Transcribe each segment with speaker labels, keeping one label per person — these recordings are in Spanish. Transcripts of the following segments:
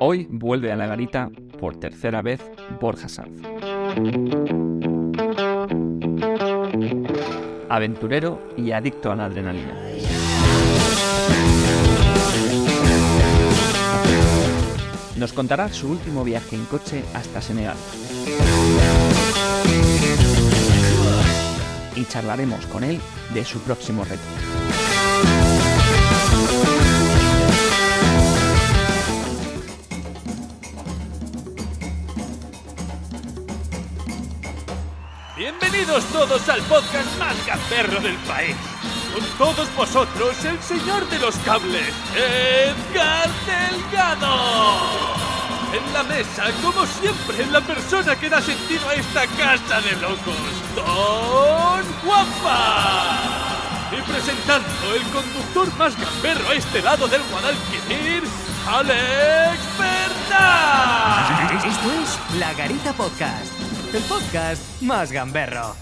Speaker 1: Hoy vuelve a la garita por tercera vez Borja Sanz. Aventurero y adicto a la adrenalina. Nos contará su último viaje en coche hasta Senegal. Y charlaremos con él de su próximo reto.
Speaker 2: Bienvenidos todos al podcast más gamberro del país. Con todos vosotros, el señor de los cables, Edgar Delgado. En la mesa, como siempre, la persona que da sentido a esta casa de locos, Don Juanpa. Y presentando el conductor más gamberro a este lado del Guadalquivir, Alex Bernal.
Speaker 3: Esto es La Garita Podcast, el podcast más gamberro.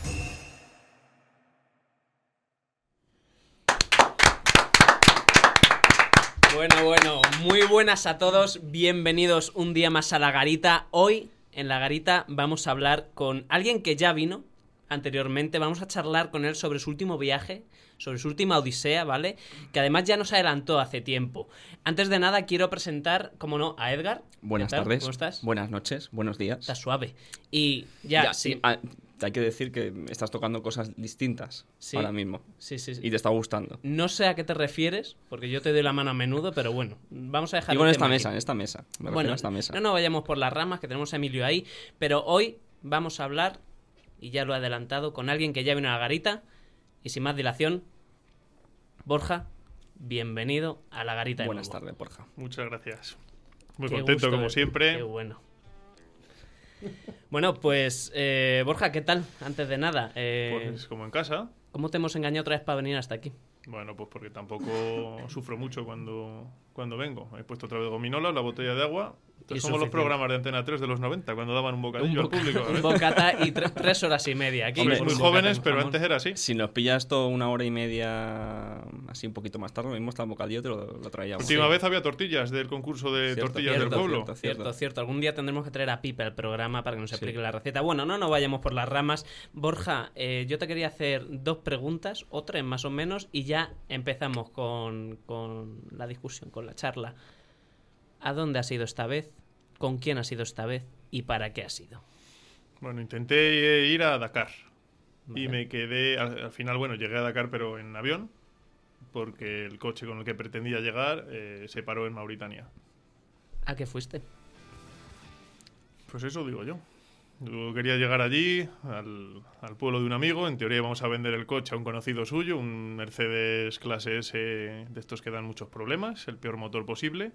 Speaker 4: Bueno, bueno, muy buenas a todos, bienvenidos un día más a La Garita. Hoy en La Garita vamos a hablar con alguien que ya vino anteriormente, vamos a charlar con él sobre su último viaje, sobre su última odisea, ¿vale? Que además ya nos adelantó hace tiempo. Antes de nada quiero presentar, como no, a Edgar.
Speaker 1: Buenas
Speaker 4: ¿Qué tal?
Speaker 1: tardes.
Speaker 4: ¿Cómo estás?
Speaker 1: Buenas noches. Buenos días.
Speaker 4: Estás suave. Y ya,
Speaker 1: Ya,
Speaker 4: sí,
Speaker 1: sí, ah, hay que decir que estás tocando cosas distintas
Speaker 4: Sí.
Speaker 1: ahora mismo.
Speaker 4: sí, sí, sí.
Speaker 1: Y te está gustando.
Speaker 4: No sé a qué te refieres, porque yo te doy la mano a menudo, pero bueno, vamos a dejar
Speaker 1: Digo
Speaker 4: el
Speaker 1: en
Speaker 4: tema
Speaker 1: esta
Speaker 4: aquí.
Speaker 1: mesa, en esta mesa. Me refiero
Speaker 4: Bueno,
Speaker 1: a esta mesa.
Speaker 4: no nos vayamos por las ramas, que tenemos a Emilio ahí, pero hoy vamos a hablar, y ya lo he adelantado, con alguien que ya vino a la garita, y sin más dilación, Borja, bienvenido a la garita. de
Speaker 1: Buenas
Speaker 4: nuevo.
Speaker 1: tardes, Borja.
Speaker 5: Muchas gracias. Muy
Speaker 4: Qué
Speaker 5: contento,
Speaker 4: gusto
Speaker 5: como
Speaker 4: verte, Qué
Speaker 5: siempre.
Speaker 4: bueno. Bueno, pues eh, Borja, ¿qué tal? Antes de nada, eh,
Speaker 5: Pues como en casa.
Speaker 4: ¿cómo te hemos engañado otra vez para venir hasta aquí?
Speaker 5: Bueno, pues porque tampoco sufro mucho cuando, cuando vengo. He puesto otra vez gominola, la botella de agua.
Speaker 4: Y
Speaker 5: Entonces, somos los
Speaker 4: suficiente.
Speaker 5: programas de Antena 3 de los 90, cuando daban un bocadillo
Speaker 4: Un,
Speaker 5: al
Speaker 4: boca-
Speaker 5: público.
Speaker 4: un
Speaker 5: ¿eh?
Speaker 4: bocata y tre- tres horas y media. Aquí
Speaker 1: Hombre,
Speaker 5: Somos
Speaker 4: con
Speaker 5: muy
Speaker 4: un bocata
Speaker 5: jóvenes,
Speaker 4: con
Speaker 5: pero
Speaker 4: jamón.
Speaker 5: antes era así.
Speaker 1: Si nos pillas todo una hora y media, así un poquito más tarde, lo mismo está el bocadillo, te lo, lo traíamos.
Speaker 5: Última vez había tortillas del concurso de
Speaker 1: Cierto,
Speaker 5: tortillas
Speaker 4: cierto,
Speaker 5: del pueblo.
Speaker 1: cierto.
Speaker 4: Cierto, cierto, Algún día tendremos que traer a Pipe al programa para que nos explique la receta. Bueno, no nos vayamos por las ramas. Borja, eh, yo te quería hacer dos preguntas, o tres más o menos, y ya empezamos con, con la discusión, con la charla. ¿A dónde has ido esta vez? ¿Con quién has ido esta vez? ¿Y para qué has ido?
Speaker 5: Bueno, intenté eh, ir a Dakar.
Speaker 4: Vale.
Speaker 5: Y me quedé, al, al final, bueno, llegué a Dakar, pero en avión. Porque el coche con el que pretendía llegar eh, se paró en Mauritania.
Speaker 4: ¿A qué fuiste?
Speaker 5: Pues eso digo yo. Yo quería llegar allí, al, al pueblo de un amigo. En teoría íbamos a vender el coche a un conocido suyo, un Mercedes clase S de estos que dan muchos problemas, el peor motor posible.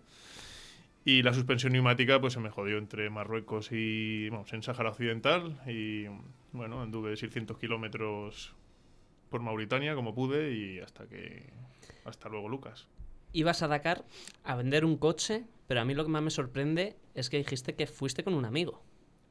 Speaker 5: Y la suspensión neumática pues se me jodió entre Marruecos y, vamos, en Sáhara Occidental. Y bueno, anduve 600 kilómetros por Mauritania como pude y hasta que... Hasta luego, Lucas.
Speaker 4: Ibas a Dakar a vender un coche, pero a mí lo que más me sorprende es que dijiste que fuiste con un amigo.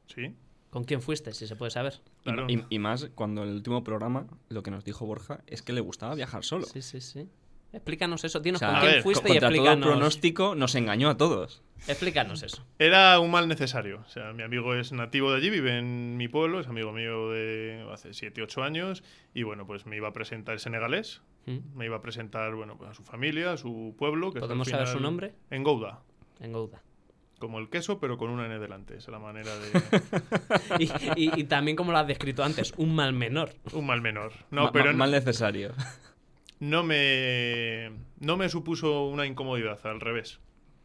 Speaker 5: ¿Sí?
Speaker 4: ¿Con quién fuiste, si se puede saber?
Speaker 5: Claro.
Speaker 1: Y, y más cuando en el último programa lo que nos dijo Borja es que le gustaba viajar solo.
Speaker 4: Sí, sí, sí. Explícanos eso. Dinos
Speaker 1: O sea,
Speaker 4: con
Speaker 5: a
Speaker 4: quién
Speaker 5: ver,
Speaker 4: fuiste y
Speaker 1: Contra todo
Speaker 4: explícanos.
Speaker 1: pronóstico nos engañó a todos.
Speaker 4: Explícanos eso.
Speaker 5: Era un mal necesario. O sea, mi amigo es nativo de allí, vive en mi pueblo, es amigo mío de hace 7, 8 años. Y bueno, pues me iba a presentar el senegalés,
Speaker 4: ¿Mm?
Speaker 5: me iba a presentar bueno, pues a su familia, a su pueblo. Que es al
Speaker 4: ¿Podemos saber
Speaker 5: final-
Speaker 4: su nombre?
Speaker 5: En Gouda.
Speaker 4: Tengo duda.
Speaker 5: Como el queso, pero con una N delante. Esa es la manera de.
Speaker 4: Y, y- y también, como lo has descrito antes, un mal menor.
Speaker 5: Un mal menor. No,
Speaker 1: Ma-
Speaker 5: pero
Speaker 1: ma-
Speaker 5: no,
Speaker 1: mal necesario.
Speaker 5: no me. No me supuso una incomodidad, al revés.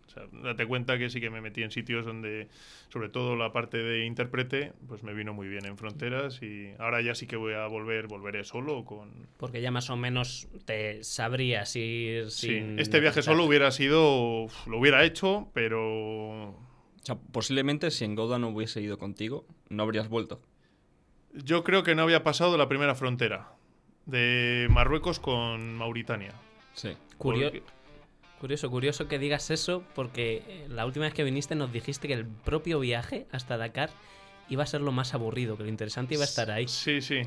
Speaker 5: O sea, date cuenta que sí que me metí en sitios donde, sobre todo la parte de intérprete, pues me vino muy bien en fronteras y ahora ya sí que voy a volver, volveré solo o con...
Speaker 4: Porque ya más o menos te sabrías ir
Speaker 5: Sí,
Speaker 4: sin
Speaker 5: este viaje
Speaker 4: necesitar-
Speaker 5: solo hubiera sido, uf, lo hubiera hecho, pero
Speaker 1: O sea, posiblemente si en Goda no hubiese ido contigo, no habrías vuelto.
Speaker 5: yo creo que no había pasado la primera frontera de Marruecos con Mauritania.
Speaker 1: Sí.
Speaker 4: Curio-
Speaker 5: Porque-
Speaker 4: Curioso, curioso que digas eso, porque eh, la última vez que viniste nos dijiste que el propio viaje hasta Dakar iba a ser lo más aburrido, que lo interesante iba a estar ahí.
Speaker 5: Sí, sí.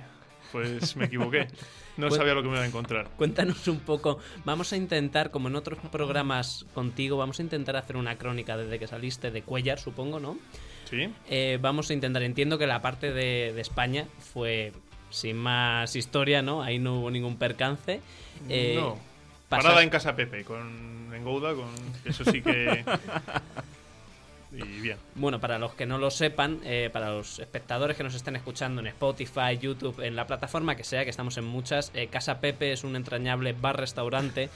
Speaker 5: Pues me equivoqué. No
Speaker 4: Pues-
Speaker 5: sabía lo que me iba a encontrar.
Speaker 4: Cuéntanos un poco. Vamos a intentar, como en otros programas contigo, vamos a intentar hacer una crónica desde que saliste de Cuellar, supongo, ¿no?
Speaker 5: ¿Sí?
Speaker 4: Eh, vamos a intentar. Entiendo que la parte de, de España fue sin más historia, ¿no? Ahí no hubo ningún percance. Eh,
Speaker 5: no.
Speaker 4: pasas-
Speaker 5: Parada en Casa Pepe, con Engouda, con... Eso sí que... y bien.
Speaker 4: Bueno, para los que no lo sepan, eh, para los espectadores que nos estén escuchando en Spotify, YouTube, en la plataforma que sea, que estamos en muchas, eh, Casa Pepe es un entrañable bar-restaurante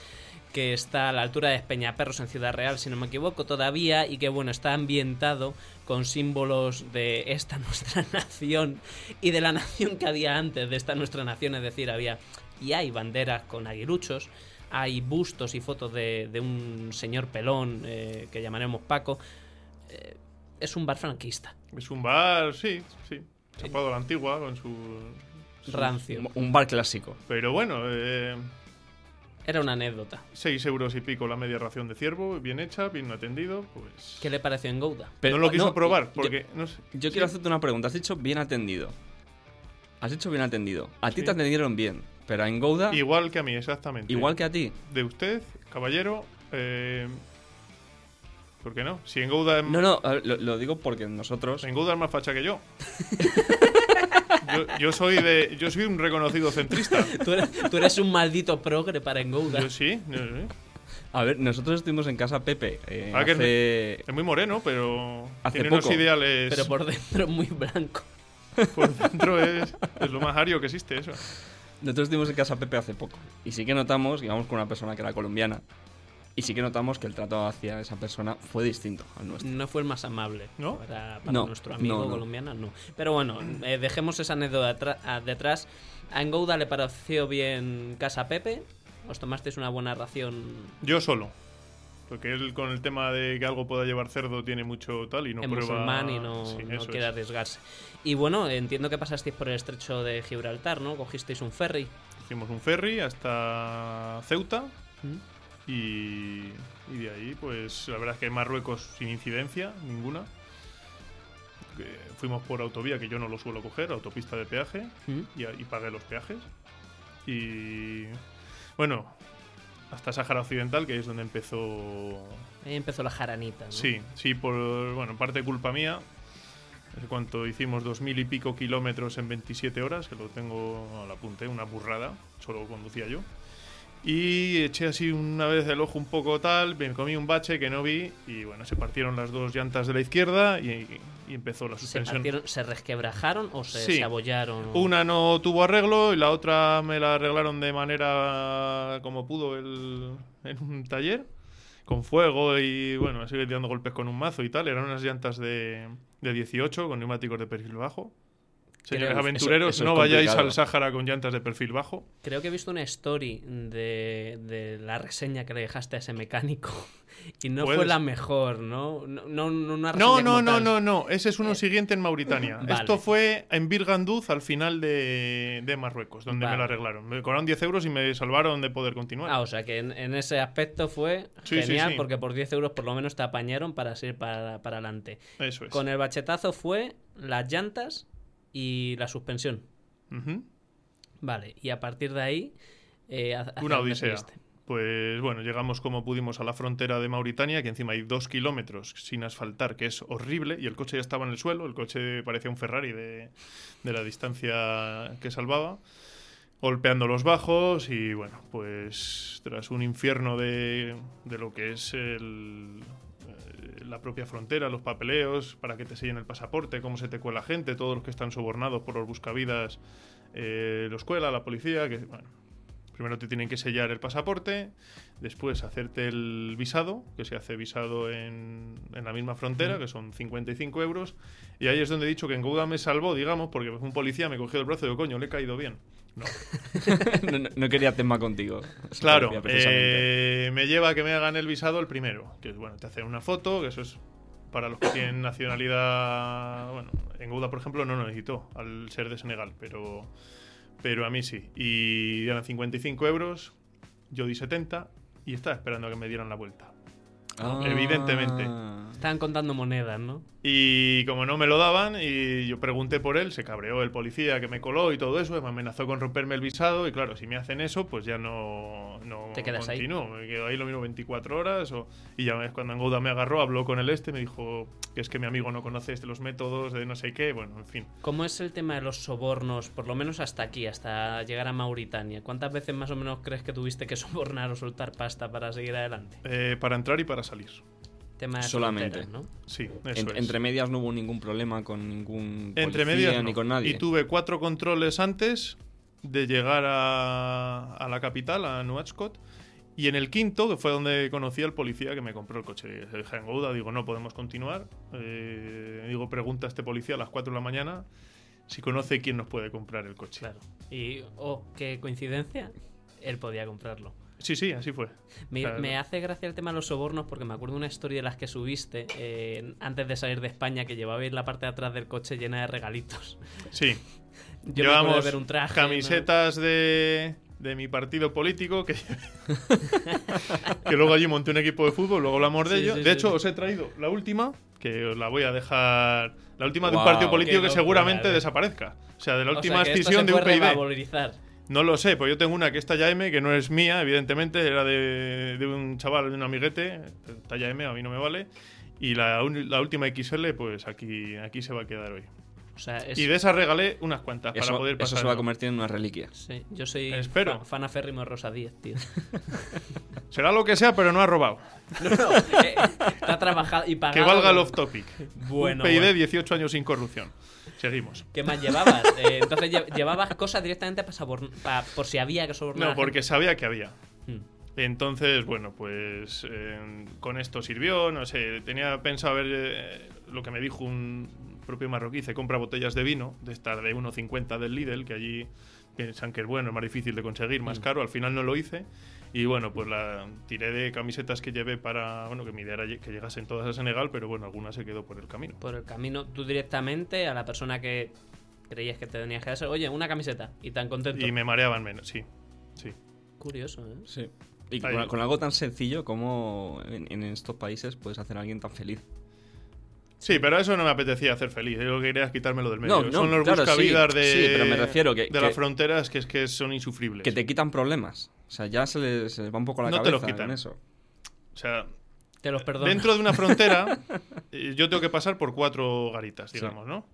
Speaker 4: que está a la altura de Peñaperros en Ciudad Real, si no me equivoco todavía, y que bueno, está ambientado con símbolos de esta nuestra nación y de la nación que había antes de esta nuestra nación, es decir, había y hay banderas con aguiluchos, hay bustos y fotos de, de un señor pelón eh, que llamaremos Paco. Eh, es un bar franquista.
Speaker 5: Es un bar, sí, sí. Chapado a la antigua, con su... sus-
Speaker 4: Rancio.
Speaker 1: Un- Un bar clásico.
Speaker 5: Pero bueno, eh,
Speaker 4: Era una anécdota.
Speaker 5: 6 euros y pico la media ración de ciervo, bien hecha, bien atendido, pues...
Speaker 4: ¿Qué le pareció en Gouda?
Speaker 1: Pero-
Speaker 5: no lo quiso
Speaker 1: no,
Speaker 5: probar,
Speaker 1: yo-
Speaker 5: porque... no sé.
Speaker 1: Yo quiero hacerte una pregunta. Has dicho bien atendido. Has dicho bien atendido. A ti
Speaker 5: Sí.
Speaker 1: te atendieron bien, pero en Gouda, igual,
Speaker 5: Igual que a mí, exactamente.
Speaker 1: que a ti.
Speaker 5: De usted, caballero... eh, ¿Por qué no? Si Engouda es
Speaker 1: No, no, a ver, lo, lo digo porque nosotros.
Speaker 5: Engouda es más facha que yo. yo. yo soy de, yo soy un reconocido centrista.
Speaker 4: Tú eres, tú eres un maldito progre para Engouda.
Speaker 5: Yo sí, yo sí.
Speaker 1: A ver, nosotros estuvimos en casa Pepe eh,
Speaker 5: Ah, que es-
Speaker 1: hace-
Speaker 5: Es muy moreno, pero
Speaker 1: Hace
Speaker 5: tiene unos
Speaker 1: poco.
Speaker 5: ideales.
Speaker 4: Pero por dentro es muy blanco.
Speaker 5: por dentro es, es lo más ario que existe eso.
Speaker 1: Nosotros estuvimos en casa Pepe hace poco. Y sí que notamos, íbamos con una persona que era colombiana. Y sí que notamos que el trato hacia esa persona fue distinto al
Speaker 5: Mm.
Speaker 1: nuestro.
Speaker 4: No fue el más amable
Speaker 5: ¿No?
Speaker 4: para, para
Speaker 1: No,
Speaker 4: nuestro amigo
Speaker 1: no, no.
Speaker 4: colombiano, no. Pero bueno, eh, dejemos esa anécdota atra- a- detrás. A Engouda le pareció bien Casa Pepe. Os tomasteis una buena ración
Speaker 5: Yo solo. Porque él con el tema de que algo pueda llevar cerdo tiene mucho tal y no
Speaker 4: en
Speaker 5: prueba.
Speaker 4: musulmán y no,
Speaker 5: Sí,
Speaker 4: no
Speaker 5: eso
Speaker 4: quiere
Speaker 5: es.
Speaker 4: arriesgarse. Y bueno, entiendo que pasasteis por el estrecho de Gibraltar, ¿no? Cogisteis un ferry.
Speaker 5: Hicimos un ferry hasta Ceuta y, y de ahí, pues la verdad es que Marruecos sin incidencia ninguna. Que fuimos por autovía, que yo no lo suelo coger, autopista de peaje,
Speaker 1: ¿Mm?
Speaker 5: y, y pagué los peajes. Y bueno, hasta Sáhara Occidental, que es donde empezó
Speaker 4: Ahí empezó la jaranita, ¿no?
Speaker 5: Sí, sí, por bueno, parte culpa mía. Es cuanto hicimos dos mil y pico kilómetros en 27 horas, que lo tengo a la punta, ¿eh? una burrada, solo conducía yo. Y eché así una vez el ojo un poco tal, me comí un bache que no vi y bueno, se partieron las dos llantas de la izquierda y, y empezó la
Speaker 4: ¿Se,
Speaker 5: suspensión.
Speaker 4: partieron- ¿Se resquebrajaron o se,
Speaker 5: Sí.
Speaker 4: se abollaron?
Speaker 5: Una no tuvo arreglo y la otra me la arreglaron de manera como pudo el- en un taller, con fuego y bueno, así tirando golpes con un mazo y tal. Eran unas llantas de, de 18 con neumáticos de perfil bajo. Señores
Speaker 4: Creo-
Speaker 5: aventureros,
Speaker 1: eso- eso es
Speaker 5: no vayáis
Speaker 1: complicado.
Speaker 5: al Sáhara con llantas de perfil bajo.
Speaker 4: Creo que he visto una story de, de la reseña que le dejaste a ese mecánico. Y no fue
Speaker 5: Puedes.
Speaker 4: la mejor, ¿no? No, no, no, una
Speaker 5: No,
Speaker 4: reseña
Speaker 5: no,
Speaker 4: como
Speaker 5: no,
Speaker 4: tal.
Speaker 5: no, no. Ese es uno siguiente en Mauritania.
Speaker 4: Vale.
Speaker 5: Esto fue en Birganduz al final de, de Marruecos, donde me
Speaker 4: Vale.
Speaker 5: lo arreglaron. Me cobraron 10 euros y me salvaron de poder continuar.
Speaker 4: Ah, o sea que en, en ese aspecto fue
Speaker 5: Sí, sí,
Speaker 4: genial
Speaker 5: sí.
Speaker 4: porque por 10 euros por lo menos te apañaron para seguir para, para adelante.
Speaker 5: Eso es.
Speaker 4: Con el bachetazo fue las llantas y la suspensión.
Speaker 5: Ujú.
Speaker 4: Vale, y a partir de ahí... eh, ha- hacia
Speaker 5: Una
Speaker 4: dónde
Speaker 5: odisea.
Speaker 4: seguiste.
Speaker 5: Pues bueno, llegamos como pudimos a la frontera de Mauritania, que encima hay dos kilómetros sin asfaltar, que es horrible, y el coche ya estaba en el suelo, el coche parecía un Ferrari de, de la distancia que salvaba, golpeando los bajos y bueno, pues tras un infierno de, de lo que es el- eh, la propia frontera, los papeleos, para que te sellen el pasaporte, cómo se te cuela gente, todos los que están sobornados por los buscavidas, eh, los cuela, la policía, que bueno, Primero te tienen que sellar el pasaporte, después hacerte el visado, que se hace visado en, en la misma frontera, que son 55 euros. Y ahí es donde he dicho que en Gouda me salvó, digamos, porque un policía me cogió el brazo y digo, coño, le he caído bien. No,
Speaker 1: no, no- no quería tema contigo. Eso
Speaker 5: Claro,
Speaker 1: parecía precisamente.
Speaker 5: eh, me lleva a que me hagan el visado el primero, que es bueno, te hacen una foto, que eso es para los que tienen nacionalidad, bueno, en Gouda por ejemplo no lo necesitó al ser de Senegal, pero pero a mí sí. Y eran 55 euros, yo di 70 y estaba esperando a que me dieran la vuelta.
Speaker 1: Ah.
Speaker 5: evidentemente.
Speaker 4: Estaban contando monedas, ¿no?
Speaker 5: Y como no me lo daban, y yo pregunté por él, se cabreó el policía que me coló y todo eso, me amenazó con romperme el visado. Y claro, si me hacen eso, pues ya no, no
Speaker 4: Te quedas ahí.
Speaker 5: continúo. Me quedo ahí lo mismo 24 horas. o- y ya ves, cuando Angouda me agarró, habló con el este, me dijo que es que mi amigo no conoce este, los métodos de no sé qué. Bueno, en fin.
Speaker 4: ¿Cómo es el tema de los sobornos, por lo menos hasta aquí, hasta llegar a Mauritania? ¿Cuántas veces más o menos crees que tuviste que sobornar o soltar pasta para seguir adelante?
Speaker 5: Eh, para entrar y para salir.
Speaker 4: Tema de
Speaker 1: Solamente.
Speaker 4: fronteras, ¿no?
Speaker 5: Sí, eso
Speaker 1: En-
Speaker 5: es.
Speaker 1: Entre medias no hubo ningún problema con ningún
Speaker 5: Entre
Speaker 1: policía
Speaker 5: medias
Speaker 1: ni
Speaker 5: no.
Speaker 1: con nadie.
Speaker 5: Y tuve cuatro controles antes de llegar a, a la capital, a Nuachcot. Y en el quinto, que fue donde conocí al policía que me compró el coche. Le dije en Gouda, digo, no podemos continuar. Eh, digo, pregunta a este policía a las 4 de la mañana si conoce quién nos puede comprar el coche.
Speaker 4: Claro. Y, oh, qué coincidencia, él podía comprarlo.
Speaker 5: Sí, sí, así fue.
Speaker 4: Me,
Speaker 5: Claro.
Speaker 4: me hace gracia el tema de los sobornos porque me acuerdo una historia de las que subiste eh, antes de salir de España que llevabais la parte de atrás del coche llena de regalitos.
Speaker 5: Sí.
Speaker 4: Yo me acuerdo
Speaker 5: Llevamos
Speaker 4: de ver un traje. ¿no?
Speaker 5: camisetas de, de mi partido político que, que luego allí monté un equipo de fútbol, luego hablamos de
Speaker 4: Sí,
Speaker 5: ello.
Speaker 4: sí, sí.
Speaker 5: de hecho, os he traído la última, que os la voy a dejar. La última de un
Speaker 1: Guau,
Speaker 5: partido político
Speaker 4: qué
Speaker 5: que seguramente
Speaker 4: locura, eh.
Speaker 5: desaparezca. O sea, de la
Speaker 4: O sea,
Speaker 5: última
Speaker 4: que esto se
Speaker 5: escisión de
Speaker 4: puede
Speaker 5: UPyD.
Speaker 4: revalorizar.
Speaker 5: No lo sé, pues yo tengo una que es talla M, que no es mía, evidentemente, era de, de un chaval, de un amiguete. Talla M, a mí no me vale. Y la, un- la última XL, pues aquí, aquí se va a quedar hoy.
Speaker 4: O sea, es-
Speaker 5: Y de esas regalé unas cuantas
Speaker 1: eso,
Speaker 5: para poder
Speaker 1: eso
Speaker 5: pasar.
Speaker 1: se va a convertir en una reliquia.
Speaker 4: sí, yo soy
Speaker 5: Espero.
Speaker 4: fa- fan aférrimo de Rosa 10, tío.
Speaker 5: Será lo que sea, pero no ha robado.
Speaker 4: No, no, eh, está trabajado y pagado.
Speaker 5: Que valga el
Speaker 4: con-
Speaker 5: off topic.
Speaker 4: Bueno,
Speaker 5: Un PID
Speaker 4: bueno.
Speaker 5: 18 años sin corrupción. Seguimos.
Speaker 4: ¿Qué más llevabas? Eh, entonces lle- llevabas cosas directamente para por Hmm. si había que sobornar. a
Speaker 5: No, porque sabía que había.
Speaker 4: gente.
Speaker 5: Entonces, bueno, pues eh, con esto sirvió, no sé, tenía pensado ver eh, lo que me dijo un propio marroquí, dice, compra botellas de vino, de estar de 1,50 del Lidl, que allí piensan que es bueno, es más difícil de conseguir, más
Speaker 4: Hmm.
Speaker 5: caro, al final no lo hice. Y bueno, pues la tiré de camisetas que llevé para, bueno, que mi idea era lle- que llegasen todas a Senegal, pero bueno, alguna se quedó por el camino.
Speaker 4: Mm, Por el camino, tú directamente a la persona que creías que te tenías que hacer, oye, una camiseta, y tan contento.
Speaker 5: Y me mareaban menos, sí. Sí.
Speaker 4: Curioso, ¿eh?
Speaker 1: Sí. Y
Speaker 5: Ahí.
Speaker 1: con, con algo tan sencillo como en, en estos países puedes hacer a alguien tan feliz.
Speaker 5: Sí, pero eso no me apetecía hacer feliz. Yo lo que quería es quitármelo del medio.
Speaker 1: No, no,
Speaker 5: son los
Speaker 1: claro,
Speaker 5: buscavidas
Speaker 1: sí,
Speaker 5: de,
Speaker 1: sí, pero me refiero que-
Speaker 5: de
Speaker 1: que-
Speaker 5: las fronteras que es que son insufribles.
Speaker 1: Que te quitan problemas. O sea, ya se les, se les va un poco la
Speaker 5: No te
Speaker 1: cabeza
Speaker 5: los quitan.
Speaker 1: con eso.
Speaker 5: O sea,
Speaker 4: Te los perdono.
Speaker 5: dentro de una frontera eh, yo tengo que pasar por cuatro garitas, digamos, ¿no?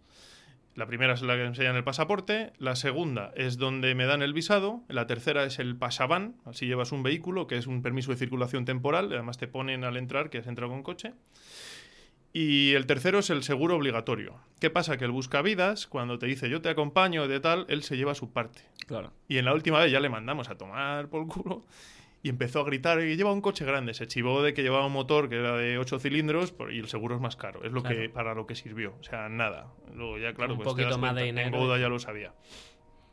Speaker 5: La primera es la que me enseñan el pasaporte, la segunda es donde me dan el visado, la tercera es el pasaban, así llevas un vehículo, que es un permiso de circulación temporal, además te ponen al entrar que has entrado con coche. Y el tercero es el seguro obligatorio. ¿Qué pasa? Que el buscavidas, cuando te dice yo te acompaño de tal, él se lleva su parte.
Speaker 1: Claro.
Speaker 5: Y en la última vez ya le mandamos a tomar por culo. Y empezó a gritar, y lleva un coche grande. Se chivó de que llevaba un motor que era de 8 cilindros por- y el seguro es más caro. Es lo que
Speaker 4: Claro.
Speaker 5: para lo que sirvió. O sea, nada. Luego ya, claro,
Speaker 4: Un
Speaker 5: pues te
Speaker 4: poquito
Speaker 5: das
Speaker 4: más
Speaker 5: cuenta.
Speaker 4: de dinero.
Speaker 5: En Gouda ya lo sabía.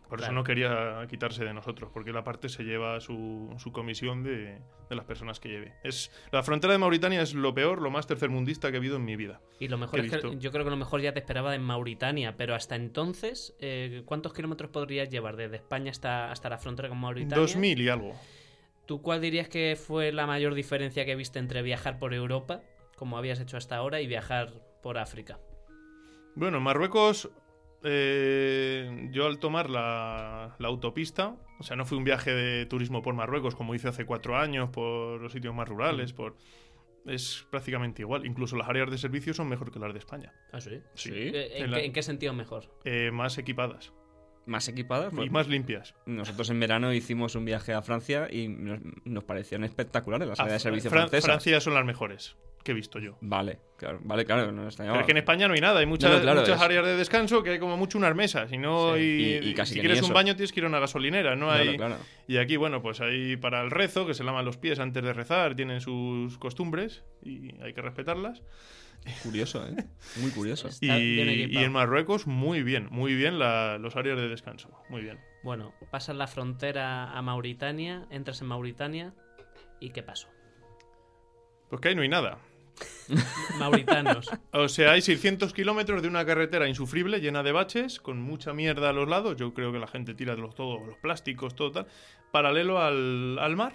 Speaker 5: Por eso
Speaker 4: Claro.
Speaker 5: no quería quitarse de nosotros, porque la parte se lleva su, su comisión de, de las personas que lleve. Es, la frontera de Mauritania es lo peor, lo más tercermundista que he habido en mi vida.
Speaker 4: Y lo mejor
Speaker 5: que he
Speaker 4: es que
Speaker 5: visto.
Speaker 4: yo creo que lo mejor ya te esperaba en Mauritania, pero hasta entonces, eh, ¿cuántos kilómetros podrías llevar desde España hasta, hasta la frontera con Mauritania?
Speaker 5: 2000 y algo.
Speaker 4: ¿Tú cuál dirías que fue la mayor diferencia que viste entre viajar por Europa, como habías hecho hasta ahora, y viajar por África?
Speaker 5: Bueno, en Marruecos, eh, yo al tomar la, la autopista, o sea, no fue un viaje de turismo por Marruecos como hice hace cuatro años, por los sitios más
Speaker 1: Mm.
Speaker 5: rurales, por... Es prácticamente igual. Incluso las áreas de servicio son mejor que las de España.
Speaker 4: Ah, sí.
Speaker 1: Sí.
Speaker 4: Eh, ¿En,
Speaker 5: En la-
Speaker 4: qué, en qué sentido mejor?
Speaker 5: Eh, más equipadas
Speaker 1: Más equipadas.
Speaker 5: y
Speaker 1: pues,
Speaker 5: más limpias.
Speaker 1: Nosotros en verano hicimos un viaje a Francia y nos, nos parecían espectaculares las áreas de
Speaker 5: Ah,
Speaker 1: servicio
Speaker 5: Fran-
Speaker 1: francesas.
Speaker 5: Francia son las mejores que he visto yo.
Speaker 1: Vale, claro, vale, claro. No está
Speaker 5: Pero es que en España no hay nada. Hay muchas,
Speaker 1: No, no, claro,
Speaker 5: muchas
Speaker 1: es-
Speaker 5: áreas de descanso que hay como mucho unas mesas. Y no
Speaker 1: Sí.
Speaker 5: hay-
Speaker 1: Y- y
Speaker 5: si
Speaker 1: casi que
Speaker 5: quieres
Speaker 1: ni
Speaker 5: un
Speaker 1: eso.
Speaker 5: baño tienes que ir a una gasolinera. No
Speaker 1: Claro,
Speaker 5: hay.
Speaker 1: claro.
Speaker 5: Y aquí, bueno, pues hay para el rezo, que se lavan los pies antes de rezar, tienen sus costumbres y hay que respetarlas.
Speaker 1: Curioso, ¿eh? Muy curioso.
Speaker 5: Y,
Speaker 4: Está bien equipado.
Speaker 5: y en Marruecos, muy bien, muy bien la- los áreas de descanso. Muy bien.
Speaker 4: Bueno, pasas la frontera a Mauritania, entras en Mauritania y ¿qué pasó?
Speaker 5: Pues que ahí no hay nada.
Speaker 4: Mauritanos.
Speaker 5: O sea, hay 600 kilómetros de una carretera insufrible, llena de baches, con mucha mierda a los lados. Yo creo que la gente tira de los, todos los plásticos, todo tal. Paralelo al, al mar.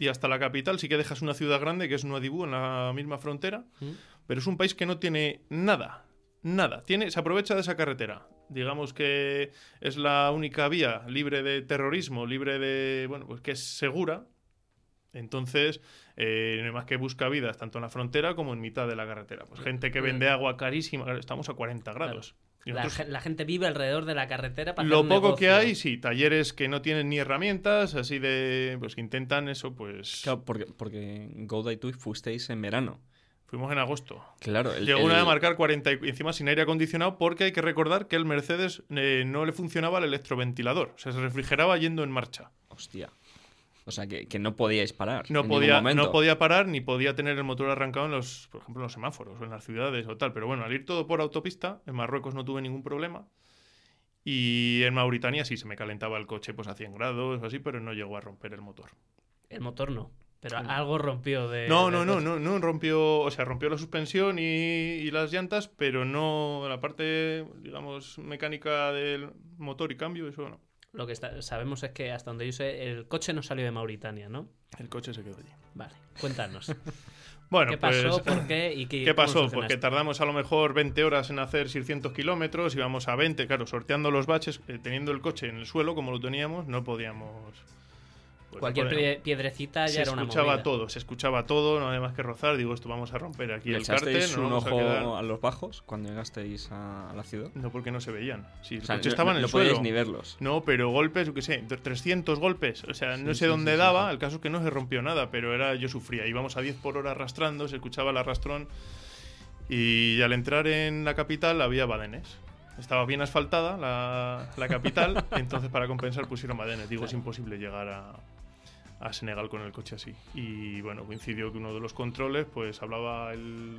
Speaker 5: y hasta la capital. Sí que dejas una ciudad grande que es Nuadibú en la misma frontera,
Speaker 4: ¿Mm?
Speaker 5: pero es un país que no tiene nada, nada. Tiene, se aprovecha de esa carretera. Digamos que es la única vía libre de terrorismo, libre de. Bueno, pues que es segura. Entonces, eh, no hay más que busca vidas tanto en la frontera como en mitad de la carretera. Pues gente que vende agua carísima, claro, estamos a 40 grados. Y
Speaker 4: Mm. La,
Speaker 5: nosotros-
Speaker 4: ge- la gente vive alrededor de la carretera para
Speaker 5: lo
Speaker 4: hacer
Speaker 5: poco
Speaker 4: un
Speaker 5: que
Speaker 4: negocio.
Speaker 5: hay, sí, talleres que no tienen ni herramientas, así de. Pues que intentan eso, pues.
Speaker 1: Claro, porque, porque en Gouda y tú fuisteis en verano.
Speaker 5: Fuimos en agosto.
Speaker 1: Claro, el,
Speaker 5: Llegó
Speaker 1: el-
Speaker 5: una de marcar 40 y encima sin aire acondicionado porque hay que recordar que el Mercedes eh, no le funcionaba el electroventilador. O sea, se refrigeraba yendo en marcha.
Speaker 1: Hostia. O sea, que, que no podíais parar. en
Speaker 5: No
Speaker 1: ningún
Speaker 5: podía,
Speaker 1: momento.
Speaker 5: no podía parar ni podía tener el motor arrancado en los, por ejemplo, en los semáforos o en las ciudades o tal. Pero bueno, al ir todo por autopista, en Marruecos no tuve ningún problema. Y en Mauritania sí se me calentaba el coche pues a 100 grados o así, pero no llegó a romper el motor.
Speaker 4: El motor no, pero algo rompió de...
Speaker 5: No,
Speaker 4: de-
Speaker 5: no, no, no, no rompió, o sea, rompió la suspensión y, y las llantas, pero no la parte, digamos, mecánica del motor y cambio, eso no.
Speaker 4: Lo que está- sabemos es que hasta donde yo sé, el coche no salió de Mauritania, ¿no?
Speaker 5: El coche se quedó allí.
Speaker 4: Vale, cuéntanos.
Speaker 5: Bueno,
Speaker 4: ¿Qué
Speaker 5: pues,
Speaker 4: pasó? ¿Por qué? ¿Y qué,
Speaker 5: ¿Qué
Speaker 4: cómo
Speaker 5: pasó? Pues
Speaker 4: solucionaste?
Speaker 5: que tardamos a lo mejor 20 horas en hacer 600 kilómetros, íbamos a 20, claro, sorteando los baches, eh, teniendo el coche en el suelo como lo teníamos, no podíamos... pues, no
Speaker 4: Cualquier
Speaker 5: podíamos.
Speaker 4: pie- piedrecita ya
Speaker 5: se
Speaker 4: era una
Speaker 5: escuchaba
Speaker 4: movida.
Speaker 5: todo, se escuchaba todo, no había más que rozar, digo, esto vamos a romper aquí
Speaker 1: ¿Le
Speaker 5: el cártel,
Speaker 1: echasteis
Speaker 5: nos
Speaker 1: un
Speaker 5: vamos a
Speaker 1: ojo
Speaker 5: quedar-
Speaker 1: a, los bajos cuando llegasteis a, a la ciudad?
Speaker 5: No, porque no se veían. Si el
Speaker 1: O sea,
Speaker 5: coche
Speaker 1: no-
Speaker 5: estaba en
Speaker 1: no,
Speaker 5: el
Speaker 1: no
Speaker 5: suelo.
Speaker 1: podíais ni verlos.
Speaker 5: No, pero golpes, yo qué sé, 300 golpes. O sea, no sé dónde daba. El caso es que no se rompió nada, pero era yo sufría. Íbamos a 10 por hora arrastrando, se escuchaba el arrastrón. Y al entrar en la capital había badenes. Estaba bien asfaltada la, la capital, entonces para compensar pusieron badenes. Digo, es imposible llegar a, a Senegal con el coche así. Y bueno, coincidió que uno de los controles pues hablaba el,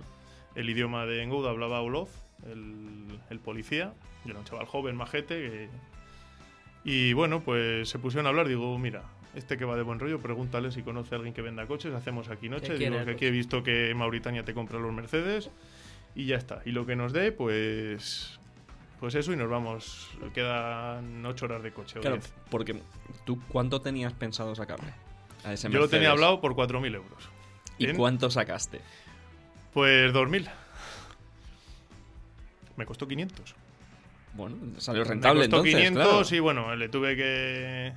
Speaker 5: el idioma de Engouda, hablaba Olof, el, el policía. Yo era un chaval joven, majete. que- y bueno, pues se pusieron a hablar. Digo, mira, este que va de buen rollo, pregúntale si conoce a alguien que venda coches. Hacemos aquí noche.
Speaker 4: quiere
Speaker 5: Digo
Speaker 4: el
Speaker 5: que aquí he visto que en Mauritania te compra los Mercedes. Y ya está. Y lo que nos dé, pues. Pues eso, y nos vamos. Quedan ocho horas de coche. o
Speaker 1: Claro,
Speaker 5: diez.
Speaker 1: porque tú, ¿cuánto tenías pensado sacarle? A ese
Speaker 5: Yo lo tenía
Speaker 1: Mercedes?
Speaker 5: hablado por 4.000 euros.
Speaker 1: ¿Y
Speaker 5: en-
Speaker 1: cuánto sacaste?
Speaker 5: Pues 2.000. Me costó 500.
Speaker 1: Bueno, salió rentable
Speaker 5: Me costó
Speaker 1: entonces.
Speaker 5: 500
Speaker 1: claro.
Speaker 5: y bueno, le tuve que,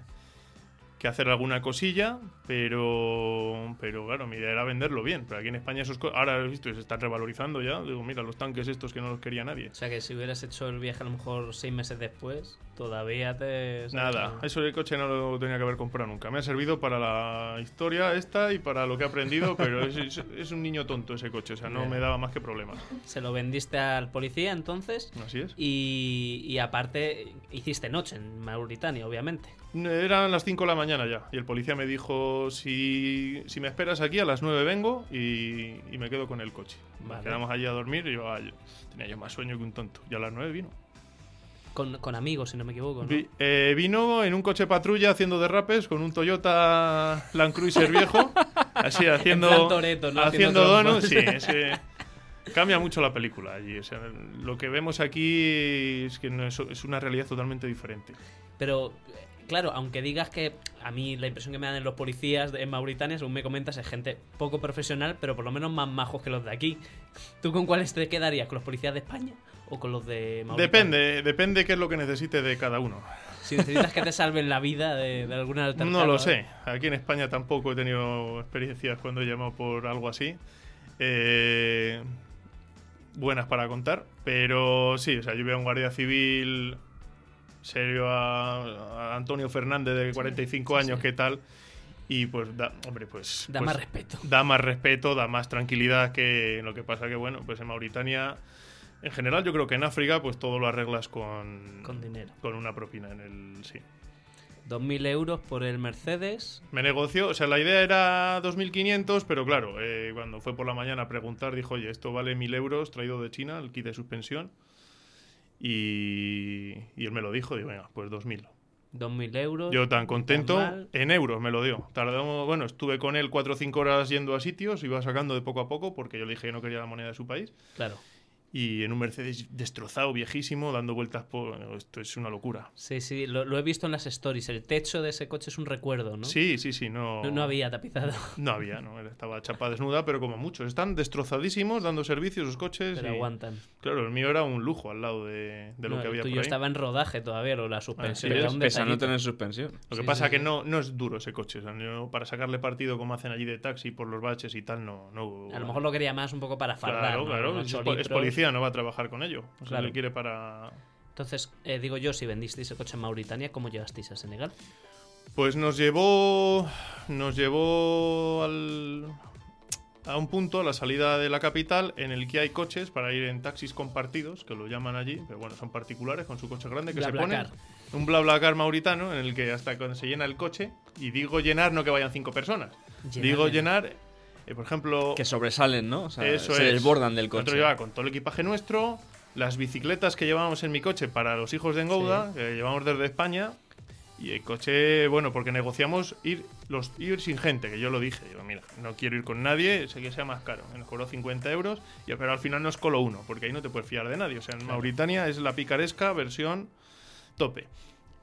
Speaker 5: que hacer alguna cosilla, pero pero claro, mi idea era venderlo bien. Pero aquí en España esos co- ahora lo he visto y se están revalorizando ya. Digo, mira, los tanques estos que no los quería nadie.
Speaker 4: O sea que si hubieras hecho el viaje a lo mejor seis meses después, todavía te...
Speaker 5: Nada, eso del coche no lo tenía que haber comprado nunca. Me ha servido para la historia esta y para lo que he aprendido, pero es, es- es un niño tonto ese coche, o sea, no
Speaker 4: Ya.
Speaker 5: me daba más que problemas.
Speaker 4: Se lo vendiste al policía entonces
Speaker 5: Así es.
Speaker 4: y, y aparte hiciste noche en Mauritania, obviamente.
Speaker 5: Eran las 5 de la mañana ya, y el policía me dijo, si, si me esperas aquí, a las 9 vengo y, y me quedo con el coche.
Speaker 4: Vale.
Speaker 5: Nos quedamos allí a dormir y yo, ah, yo- tenía yo más sueño que un tonto. Y a las 9 vino.
Speaker 4: Con, con amigos, si no me equivoco. Pues ¿no?
Speaker 5: Vi- eh, vino en un coche patrulla haciendo derrapes con un Toyota Land Cruiser viejo, así haciendo,
Speaker 4: plan Toretto, ¿no? Haciendo
Speaker 5: haciendo donuts. Sí,
Speaker 4: trompas.
Speaker 5: ese- cambia mucho la película allí. o sea, lo que vemos aquí es que no es- es una realidad totalmente diferente.
Speaker 4: Pero, eh, claro, aunque digas que a mí la impresión que me dan los policías de- en Mauritania, según me comentas, es gente poco profesional, pero por lo menos más majos que los de aquí. ¿Tú con cuáles te quedarías? ¿Con los policías de España o con los de Mauritania?
Speaker 5: Depende, depende qué es lo que necesite de cada uno.
Speaker 4: Si necesitas que te salven la vida de, de alguna alternativa.
Speaker 5: No lo sé. Aquí en España tampoco he tenido experiencias cuando he llamado por algo así. Eh, buenas para contar. Pero sí, o sea, yo veo a un guardia civil serio a, a Antonio Fernández de 45 años, ¿qué tal? Y pues, da, hombre, pues...
Speaker 4: Da
Speaker 5: pues,
Speaker 4: más respeto.
Speaker 5: Da más respeto, da más tranquilidad que lo que pasa que, bueno, pues en Mauritania... En general, yo creo que en África, pues todo lo arreglas con...
Speaker 4: Con dinero.
Speaker 5: Con una propina en el... Sí.
Speaker 4: 2.000 euros por el Mercedes.
Speaker 5: Me negoció, o sea, la idea era 2.500, pero claro, eh, cuando fue por la mañana a preguntar, dijo, oye, esto vale 1.000 euros, traído de China, el kit de suspensión. Y, y él me lo dijo, digo, venga, pues 2.000.
Speaker 4: 2.000 euros.
Speaker 5: Yo tan contento,
Speaker 4: normal.
Speaker 5: en euros me lo dio. Tardamos, bueno, estuve con él 4 o 5 horas yendo a sitios, iba sacando de poco a poco, porque yo le dije que no quería la moneda de su país.
Speaker 4: Claro.
Speaker 5: y en un Mercedes destrozado, viejísimo, dando vueltas por... Esto es una locura.
Speaker 4: Sí, sí, lo, lo he visto en las stories. El techo de ese coche es un recuerdo, ¿no?
Speaker 5: Sí, sí, sí, no...
Speaker 4: No, no había tapizado.
Speaker 5: No había, no, estaba chapa desnuda, pero como muchos. Están destrozadísimos, dando servicios sus coches.
Speaker 4: Pero
Speaker 5: y-
Speaker 4: aguantan.
Speaker 5: Claro, el mío era un lujo al lado de, de lo
Speaker 4: No,
Speaker 5: que
Speaker 4: el
Speaker 5: había por
Speaker 4: tuyo
Speaker 5: ahí. Ah,
Speaker 4: estaba en rodaje todavía, lo la suspensión.
Speaker 5: Así
Speaker 4: era
Speaker 5: es,
Speaker 4: un
Speaker 1: Pesa no
Speaker 4: detallito.
Speaker 1: tener suspensión.
Speaker 5: Lo que
Speaker 4: Sí,
Speaker 5: pasa
Speaker 4: sí,
Speaker 5: que
Speaker 4: sí.
Speaker 5: no, no es duro ese coche. o sea, no- para sacarle partido como hacen allí de taxi por los baches y tal, no... no
Speaker 4: A lo mejor lo quería más un poco para fardar.
Speaker 5: Claro,
Speaker 4: ¿no?
Speaker 5: claro.
Speaker 4: Unos
Speaker 5: Es,
Speaker 4: ocho
Speaker 5: po- es
Speaker 4: litros.
Speaker 5: policía, no va a trabajar con ello. O sea,
Speaker 4: Claro.
Speaker 5: le quiere para...
Speaker 4: Entonces, eh, digo yo, si vendisteis el coche en Mauritania, ¿cómo llegasteis a Senegal?
Speaker 5: Pues nos llevó. Nos llevó al. A un punto, a la salida de la capital, en el que hay coches para ir en taxis compartidos, que lo llaman allí, pero bueno, son particulares con su coche grande que se ponen.
Speaker 4: BlaBlaCar.
Speaker 5: Un BlaBlaCar mauritano en el que hasta cuando se llena el coche, y digo llenar, no que vayan cinco personas.
Speaker 4: Llenar,
Speaker 5: digo
Speaker 4: llenar.
Speaker 5: llenar, eh, por ejemplo.
Speaker 1: Que sobresalen, ¿no? O sea,
Speaker 5: Eso
Speaker 1: se
Speaker 5: es.
Speaker 1: desbordan del
Speaker 5: Nosotros
Speaker 1: coche.
Speaker 5: llevaba con todo el equipaje nuestro, las bicicletas que llevábamos en mi coche para los hijos de Engouda, que llevamos desde España. Y el coche, bueno, porque negociamos ir, los, ir sin gente, que yo lo dije. Digo, mira, no quiero ir con nadie, sé que sea más caro. Nos cobró 50 euros, y, pero al final nos coló uno, porque ahí no te puedes fiar de nadie. O sea, en Mauritania es la picaresca versión tope.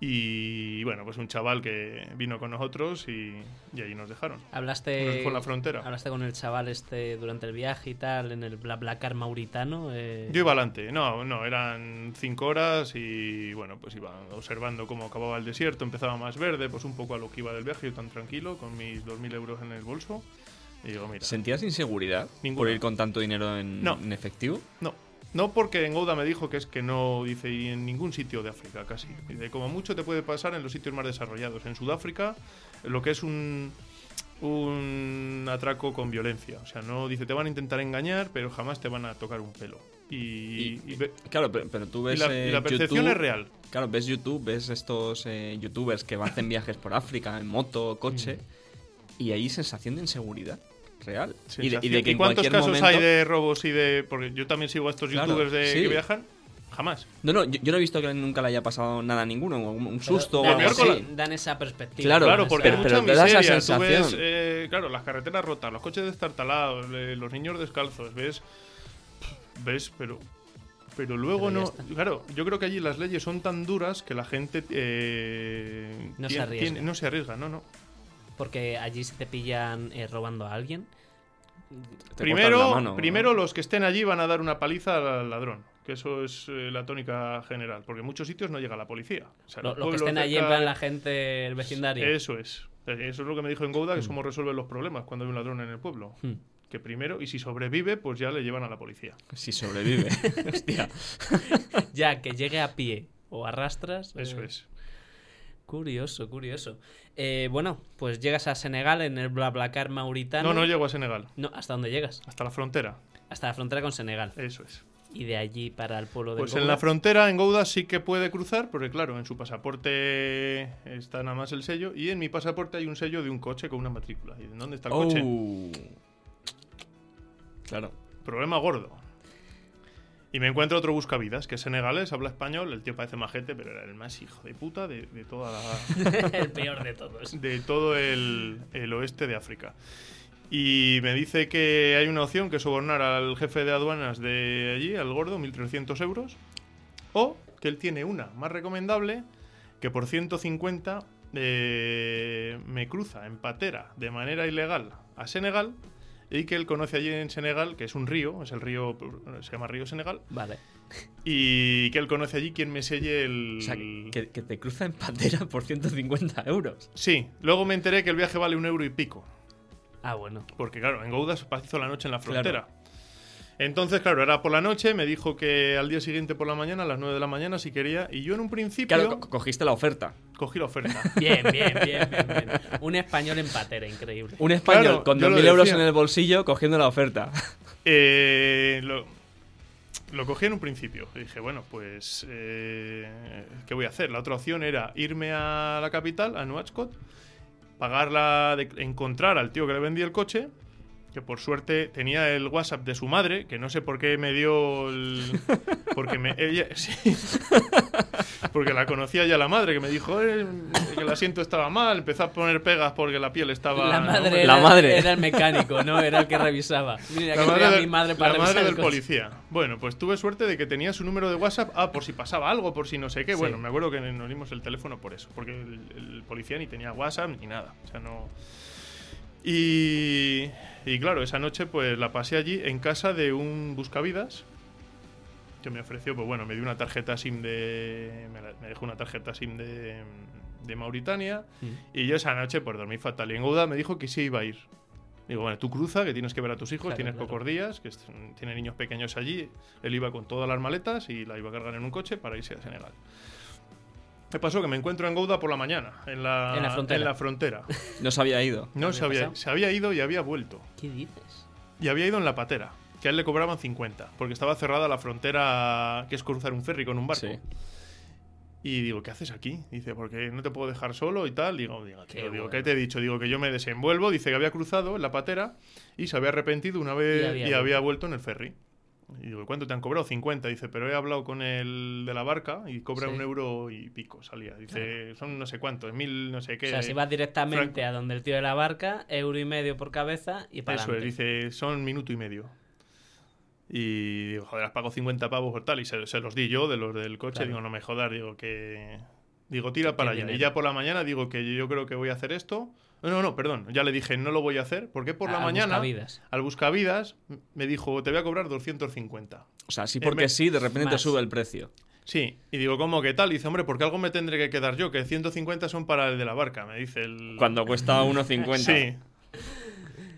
Speaker 5: Y bueno, pues un chaval que vino con nosotros y, y ahí nos dejaron.
Speaker 4: Hablaste
Speaker 5: Por la frontera.
Speaker 4: Hablaste con el chaval este durante el viaje y tal, en el BlaBlaCar mauritano. eh,
Speaker 5: Yo iba adelante, no, no, eran cinco horas y bueno, pues iba observando cómo acababa el desierto, empezaba más verde, pues un poco a lo que iba del viaje, yo tan tranquilo, con mis 2.000 euros en el bolso. Y digo, mira,
Speaker 1: ¿Sentías inseguridad por
Speaker 5: Ninguna.
Speaker 1: ir con tanto dinero en,
Speaker 5: No.
Speaker 1: en efectivo?
Speaker 5: no, no porque en Gouda me dijo que es que no, dice, y en ningún sitio de África casi. Dice, como mucho te puede pasar en los sitios más desarrollados. En Sudáfrica, lo que es un, un atraco con violencia. O sea, no, dice, te van a intentar engañar, pero jamás te van a tocar un pelo. Y, y ve-
Speaker 1: Claro, pero, pero tú
Speaker 5: y
Speaker 1: ves.
Speaker 5: la,
Speaker 1: eh,
Speaker 5: y la percepción
Speaker 1: YouTube-
Speaker 5: es real.
Speaker 1: Claro, ves YouTube, ves estos eh, youtubers que hacen viajes por África en moto, coche, y hay sensación de inseguridad real. Y de-
Speaker 5: Mm. Sensación.
Speaker 1: Y, de que en
Speaker 5: cuántos
Speaker 1: cualquier
Speaker 5: casos
Speaker 1: momento.
Speaker 5: hay de robos y de.? Porque yo también sigo a estos
Speaker 1: Claro,
Speaker 5: youtubers de
Speaker 1: sí.
Speaker 5: que viajan. Jamás.
Speaker 1: No, no, yo, yo no he visto que nunca le haya pasado nada a ninguno, o un, un susto o
Speaker 4: dan,
Speaker 1: algo
Speaker 5: peor con
Speaker 1: así.
Speaker 5: la-
Speaker 4: esa- dan esa perspectiva.
Speaker 1: Claro,
Speaker 5: Claro,
Speaker 4: dan
Speaker 5: porque
Speaker 4: esa-
Speaker 5: hay
Speaker 1: pero
Speaker 5: mucha
Speaker 1: te da esa
Speaker 5: miseria. Tú ves,
Speaker 1: sensación.
Speaker 5: eh, claro, las carreteras rotas, los coches destartalados, eh, los niños descalzos, ves. Ves, pero. Pero luego
Speaker 4: Pero ya
Speaker 5: no.
Speaker 4: está.
Speaker 5: Claro, yo creo que allí las leyes son tan duras que la gente. eh,
Speaker 4: No se
Speaker 5: tien-
Speaker 4: arriesga.
Speaker 5: tiene- no se arriesga, no, no.
Speaker 4: Porque allí se te pillan eh, robando a alguien.
Speaker 1: Te cortan
Speaker 5: Primero,
Speaker 1: la mano,
Speaker 5: primero
Speaker 1: ¿no?
Speaker 5: los que estén allí van a dar una paliza al ladrón. Que eso es eh, la tónica general. Porque en muchos sitios no llega la policía. O sea,
Speaker 4: Lo- los
Speaker 5: los
Speaker 4: que
Speaker 5: pueblos
Speaker 4: estén allí, en
Speaker 5: cerca-
Speaker 4: plan la gente, el vecindario.
Speaker 5: Eso es. Eso es lo que me dijo en Gouda, que
Speaker 4: Mm.
Speaker 5: es cómo resuelven los problemas cuando hay un ladrón en el pueblo.
Speaker 4: Hmm.
Speaker 5: Que primero, y si sobrevive, pues ya le llevan a la policía.
Speaker 1: Si sobrevive. Hostia.
Speaker 4: Ya que llegue a pie o arrastras.
Speaker 5: Eso
Speaker 4: eh,
Speaker 5: es.
Speaker 4: Curioso, curioso. Eh, bueno, pues llegas a Senegal en el BlaBlaCar mauritano.
Speaker 5: No, no llego a Senegal.
Speaker 4: No, ¿hasta dónde llegas?
Speaker 5: Hasta la frontera.
Speaker 4: Hasta la frontera con Senegal.
Speaker 5: Eso es.
Speaker 4: Y de allí para el pueblo de
Speaker 5: Pues
Speaker 4: Goma.
Speaker 5: en la frontera, en Gouda, sí que puede cruzar, porque claro, en su pasaporte está nada más el sello. Y en mi pasaporte hay un sello de un coche con una matrícula. ¿Y dónde está el coche?
Speaker 1: Oh. Claro.
Speaker 5: Problema gordo. Y me encuentro otro buscavidas, que es senegalés, habla español, el tío parece majete, pero era el más hijo de puta de, de toda la-
Speaker 4: el peor de todos.
Speaker 5: de todo el, el oeste de África. Y me dice que hay una opción que es sobornar al jefe de aduanas de allí, al gordo, 1.300 euros, o que él tiene una más recomendable, que por 150 eh, me cruza en patera de manera ilegal a Senegal, y que él conoce allí en Senegal, que es un río, es el río, se llama Río Senegal,
Speaker 4: Vale.
Speaker 5: y que él conoce allí quien me selle el...
Speaker 1: O sea, que, que te cruza en pantera por 150 euros.
Speaker 5: Sí, luego me enteré que el viaje vale un euro y pico.
Speaker 4: Ah, bueno.
Speaker 5: Porque claro, en Gouda se pasó la noche en la
Speaker 1: Claro.
Speaker 5: frontera. Entonces, claro, era por la noche, me dijo que al día siguiente por la mañana, a las 9 de la mañana, si quería, y yo en un principio
Speaker 1: Claro, co- cogiste la oferta.
Speaker 5: cogí la oferta.
Speaker 4: Bien, bien, bien, bien, bien. Un español en patera, increíble.
Speaker 1: Un español
Speaker 5: Claro,
Speaker 1: con
Speaker 5: yo lo
Speaker 1: 2.000 euros
Speaker 5: decía.
Speaker 1: en el bolsillo cogiendo la oferta.
Speaker 5: Eh, lo, lo cogí en un principio. Y dije, bueno, pues, eh, ¿qué voy a hacer? La otra opción era irme a la capital, a Nuachcot, pagarla, de- encontrar al tío que le vendía el coche, que por suerte tenía el WhatsApp de su madre, que no sé por qué me dio el, Porque me, ella, sí. porque la conocía ya la madre, que me dijo "Eh, que el asiento estaba mal, empezó a poner pegas porque la piel estaba...
Speaker 4: La
Speaker 5: ¿no?
Speaker 4: madre, era,
Speaker 1: La madre.
Speaker 4: era el mecánico, ¿no? Era el que revisaba. Mira, que tenía a
Speaker 5: del-
Speaker 4: mi madre para
Speaker 5: la
Speaker 4: revisar
Speaker 5: madre
Speaker 4: el
Speaker 5: del
Speaker 4: coche.
Speaker 5: policía. Bueno, pues tuve suerte de que tenía su número de WhatsApp, ah, por si pasaba algo, por si no sé qué. Bueno, me acuerdo que nos dimos el teléfono por eso, porque el, el policía ni tenía WhatsApp ni nada. O sea, no... Y, y claro, esa noche pues la pasé allí en casa de un buscavidas que me ofreció, pues bueno, me dio una tarjeta SIM de... Me, la- me dejó una tarjeta SIM de, de Mauritania
Speaker 4: Mm.
Speaker 5: y yo esa noche pues dormí fatal. Y en Gouda me dijo que sí iba a ir. Digo, bueno, tú cruza, que tienes que ver a tus hijos,
Speaker 4: Claro,
Speaker 5: tienes
Speaker 4: claro.
Speaker 5: pocos días, que est- tiene niños pequeños allí. Él iba con todas las maletas y la iba a cargar en un coche para irse a Senegal. ¿Qué pasó? Que me encuentro en Gouda por la mañana, en la,
Speaker 4: En la frontera.
Speaker 5: en la frontera.
Speaker 1: No se había ido.
Speaker 5: No,
Speaker 4: ¿Había
Speaker 5: se había,
Speaker 4: pasado?
Speaker 5: se había ido y había vuelto.
Speaker 4: ¿Qué dices?
Speaker 5: Y había ido en la patera, que a él le cobraban 50, porque estaba cerrada la frontera que es cruzar un ferry con un barco.
Speaker 1: Sí.
Speaker 5: Y digo, ¿qué haces aquí? Dice, porque no te puedo dejar solo y tal. Digo, digo, tío,
Speaker 4: Qué
Speaker 5: digo,
Speaker 4: bueno.
Speaker 5: ¿qué te he dicho? Digo que yo me desenvuelvo. Dice que había cruzado en la patera y se había arrepentido una vez y
Speaker 4: Y
Speaker 5: había,
Speaker 4: había
Speaker 5: vuelto en el ferry. Y digo, ¿cuánto te han cobrado? 50. Dice, pero he hablado con el de la barca y cobra
Speaker 4: Sí.
Speaker 5: un euro y pico, salía. Dice, son no sé cuántos, mil no sé qué.
Speaker 4: o sea, si vas directamente a donde el tío de la barca, euro y medio por cabeza y para
Speaker 5: Eso es,
Speaker 4: adelante.
Speaker 5: dice, son minuto y medio. Y digo, joder, has pagado 50 pavos por tal. Y se, se los di yo de los del coche.
Speaker 4: Claro.
Speaker 5: Digo, no me jodas, digo que. Digo, tira para allá.
Speaker 4: dinero.
Speaker 5: Y ya por la mañana digo que yo creo que voy a hacer esto. No, no, no, perdón. Ya le dije, no lo voy a hacer. Porque por la
Speaker 4: Al
Speaker 5: mañana.
Speaker 4: buscavidas.
Speaker 5: Al buscavidas me dijo, te voy a cobrar 250.
Speaker 1: O sea, sí
Speaker 5: Eh,
Speaker 1: porque
Speaker 5: me-
Speaker 1: sí, de repente te
Speaker 4: Más.
Speaker 1: sube el precio.
Speaker 5: Sí, y digo, ¿cómo que tal? Y dice, hombre, porque algo me tendré que quedar yo, que 150 son para el de la barca, me dice el.
Speaker 1: Cuando cuesta 1,50.
Speaker 5: Sí.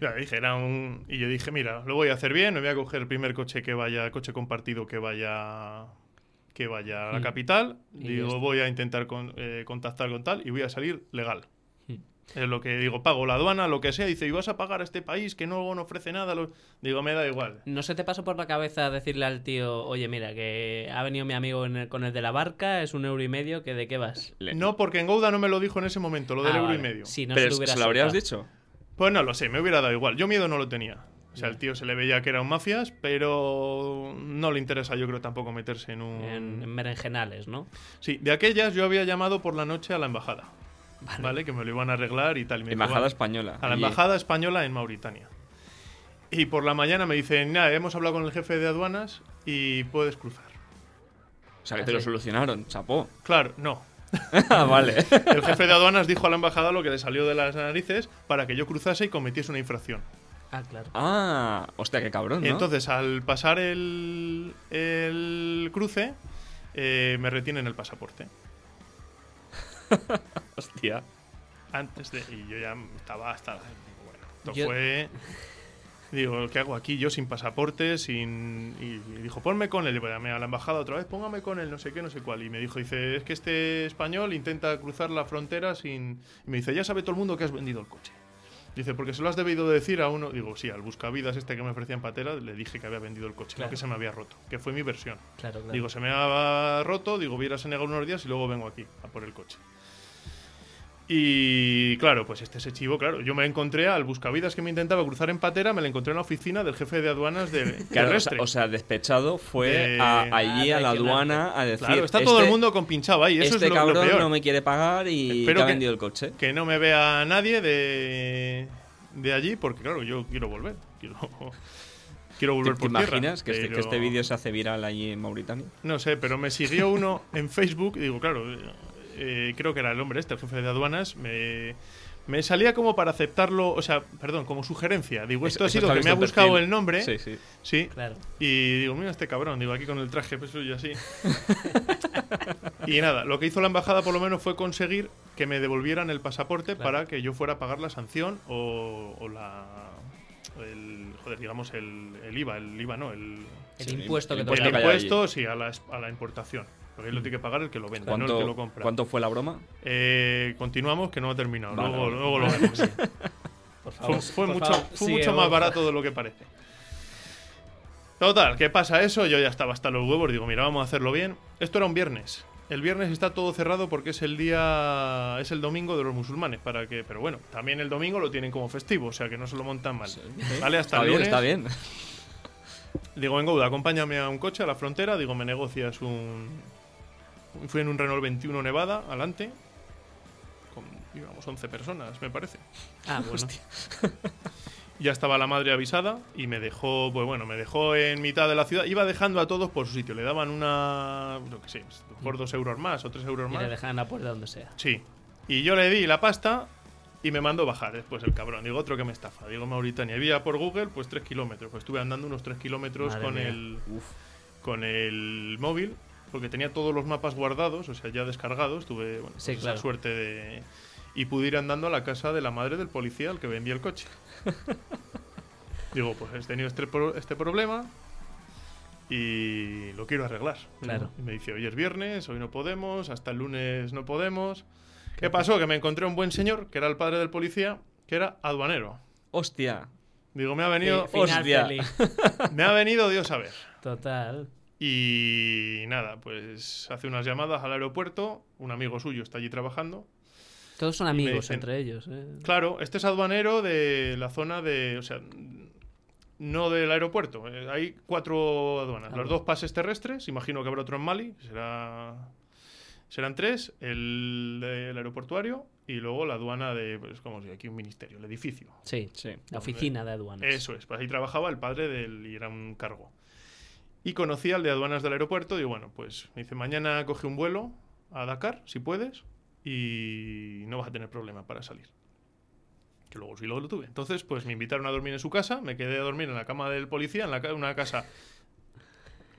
Speaker 5: Ya, dije, era un... Y yo dije, mira, lo voy a hacer bien, me voy a coger el primer coche que vaya, coche compartido que vaya que vaya a la capital.
Speaker 4: Hmm. Y ya
Speaker 5: digo,
Speaker 4: está.
Speaker 5: voy a intentar con- eh, contactar con tal y voy a salir legal.
Speaker 4: Hmm.
Speaker 5: Es lo que digo, pago la aduana, lo que sea. Dice, y vas a pagar a este país que no, no ofrece nada. lo- Digo, me da igual.
Speaker 4: ¿No se te pasó por la cabeza decirle al tío, oye, mira, que ha venido mi amigo en el- con el de la barca, es un euro y medio, que de qué vas?
Speaker 1: Le-
Speaker 5: No, porque en Gouda no me lo dijo en ese momento, lo del
Speaker 4: Ah,
Speaker 5: euro y
Speaker 4: vale.
Speaker 5: medio.
Speaker 4: Sí, no
Speaker 1: Pero
Speaker 4: se lo
Speaker 1: se,
Speaker 4: hubieras
Speaker 1: lo habrías
Speaker 4: soltado.
Speaker 1: dicho.
Speaker 5: Pues no lo sé, me hubiera dado igual. Yo miedo no lo tenía. O sea, el tío se le veía que era un mafias, pero no le interesa, yo creo, tampoco meterse en un.
Speaker 4: En, en berenjenales, ¿no?
Speaker 5: Sí, de aquellas yo había llamado por la noche a la embajada. Vale. Que me lo iban a arreglar y tal. y me dijo,
Speaker 1: Embajada
Speaker 5: "Vale".
Speaker 1: española.
Speaker 5: A la
Speaker 1: allí.
Speaker 5: embajada española en Mauritania. Y por la mañana me dicen, nada, hemos hablado con el jefe de aduanas y puedes cruzar.
Speaker 1: O sea, que te lo solucionaron, chapó.
Speaker 5: Claro, no.
Speaker 1: Ah, vale.
Speaker 5: El jefe de aduanas dijo a la embajada lo que le salió de las narices para que yo cruzase y cometiese una infracción.
Speaker 4: Ah, claro.
Speaker 1: Ah, hostia, qué cabrón, ¿no?
Speaker 5: Entonces, al pasar el, el cruce, eh, me retienen el pasaporte.
Speaker 1: hostia.
Speaker 5: Antes de. Y yo ya estaba hasta. Bueno, esto
Speaker 4: Yo-
Speaker 5: fue. Digo, ¿qué hago aquí? Yo sin pasaporte, sin. Y, y dijo, ponme con él. Y llamé a la embajada otra vez, póngame con él, no sé qué, no sé cuál. Y me dijo, dice, es que este español intenta cruzar la frontera sin. Y me dice, ya sabe todo el mundo que has vendido el coche. Dice, porque se lo has debido decir a uno. Digo, sí, al buscavidas este que me ofrecían patera, le dije que había vendido el coche, no
Speaker 4: Claro.
Speaker 5: que se me había roto, que fue mi versión.
Speaker 4: Claro, claro.
Speaker 5: Digo, se me ha roto, digo, voy a ir a Senegal unos días y luego vengo aquí a por el coche. Y claro, pues este es el chivo, claro. Yo me encontré al buscavidas que me intentaba cruzar en patera, me lo encontré en la oficina del jefe de aduanas de
Speaker 1: Claro, o,
Speaker 5: terrestre.
Speaker 1: sea, o sea, despechado fue
Speaker 5: De-
Speaker 1: a- allí
Speaker 4: Ah,
Speaker 1: a la
Speaker 4: regional.
Speaker 1: aduana a decir.
Speaker 5: claro, está todo el
Speaker 1: "Este-
Speaker 5: mundo compinchado ahí, eso
Speaker 1: este
Speaker 5: es lo- lo,
Speaker 1: cabrón
Speaker 5: peor.
Speaker 1: no me quiere pagar y
Speaker 5: Espero
Speaker 1: te ha
Speaker 5: que-
Speaker 1: vendido el coche.
Speaker 5: Que no me vea nadie de, de allí, porque claro, yo quiero volver. Quiero, quiero
Speaker 1: ¿Te,
Speaker 5: volver
Speaker 1: te
Speaker 5: por tierra,
Speaker 1: imaginas que, este, que
Speaker 5: pero-
Speaker 1: este vídeo se hace viral allí en Mauritania?
Speaker 5: No sé, pero me siguió uno en Facebook. y Digo, claro, eh, eh, creo que era el hombre este, el jefe de aduanas. Me, me salía como para aceptarlo, o sea, perdón, como sugerencia. Digo, Pues esto
Speaker 1: Eso-
Speaker 5: ha
Speaker 1: eso
Speaker 5: sido
Speaker 1: está
Speaker 5: que me
Speaker 1: visto
Speaker 5: ha
Speaker 1: en
Speaker 5: buscado
Speaker 1: perfil.
Speaker 5: el nombre.
Speaker 1: Sí, sí.
Speaker 5: Sí.
Speaker 4: Claro.
Speaker 5: Y digo, mira este cabrón, digo, aquí con el traje pues suyo así. y nada, lo que hizo la embajada por lo menos fue conseguir que me devolvieran el pasaporte para que yo fuera a pagar la sanción o, o la... El, joder, digamos el, el IVA, el IVA no, el,
Speaker 4: El
Speaker 1: Sí,
Speaker 4: impuesto
Speaker 1: el
Speaker 4: que
Speaker 1: impuesto
Speaker 5: el
Speaker 1: que
Speaker 4: tocaba.
Speaker 1: hay allí.
Speaker 5: impuesto, sí, a la, es- a la importación. Porque ahí lo tiene que pagar el que lo vende, no el que lo
Speaker 1: ¿Cuánto,
Speaker 5: compra.
Speaker 1: cuánto fue la broma?
Speaker 5: Eh, continuamos, que no ha terminado.
Speaker 1: Vale,
Speaker 5: luego,
Speaker 1: vale.
Speaker 5: luego lo vemos.
Speaker 4: Por
Speaker 5: Fue,
Speaker 4: favor,
Speaker 5: fue
Speaker 4: por
Speaker 5: mucho,
Speaker 4: favor,
Speaker 5: fue
Speaker 4: sigue,
Speaker 5: mucho más
Speaker 4: por
Speaker 5: barato de lo que parece. Total, ¿qué pasa eso? Yo ya estaba hasta los huevos. Digo, mira, vamos a hacerlo bien. Esto era un viernes. El viernes está todo cerrado porque es el día. Es el domingo de los musulmanes. para que Pero bueno, también el domingo lo tienen como festivo, o sea que no se lo montan mal. Vale, hasta
Speaker 1: está
Speaker 5: el
Speaker 1: bien,
Speaker 5: lunes.
Speaker 1: está bien.
Speaker 5: Digo, Engouda, acompáñame a un coche a la frontera. Digo, me negocias un. Fui en un Renault 21 Nevada, adelante. Con, digamos, 11 personas, me parece.
Speaker 4: Ah, bueno.
Speaker 5: Ya estaba la madre avisada y me dejó, pues bueno, me dejó en mitad de la ciudad. Iba dejando a todos por su sitio. Le daban una. No que sé, a lo mejor dos euros más o tres euros
Speaker 4: Y le
Speaker 5: más.
Speaker 4: dejan en la puerta donde sea.
Speaker 5: Sí. Y yo le di la pasta y me mandó bajar después el cabrón. Digo, otro que me estafa. Digo, Mauritania. Vía por Google, pues 3 kilómetros. Pues estuve andando unos 3 kilómetros
Speaker 4: Madre
Speaker 5: con
Speaker 4: mía.
Speaker 5: el, con el móvil, porque tenía todos los mapas guardados, o sea, ya descargados. Tuve bueno,
Speaker 4: Sí,
Speaker 5: pues,
Speaker 4: claro.
Speaker 5: esa suerte de. Y pude ir andando a la casa de la madre del policía al que vendía el coche. Digo, pues he tenido este, pro- este problema y lo quiero arreglar.
Speaker 4: Claro.
Speaker 5: Y me dice, hoy es viernes, hoy no podemos, hasta el lunes no podemos. ¿Qué pasó? Que me encontré un buen señor, que era el padre del policía, que era aduanero.
Speaker 1: Hostia.
Speaker 5: Digo, me ha venido,
Speaker 1: Fin-
Speaker 4: Eh, Final
Speaker 1: hostia.
Speaker 4: feliz.
Speaker 5: me ha venido Dios a ver.
Speaker 4: Total.
Speaker 5: Y nada, pues hace unas llamadas al aeropuerto, un amigo suyo está allí trabajando.
Speaker 4: Todos son amigos
Speaker 5: dicen-
Speaker 4: entre ellos. ¿eh?
Speaker 5: Claro, este es aduanero de la zona de, o sea, no del aeropuerto. Eh, Hay cuatro aduanas,
Speaker 4: Ah,
Speaker 5: los
Speaker 4: bueno.
Speaker 5: dos pases terrestres, imagino que habrá otro en Mali, será serán tres, el del aeroportuario y luego la aduana de pues como si aquí un ministerio, el edificio.
Speaker 4: Sí.
Speaker 1: Sí.
Speaker 4: La oficina de aduanas.
Speaker 5: Eso es, pues ahí trabajaba el padre del y era un cargo. Y conocí al de aduanas del aeropuerto y bueno, pues me dice, mañana coge un vuelo a Dakar, si puedes, y no vas a tener problema para salir. Que luego sí luego lo tuve. Entonces, pues me invitaron a dormir en su casa, me quedé a dormir en la cama del policía, en la ca- una casa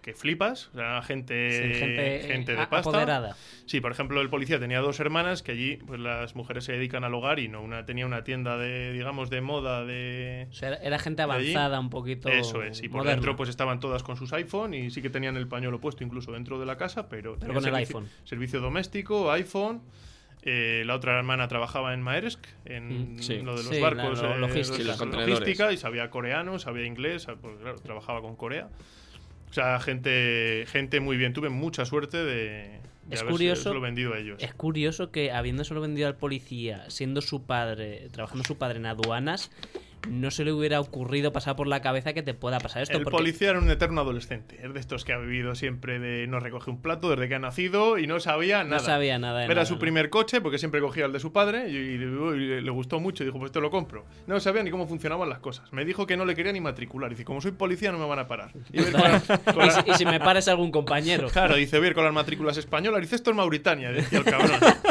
Speaker 5: que flipas, o sea, gente,
Speaker 4: Sí, gente,
Speaker 5: eh,
Speaker 4: eh,
Speaker 5: gente de
Speaker 4: a-
Speaker 5: pasta.
Speaker 4: apoderada.
Speaker 5: Sí, por ejemplo, el policía tenía dos hermanas que allí pues las mujeres se dedican al hogar y no una tenía una tienda de digamos de moda de
Speaker 4: O sea, era- era gente
Speaker 5: De allí.
Speaker 4: avanzada, un poquito.
Speaker 5: eso es, y por
Speaker 4: moderna.
Speaker 5: dentro pues estaban todas con sus iPhone y sí que tenían el pañuelo puesto incluso dentro de la casa, pero, tenía
Speaker 4: con el
Speaker 5: servici-
Speaker 4: iPhone.
Speaker 5: Servicio doméstico, iPhone. eh, la otra hermana trabajaba en Maersk, en
Speaker 1: Mm, sí.
Speaker 5: lo de los
Speaker 4: Sí, la
Speaker 5: barcos,
Speaker 4: lo-
Speaker 5: eh,
Speaker 4: logística.
Speaker 5: los-
Speaker 1: Sí, los contenedores.
Speaker 5: logística, y sabía coreano, sabía inglés, sab- pues, claro, trabajaba con Corea. O sea, gente, gente muy bien. Tuve mucha suerte de, de
Speaker 4: Es
Speaker 5: haberse-
Speaker 4: curioso-
Speaker 5: haberlo vendido a ellos.
Speaker 4: Es curioso que habiendo solo vendido al policía, siendo su padre, trabajando su padre en aduanas, no se le hubiera ocurrido pasar por la cabeza que te pueda pasar esto.
Speaker 5: el
Speaker 4: porque-
Speaker 5: policía era un eterno adolescente. Es de estos que ha vivido siempre de no recoge un plato desde que ha nacido y no sabía
Speaker 4: No
Speaker 5: nada.
Speaker 4: sabía nada de
Speaker 5: Era
Speaker 4: nada,
Speaker 5: su
Speaker 4: ¿no?
Speaker 5: primer coche porque siempre cogía el de su padre y, y le- y le- le gustó mucho. Dijo, pues te lo compro. No sabía ni cómo funcionaban las cosas. Me dijo que no le quería ni matricular. Dice, como soy policía no me van a parar. Y voy a ir con la- con
Speaker 4: Y
Speaker 5: la-
Speaker 4: si, y si me pares algún compañero.
Speaker 5: Claro, dice, voy a ir con las matrículas españolas. Dice, esto es Mauritania, decía el cabrón.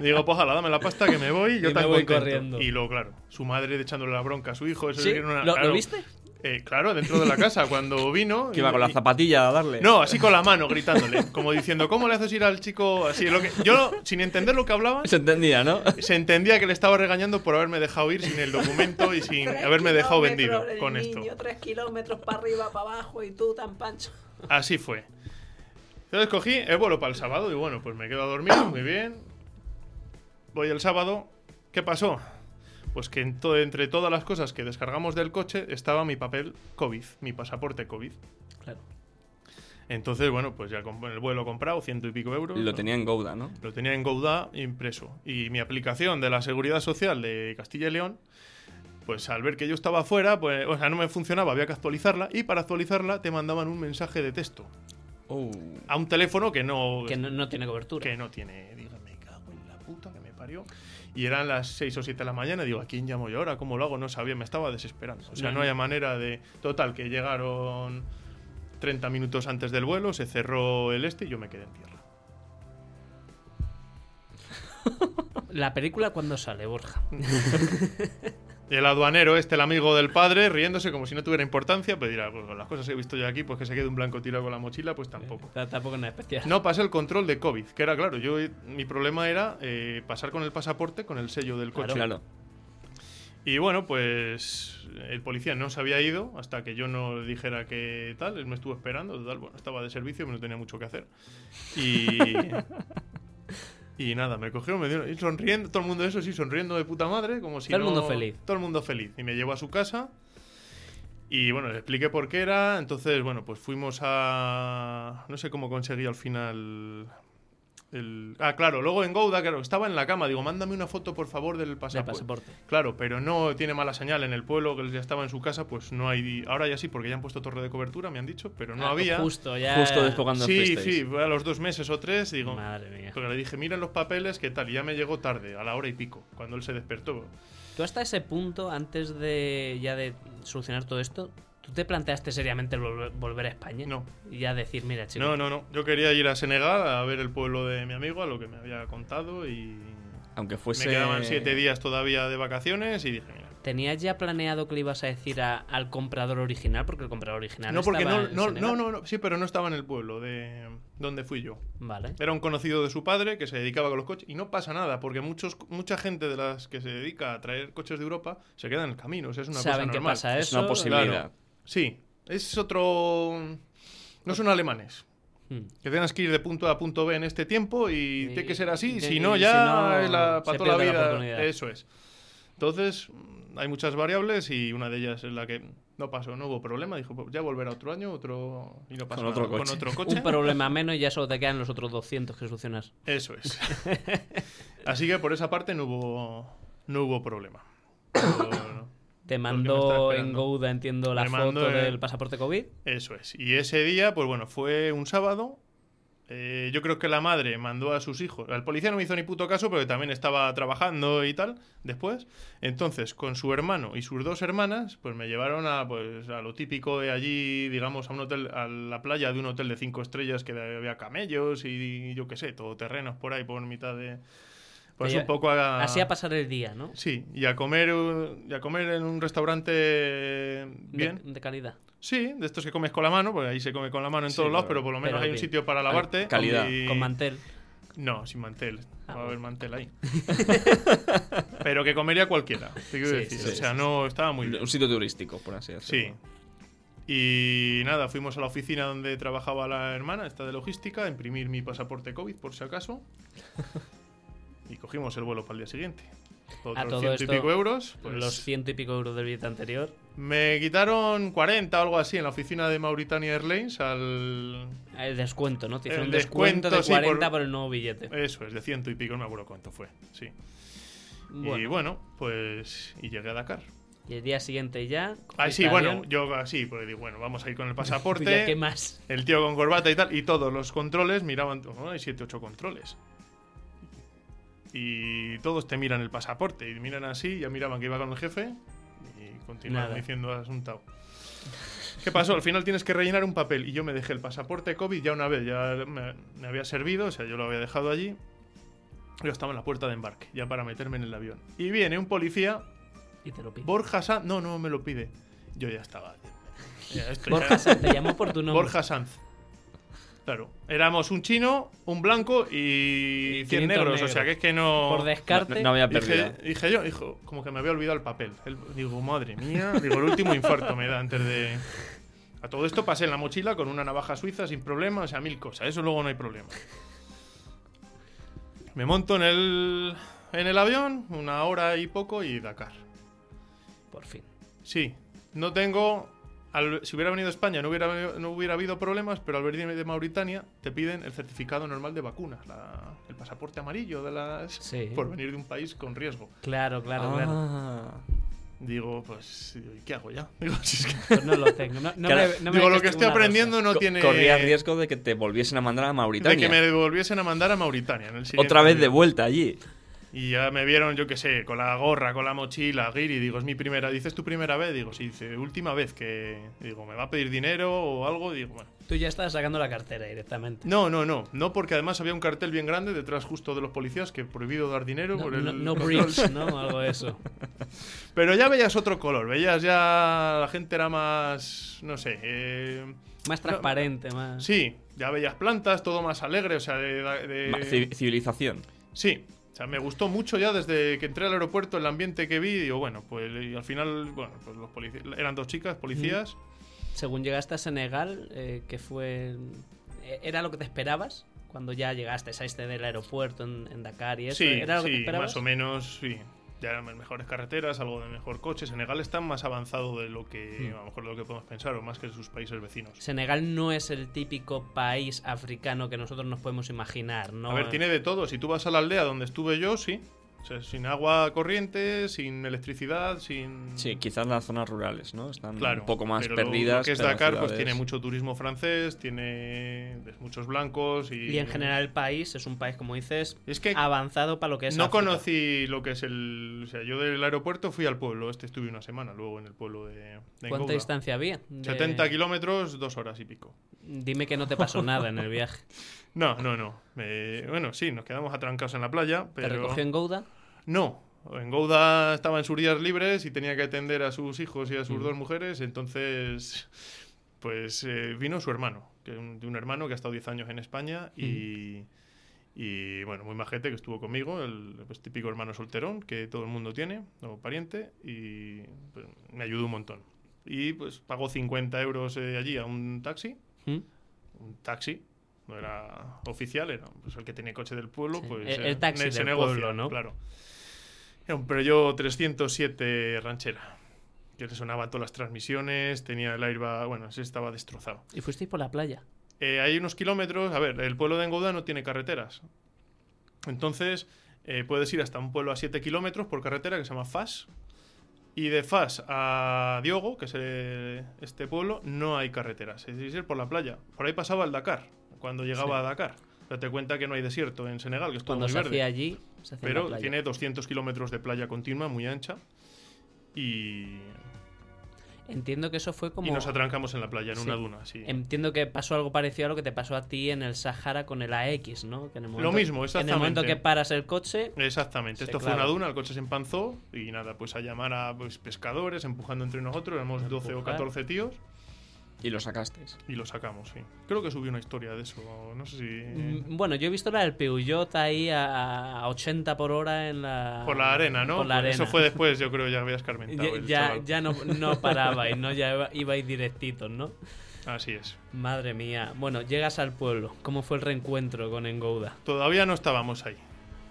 Speaker 5: Digo, pues ojalá, dame la pasta que me voy yo
Speaker 4: Y
Speaker 5: tan
Speaker 4: me voy
Speaker 5: contento".
Speaker 4: corriendo.
Speaker 5: Y luego, claro, su madre echándole la bronca a su hijo. Eso
Speaker 4: ¿Sí?
Speaker 5: era una-
Speaker 4: ¿Lo- lo
Speaker 5: claro,
Speaker 4: viste?
Speaker 5: Eh, claro, dentro de la casa, cuando vino.
Speaker 1: Que iba con la
Speaker 5: y-
Speaker 1: zapatilla a darle.
Speaker 5: no, así con la mano, gritándole. Como diciendo, ¿cómo le haces ir al chico así? Lo que, yo, sin entender lo que hablaba,
Speaker 1: Se entendía, ¿no?
Speaker 5: se entendía que le estaba regañando por haberme dejado ir sin el documento y sin haberme dejado vendido con esto.
Speaker 4: tres kilómetros para arriba, para abajo y tú tan pancho.
Speaker 5: Así fue. Entonces cogí el vuelo para el sábado y bueno, pues me quedo a dormir, muy bien. Voy el sábado. ¿Qué pasó? Pues que en to- entre todas las cosas que descargamos del coche estaba mi papel COVID, mi pasaporte COVID.
Speaker 4: Claro.
Speaker 5: Entonces, bueno, pues ya con el vuelo comprado, ciento y pico euros.
Speaker 1: Lo
Speaker 5: ¿no?
Speaker 1: tenía en Gouda, ¿no?
Speaker 5: Lo tenía en Gouda impreso. Y mi aplicación de la Seguridad Social de Castilla y León, pues al ver que yo estaba fuera, pues, o sea, no me funcionaba, había que actualizarla. Y para actualizarla te mandaban un mensaje de texto
Speaker 1: Oh.
Speaker 5: a un teléfono que no,
Speaker 4: Que no, no tiene cobertura.
Speaker 5: que no tiene. Digo, me cago en la puta que me parió. Y eran las 6 o 7 de la mañana. Digo, ¿a quién llamo yo ahora? ¿Cómo lo hago? No sabía, me estaba desesperando. O sea, no había manera de. Total, que llegaron 30 minutos antes del vuelo, se cerró el este y yo me quedé en tierra.
Speaker 4: La película cuando sale, Borja.
Speaker 5: Y el aduanero, este, el amigo del padre, riéndose como si no tuviera importancia, pues dirá, pues las cosas que he visto yo aquí, pues que se quede un blanco tirado con la mochila, pues tampoco.
Speaker 4: T- Tampoco es una especial.
Speaker 5: No pasé el control de COVID, que era claro, yo mi problema era eh, pasar con el pasaporte con el sello del coche.
Speaker 1: Claro.
Speaker 5: Y bueno, pues el policía no se había ido hasta que yo no le dijera que tal, él me estuvo esperando, total, bueno, estaba de servicio, no tenía mucho que hacer. Y y nada, me cogió, me dio y sonriendo, todo el mundo eso sí, sonriendo de puta madre, como si
Speaker 4: Todo el
Speaker 5: no-
Speaker 4: mundo feliz.
Speaker 5: Todo el mundo feliz y me llevó a su casa. Y bueno, le expliqué por qué era, entonces bueno, pues fuimos a no sé cómo conseguí al final El- ah, claro, luego en Gouda, claro, estaba en la cama. Digo, mándame una foto, por favor, del pasaporte.
Speaker 4: pasaporte.
Speaker 5: Claro, pero no tiene mala señal en el pueblo, que ya estaba en su casa, pues no hay... Ahora ya sí, porque ya han puesto torre de cobertura, me han dicho, pero no
Speaker 4: Ah,
Speaker 5: había.
Speaker 4: Justo, ya.
Speaker 1: Justo después cuando
Speaker 5: Sí,
Speaker 1: fuisteis.
Speaker 5: sí, fue a los dos meses o tres, digo...
Speaker 4: Madre mía.
Speaker 5: Porque le dije, miren los papeles, ¿qué tal? Y ya me llegó tarde, a la hora y pico, cuando él se despertó.
Speaker 4: Tú hasta ese punto, antes de ya de solucionar todo esto, ¿tú te planteaste seriamente vol- volver a España?
Speaker 5: No.
Speaker 4: Y ya decir, mira, chico.
Speaker 5: No, no, no. Yo quería ir a Senegal a ver el pueblo de mi amigo, a lo que me había contado, y...
Speaker 1: Aunque
Speaker 4: Pues,
Speaker 1: fuese.
Speaker 5: Me
Speaker 4: eh,
Speaker 5: quedaban siete días todavía de vacaciones y dije, mira,
Speaker 4: ¿Tenías ya planeado que le ibas a decir a- al comprador original? Porque el comprador original
Speaker 5: No, porque
Speaker 4: estaba
Speaker 5: no,
Speaker 4: en
Speaker 5: no,
Speaker 4: Senegal.
Speaker 5: no, no, no, sí, pero no estaba en el pueblo de donde fui yo.
Speaker 4: Vale.
Speaker 5: Era un conocido de su padre que se dedicaba con los coches y no pasa nada, porque muchos, mucha gente de las que se dedica a traer coches de Europa se queda en el camino, o sea, es una
Speaker 4: ¿Saben
Speaker 5: cosa
Speaker 4: qué
Speaker 5: normal.
Speaker 4: pasa ¿eh?
Speaker 1: Es
Speaker 4: eso?
Speaker 1: una posibilidad.
Speaker 5: Sí, es otro... No son alemanes.
Speaker 4: Hmm.
Speaker 5: Que tienes que ir de punto A a punto B en este tiempo y,
Speaker 4: Y-
Speaker 5: tiene que ser
Speaker 4: y-
Speaker 5: así,
Speaker 4: y
Speaker 5: si no
Speaker 4: si
Speaker 5: ya
Speaker 4: no,
Speaker 5: es la,
Speaker 4: se
Speaker 5: para toda la
Speaker 4: pierde la
Speaker 5: vida.
Speaker 4: oportunidad.
Speaker 5: Eso es. Entonces, mm, hay muchas variables y una de ellas es la que no pasó, no hubo problema. Dijo, "Pues ya volverá otro año, otro. Y no pasó
Speaker 1: Con otro
Speaker 5: nada.
Speaker 1: coche.
Speaker 5: Con otro coche.
Speaker 4: Un problema menos y ya solo te quedan los otros 200 que solucionas.
Speaker 5: Eso es. así que por esa parte no hubo, no hubo problema. No, no.
Speaker 4: Te
Speaker 5: me estaba
Speaker 4: mandó en
Speaker 5: esperando.
Speaker 4: Gouda, entiendo, la
Speaker 5: Me
Speaker 4: foto
Speaker 5: mandó, eh,
Speaker 4: del pasaporte COVID.
Speaker 5: Eso es. Y ese día, pues bueno, fue un sábado. Eh, yo creo que la madre mandó a sus hijos. Al policía no me hizo ni puto caso, pero también estaba trabajando y tal después. Entonces, con su hermano y sus dos hermanas, pues me llevaron a, pues, a lo típico de allí, digamos, a un hotel, a la playa de un hotel de cinco estrellas que había camellos y yo qué sé, todoterrenos por ahí, por mitad de. Pues
Speaker 4: Oye,
Speaker 5: un poco a.
Speaker 4: Así a pasar el día, ¿no?
Speaker 5: Sí, y a comer, eh, y a comer en un restaurante eh,
Speaker 4: De-
Speaker 5: bien.
Speaker 4: De, calidad.
Speaker 5: Sí, de estos que comes con la mano, porque ahí se come con la mano en
Speaker 1: Sí,
Speaker 5: todos lados,
Speaker 1: pero-
Speaker 5: pero por lo menos
Speaker 4: pero
Speaker 5: hay un
Speaker 4: bien.
Speaker 5: sitio para lavarte.
Speaker 1: calidad.
Speaker 5: y-
Speaker 4: Con mantel.
Speaker 5: No, sin mantel.
Speaker 4: Ah,
Speaker 5: va a
Speaker 4: bueno.
Speaker 5: haber mantel ahí. pero que comería cualquiera, te quiero
Speaker 4: Sí,
Speaker 5: decir.
Speaker 4: sí,
Speaker 5: o
Speaker 4: sí,
Speaker 5: sea, no estaba muy bien.
Speaker 1: Un sitio turístico, por así
Speaker 5: Sí.
Speaker 1: decirlo.
Speaker 5: Y nada, fuimos a la oficina donde trabajaba la hermana, esta de logística, a imprimir mi pasaporte COVID, por si acaso. Y cogimos el vuelo para el día siguiente. Otros
Speaker 4: todo
Speaker 5: ciento
Speaker 4: esto,
Speaker 5: y pico euros. pues,
Speaker 4: Los ciento y pico euros del billete anterior.
Speaker 5: Me quitaron 40 o algo así en la oficina de Mauritania Airlines al,
Speaker 4: El descuento, ¿no? Te hicieron
Speaker 5: El
Speaker 4: un descuento,
Speaker 5: descuento,
Speaker 4: de
Speaker 5: sí, por- Eh,
Speaker 4: 40 por... el nuevo billete.
Speaker 5: Eso es, de ciento y pico, no me acuerdo cuánto fue. Sí. Y
Speaker 4: Bueno,
Speaker 5: bueno, pues. Y llegué a Dakar.
Speaker 4: y el día siguiente ya.
Speaker 5: Ah, sí,
Speaker 4: cogiste
Speaker 5: bueno,
Speaker 4: avión.
Speaker 5: yo así, porque digo, bueno, vamos a ir con el
Speaker 4: Tú ya, ¿Qué
Speaker 5: pasaporte.
Speaker 4: más?
Speaker 5: el tío con corbata y tal, y todos los controles miraban. oh, hay 7, 8 controles. Y todos te miran el pasaporte, y miran así, ya miraban que iba con el jefe, y continuaban
Speaker 4: Nada.
Speaker 5: diciendo asuntado. ¿Qué pasó? Al final tienes que rellenar un papel, y yo me dejé el pasaporte COVID ya una vez, ya me, me había servido, o sea, yo lo había dejado allí. Yo estaba en la puerta de embarque, ya para meterme en el avión. Y viene un policía
Speaker 4: Y te lo pido.
Speaker 5: Borja Sanz. No, no me lo pide. Yo ya estaba. ya esto ya-
Speaker 4: Borja Sanz, te llamó por tu nombre.
Speaker 5: Borja Sanz. Claro. Éramos un chino, un blanco y,
Speaker 4: Y
Speaker 5: 100
Speaker 4: 500
Speaker 5: negros. O
Speaker 4: negros.
Speaker 5: sea que es que no.
Speaker 4: Por
Speaker 1: No,
Speaker 4: descarte.
Speaker 1: no había
Speaker 5: Dije,
Speaker 1: pérdida.
Speaker 5: dije yo, hijo, como que me había olvidado el papel. El- digo, madre mía, digo, el último infarto me da antes de. A todo esto pasé en la mochila con una navaja suiza sin problema, o sea, mil cosas. Eso luego no hay problema. Me monto en el, en el avión, una hora y poco, y Dakar.
Speaker 4: Por fin.
Speaker 5: Sí, no tengo. al- si hubiera venido a España no hubiera, no hubiera habido problemas, pero al venir de Mauritania te piden el certificado normal de vacunas, la- el pasaporte amarillo de las.
Speaker 4: Sí.
Speaker 5: por venir de un país con riesgo.
Speaker 4: Claro, claro, claro.
Speaker 1: Ah.
Speaker 5: Digo, pues, ¿y ¿qué hago ya? Digo, si es que-
Speaker 4: Pues no lo tengo. No, no
Speaker 1: Claro.
Speaker 4: me, no me
Speaker 5: digo, lo
Speaker 4: dejes
Speaker 5: que estoy
Speaker 4: ninguna
Speaker 5: aprendiendo no
Speaker 1: Co-
Speaker 5: tiene.
Speaker 1: Corría riesgo de que te volviesen a mandar a
Speaker 5: de
Speaker 1: Mauritania.
Speaker 5: que me devolviesen a mandar a Mauritania. en el siguiente
Speaker 1: Otra vez de
Speaker 5: avión.
Speaker 1: vuelta allí.
Speaker 5: Y ya me vieron, yo qué sé, con la gorra, con la mochila, Giri, digo, es mi primera, dices tu primera vez, digo, sí, dice, última vez que, digo, me va a pedir dinero o algo, digo, bueno.
Speaker 4: rosa. Tú ya estabas sacando la cartera directamente.
Speaker 5: No, no, no. No porque además había un cartel bien grande detrás justo de los policías que prohibido dar dinero.
Speaker 4: No,
Speaker 5: por el
Speaker 4: no, no
Speaker 5: control.
Speaker 4: bricks, ¿no? Algo de eso.
Speaker 5: Pero ya veías otro color. Veías ya... La gente era más... No sé. eh,
Speaker 4: Más transparente, más.
Speaker 5: sí, ya veías plantas, todo más alegre. O sea, de... de-
Speaker 1: Ma- ci- Civilización.
Speaker 5: Sí. O sea, me gustó mucho ya desde que entré al aeropuerto el ambiente que vi. y Digo, bueno, pues y al final, bueno, pues los policías... Eran dos chicas, policías.
Speaker 4: Según llegaste a Senegal, eh, que fue. eh, ¿Era lo que te esperabas? Cuando ya llegaste, saliste del aeropuerto en, en Dakar y eso.
Speaker 5: Sí,
Speaker 4: ¿Era lo que
Speaker 5: sí,
Speaker 4: te esperabas?
Speaker 5: más o menos, sí. ya mejores carreteras, algo de mejor coche. Senegal está más avanzado de lo
Speaker 4: Hmm.
Speaker 5: que a lo mejor de lo que podemos pensar o más que sus países vecinos.
Speaker 4: Senegal no es el típico país africano que nosotros nos podemos imaginar, ¿no? eh.
Speaker 5: a ver, tiene de todo. Si tú vas a la aldea donde estuve yo, sí. O sea, sin agua corriente, sin electricidad, sin
Speaker 1: Sí, quizás las zonas rurales, ¿no? Están
Speaker 5: Claro,
Speaker 1: un poco más
Speaker 5: pero lo- lo
Speaker 1: perdidas.
Speaker 5: que es
Speaker 1: pero las
Speaker 5: Dakar, pues
Speaker 1: ciudades-
Speaker 5: tiene mucho turismo francés, tiene pues, muchos blancos y.
Speaker 4: Y en general el país es un país, como dices,
Speaker 5: Es que
Speaker 4: avanzado para lo que es
Speaker 5: no
Speaker 4: África.
Speaker 5: conocí lo que es el. O sea, yo del aeropuerto fui al pueblo. Este estuve una semana luego en el pueblo de. de
Speaker 4: ¿Cuánta
Speaker 5: Ngouda.
Speaker 4: distancia había? De-
Speaker 5: 70 kilómetros, dos horas y pico.
Speaker 4: Dime que no te pasó nada en el viaje.
Speaker 5: No, no, no. Eh, bueno, sí, nos quedamos atrancados en la playa, pero.
Speaker 4: ¿Te recogió en Gouda?
Speaker 5: No. En Gouda estaba en sus días libres y tenía que atender a sus hijos y a sus dos mujeres, entonces pues eh, vino su hermano, que es un, de un hermano que ha estado 10 años en España y, y, bueno, muy majete que estuvo conmigo, el pues, típico hermano solterón que todo el mundo tiene, o pariente, y pues, me ayudó un montón. Y pues pagó 50 euros eh, allí a un taxi,
Speaker 4: ¿Mm?
Speaker 5: un taxi, no era oficial, era pues, el que tenía coche del pueblo,
Speaker 4: Sí,
Speaker 5: pues
Speaker 4: el- el taxi
Speaker 5: ne- se
Speaker 4: del
Speaker 5: negocia,
Speaker 4: pueblo, ¿no?
Speaker 5: Claro. Era un Peugeot 307 ranchera, que le sonaban todas las transmisiones, tenía el airbag, bueno, ese estaba destrozado.
Speaker 4: ¿Y fuisteis por la playa?
Speaker 5: Eh, hay unos kilómetros, a ver, el pueblo de Engouda no tiene carreteras. Entonces, eh, puedes ir hasta un pueblo a 7 kilómetros por carretera que se llama Fas. Y de Fas a Diogo, que es eh, este pueblo, no hay carreteras. Es decir, por la playa. Por ahí pasaba el Dakar, cuando llegaba a Dakar. Date cuenta que no hay desierto en Senegal, que es todo
Speaker 4: Cuando
Speaker 5: muy
Speaker 4: se
Speaker 5: verde.
Speaker 4: hacía allí, se hacía en la
Speaker 5: Pero
Speaker 4: playa.
Speaker 5: tiene 200 kilómetros de playa continua, muy ancha. Y,
Speaker 4: Entiendo que eso fue como...
Speaker 5: y nos atrancamos en la playa, en
Speaker 4: Sí.
Speaker 5: una duna. sí.
Speaker 4: Entiendo que pasó algo parecido a lo que te pasó a ti en el Sahara con el AX, ¿no? Que en el momento-
Speaker 5: mismo,
Speaker 4: En el momento
Speaker 5: exactamente. Eh.
Speaker 4: que paras el coche,
Speaker 5: Exactamente,
Speaker 4: Se
Speaker 5: esto fue
Speaker 4: clava.
Speaker 5: una duna, el coche se empanzó y nada, pues a llamar a pues, pescadores, empujando entre nosotros, éramos 12 o
Speaker 4: Empujar.
Speaker 5: 14 tíos
Speaker 1: Y lo sacasteis.
Speaker 5: y lo sacamos, sí. Creo que subí una historia de eso, no sé si...
Speaker 4: Mm, Bueno, yo he visto la del Peugeot ahí a, a 80 por hora en la...
Speaker 5: Por la arena, ¿no?
Speaker 4: Mm, ah, Por la arena.
Speaker 5: Eso fue después, yo creo, ya había escarmentado.
Speaker 4: Ya,
Speaker 5: el
Speaker 4: ya,
Speaker 5: chaval.
Speaker 4: ya no, no parabais, ¿no? Ya iba- ibais directitos, ¿no?
Speaker 5: Así es.
Speaker 4: Madre mía. Bueno, llegas al pueblo. ¿Cómo fue el reencuentro con Engouda?
Speaker 5: Todavía no estábamos ahí.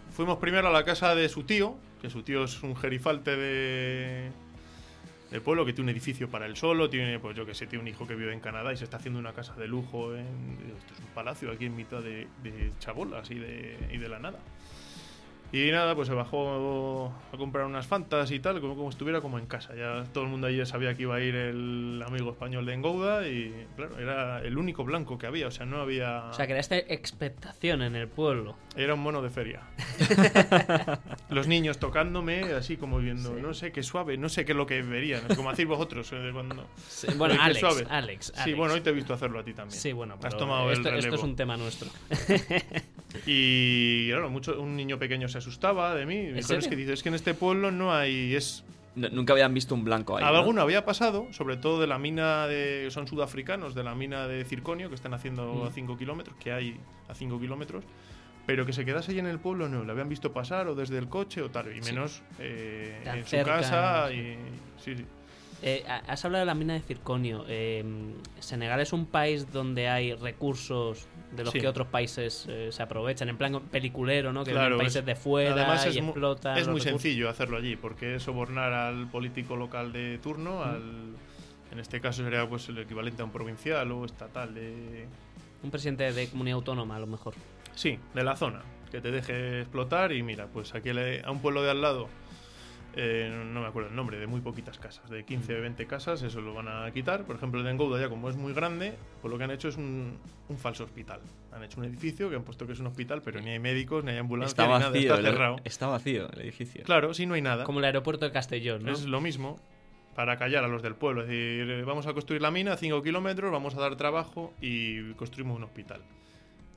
Speaker 5: Fuimos primero a la casa de su tío, que su tío es un gerifalte de del pueblo que tiene un edificio para él solo, tiene pues yo que sé, tiene un hijo que vive en Canadá y se está haciendo una casa de lujo en esto es un palacio aquí en mitad de, de chabolas y de, y de la nada. Y nada, pues se bajó a comprar unas fantas y tal, como, como estuviera como en casa. Ya todo el mundo allí ya sabía que iba a ir el amigo español de Engouda y claro, era el único blanco que había, o sea, no había
Speaker 4: O sea, creaste expectación en el pueblo.
Speaker 5: era un mono de feria. Los niños tocándome, así como viendo, no sé qué suave, no sé qué es lo que verían, como hacéis vosotros. eh, de cuando...
Speaker 4: Bueno,
Speaker 5: Qué
Speaker 4: Alex,
Speaker 5: suave.
Speaker 4: Alex,
Speaker 5: Sí,
Speaker 4: Alex.
Speaker 5: bueno, hoy te he visto hacerlo a ti también.
Speaker 4: Sí, bueno,
Speaker 5: Has
Speaker 4: pero
Speaker 5: tomado
Speaker 4: esto,
Speaker 5: el
Speaker 4: esto
Speaker 5: relevo.
Speaker 4: es un tema nuestro.
Speaker 5: Y claro, mucho, un niño pequeño se asustaba de mí. Me dijo,
Speaker 4: serio?
Speaker 5: es que dices, es que en este pueblo no hay. Es...
Speaker 1: No- nunca habían visto un blanco ahí. ¿no?
Speaker 5: Alguno había pasado, sobre todo de la mina de. Son sudafricanos, de la mina de circonio, que están haciendo
Speaker 4: Mm.
Speaker 5: a 5 kilómetros, que hay a 5 kilómetros. Pero que se quedase ahí en el pueblo, no. Lo habían visto pasar o desde el coche o tal. Y menos eh,
Speaker 4: Tan
Speaker 5: en
Speaker 4: cerca,
Speaker 5: su casa.
Speaker 4: sí.
Speaker 5: Y, sí, sí.
Speaker 4: Eh, ha- has hablado de la mina de circonio. Eh, Senegal es un país donde hay recursos de los
Speaker 5: Sí.
Speaker 4: que otros países eh, se aprovechan, en plan peliculero, ¿no? Que
Speaker 5: Claro,
Speaker 4: vienen países
Speaker 5: es-
Speaker 4: de fuera
Speaker 5: Además,
Speaker 4: y
Speaker 5: es, mu-
Speaker 4: explotan.
Speaker 5: es
Speaker 4: los
Speaker 5: muy
Speaker 4: recursos.
Speaker 5: sencillo hacerlo allí, porque es sobornar al político local de turno,
Speaker 4: Mm.
Speaker 5: al, en este caso sería pues el equivalente a un provincial o estatal de,
Speaker 4: Un presidente de comunidad autónoma, a lo mejor.
Speaker 5: Sí, de la zona. Que te deje explotar y mira, pues aquí le- a un pueblo de al lado, eh, no me acuerdo el nombre, de muy poquitas casas, de 15 o 20 casas, eso lo van a quitar. Por ejemplo, el de Engouda ya como es muy grande, pues lo que han hecho es un, un falso hospital. Han hecho un edificio que han puesto que es un hospital, pero ni hay médicos, ni hay ambulancia,
Speaker 1: Está
Speaker 5: ni
Speaker 1: vacío, ¿eh?
Speaker 5: nada, está
Speaker 1: el-
Speaker 5: cerrado.
Speaker 1: está vacío el edificio.
Speaker 5: Claro, sí, no hay nada.
Speaker 4: Como el aeropuerto de Castellón, ¿no?
Speaker 5: Es lo mismo para callar a los del pueblo. Es decir, eh, vamos a construir la mina, 5 kilómetros, vamos a dar trabajo y construimos un hospital.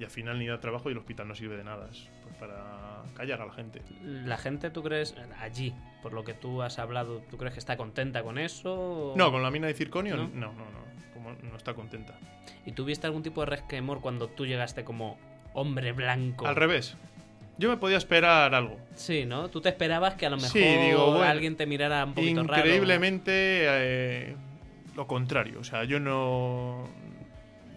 Speaker 5: Y al final ni da trabajo y el hospital no sirve de nada. Es pues, para callar a la gente.
Speaker 4: La gente, ¿tú crees? Allí, por lo que tú has hablado, ¿tú crees que está contenta con eso? o-
Speaker 5: No, con la mina de circonio,
Speaker 4: ¿No?
Speaker 5: no, no, no. no. Como no está contenta.
Speaker 4: ¿Y tuviste algún tipo de resquemor cuando tú llegaste como hombre blanco?
Speaker 5: Al revés. Yo me podía esperar algo.
Speaker 4: Sí, ¿no? Tú te esperabas que a lo mejor
Speaker 5: Sí, digo, bueno,
Speaker 4: alguien te mirara un poquito raro.
Speaker 5: Increíblemente eh, lo contrario. O sea, yo no.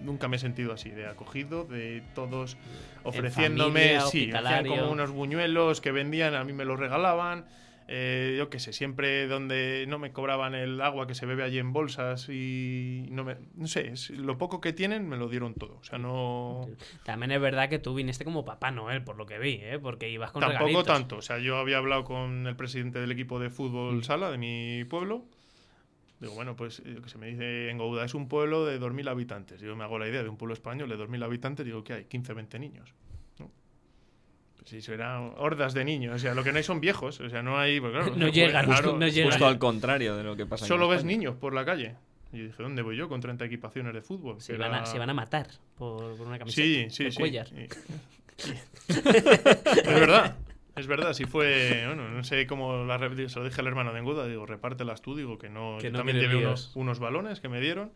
Speaker 5: Nunca me he sentido así, de acogido, de todos ofreciéndome.
Speaker 4: familia,
Speaker 5: sí, hacían
Speaker 4: hospitalario.
Speaker 5: como unos buñuelos que vendían, a mí me los regalaban. eh, yo qué sé, siempre donde no me cobraban el agua que se bebe allí en bolsas y no me, no sé, es- lo poco que tienen me lo dieron todo, o sea, no
Speaker 4: También es verdad que tú viniste como Papá Noel, por lo que vi, ¿eh? Porque ibas con
Speaker 5: tampoco
Speaker 4: regalitos.
Speaker 5: tanto, o sea, yo había hablado con el presidente del equipo de
Speaker 4: Mm.
Speaker 5: fútbol sala de mi pueblo. Digo, bueno, pues yo que se me dice Engouda es un pueblo de 2000 habitantes. Yo me hago la idea de un pueblo español de 2000 habitantes, digo, ¿qué hay? 15, 20 niños. ¿no? Pues sí, serán hordas de niños, o sea, lo que no hay son viejos, o sea, no hay, pues claro,
Speaker 4: No
Speaker 5: pues,
Speaker 4: llegan,
Speaker 5: claro,
Speaker 4: no llegan.
Speaker 1: Justo al contrario de lo que pasa aquí en
Speaker 5: Solo ves
Speaker 1: España.
Speaker 5: niños por la calle. Y yo dije, ¿dónde voy yo con 30 equipaciones de fútbol?
Speaker 4: Se
Speaker 5: Era-
Speaker 4: van, a, se van a matar por, por una camiseta.
Speaker 5: Sí, sí,
Speaker 4: de
Speaker 5: sí.
Speaker 4: Cuellar.
Speaker 5: Y- y- es verdad. Es verdad, sí fue. Bueno, no sé cómo la re- se lo dije al hermano de Enguda, digo, repártelas tú, digo que no.
Speaker 4: Que
Speaker 5: yo
Speaker 4: no
Speaker 5: también
Speaker 4: quiere
Speaker 5: llevé
Speaker 4: líos.
Speaker 5: unos, unos balones que me dieron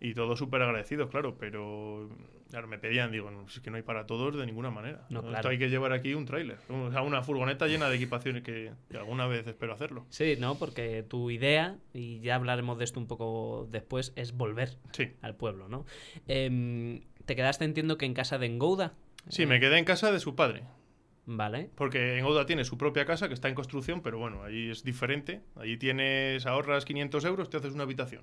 Speaker 5: y todos súper agradecidos, claro, pero. Claro, me pedían, digo, no, es que no hay para todos de ninguna manera.
Speaker 4: No,
Speaker 5: Esto
Speaker 4: claro.
Speaker 5: hay que llevar aquí un tráiler, o sea, una furgoneta llena de equipaciones que, que alguna vez espero hacerlo.
Speaker 4: Sí, no, porque tu idea, y ya hablaremos de esto un poco después, es volver
Speaker 5: Sí.
Speaker 4: al pueblo, ¿no? Em, te quedaste, entiendo, que en casa de Engouda,
Speaker 5: Sí,
Speaker 4: Eh.
Speaker 5: me quedé en casa de su padre,
Speaker 4: ¿vale?
Speaker 5: Porque en Oda tiene su propia casa que está en construcción, pero bueno, ahí es diferente. Ahí tienes, ahorras 500 euros, te haces una habitación.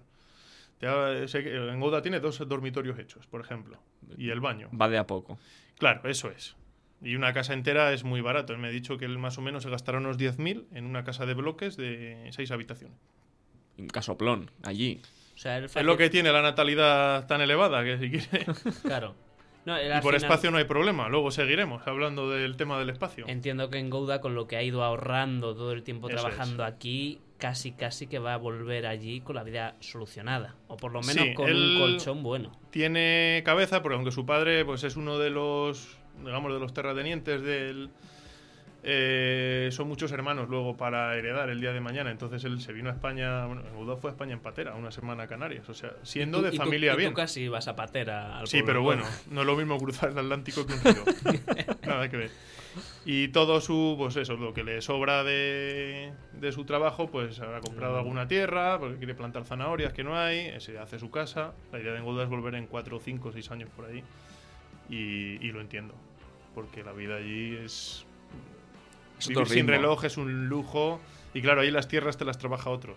Speaker 5: Te ha- sé que en Oda tiene dos dormitorios hechos, por ejemplo, y el baño.
Speaker 1: Va de a poco.
Speaker 5: Claro, eso es. Y una casa entera es muy barato. Él me ha dicho que él más o menos se gastará unos 10.000 en una casa de bloques de seis habitaciones.
Speaker 1: Un casoplón, allí.
Speaker 4: O sea, él
Speaker 5: Es lo que tiene la natalidad tan elevada que si quiere.
Speaker 4: Claro. No, él
Speaker 5: Y
Speaker 4: al
Speaker 5: por
Speaker 4: final-
Speaker 5: espacio no hay problema. Luego seguiremos hablando del tema del espacio.
Speaker 4: Entiendo que Engouda, con lo que ha ido ahorrando todo el tiempo
Speaker 5: Eso
Speaker 4: trabajando aquí, casi casi que va a volver allí con la vida solucionada. O por lo menos
Speaker 5: Sí,
Speaker 4: con un
Speaker 5: él-
Speaker 4: colchón bueno.
Speaker 5: tiene cabeza, porque aunque su padre pues es uno de los, digamos, de los terratenientes del... eh, son muchos hermanos luego para heredar el día de mañana, entonces él se vino a España, bueno, Eudó fue a España en patera, una semana a Canarias, o sea, siendo
Speaker 4: Tú-
Speaker 5: de
Speaker 4: y tú-
Speaker 5: familia
Speaker 4: y tú
Speaker 5: bien.
Speaker 4: casi vas a patera al
Speaker 5: Sí,
Speaker 4: pueblo
Speaker 5: pero
Speaker 4: del
Speaker 5: bueno,
Speaker 4: pueblo.
Speaker 5: no es lo mismo cruzar el Atlántico que un río. Nada que ver. Y todo su, pues eso, lo que le sobra de, de su trabajo, pues habrá comprado alguna tierra, porque quiere plantar zanahorias que no hay, eh, se hace su casa. La idea de Engolda es volver en 4, 5, 6 años por ahí. Y, y lo entiendo, porque la vida allí es.
Speaker 1: Es
Speaker 5: vivir
Speaker 1: otro
Speaker 5: sin
Speaker 1: ritmo.
Speaker 5: reloj es un lujo. Y claro, ahí las tierras te las trabaja otro.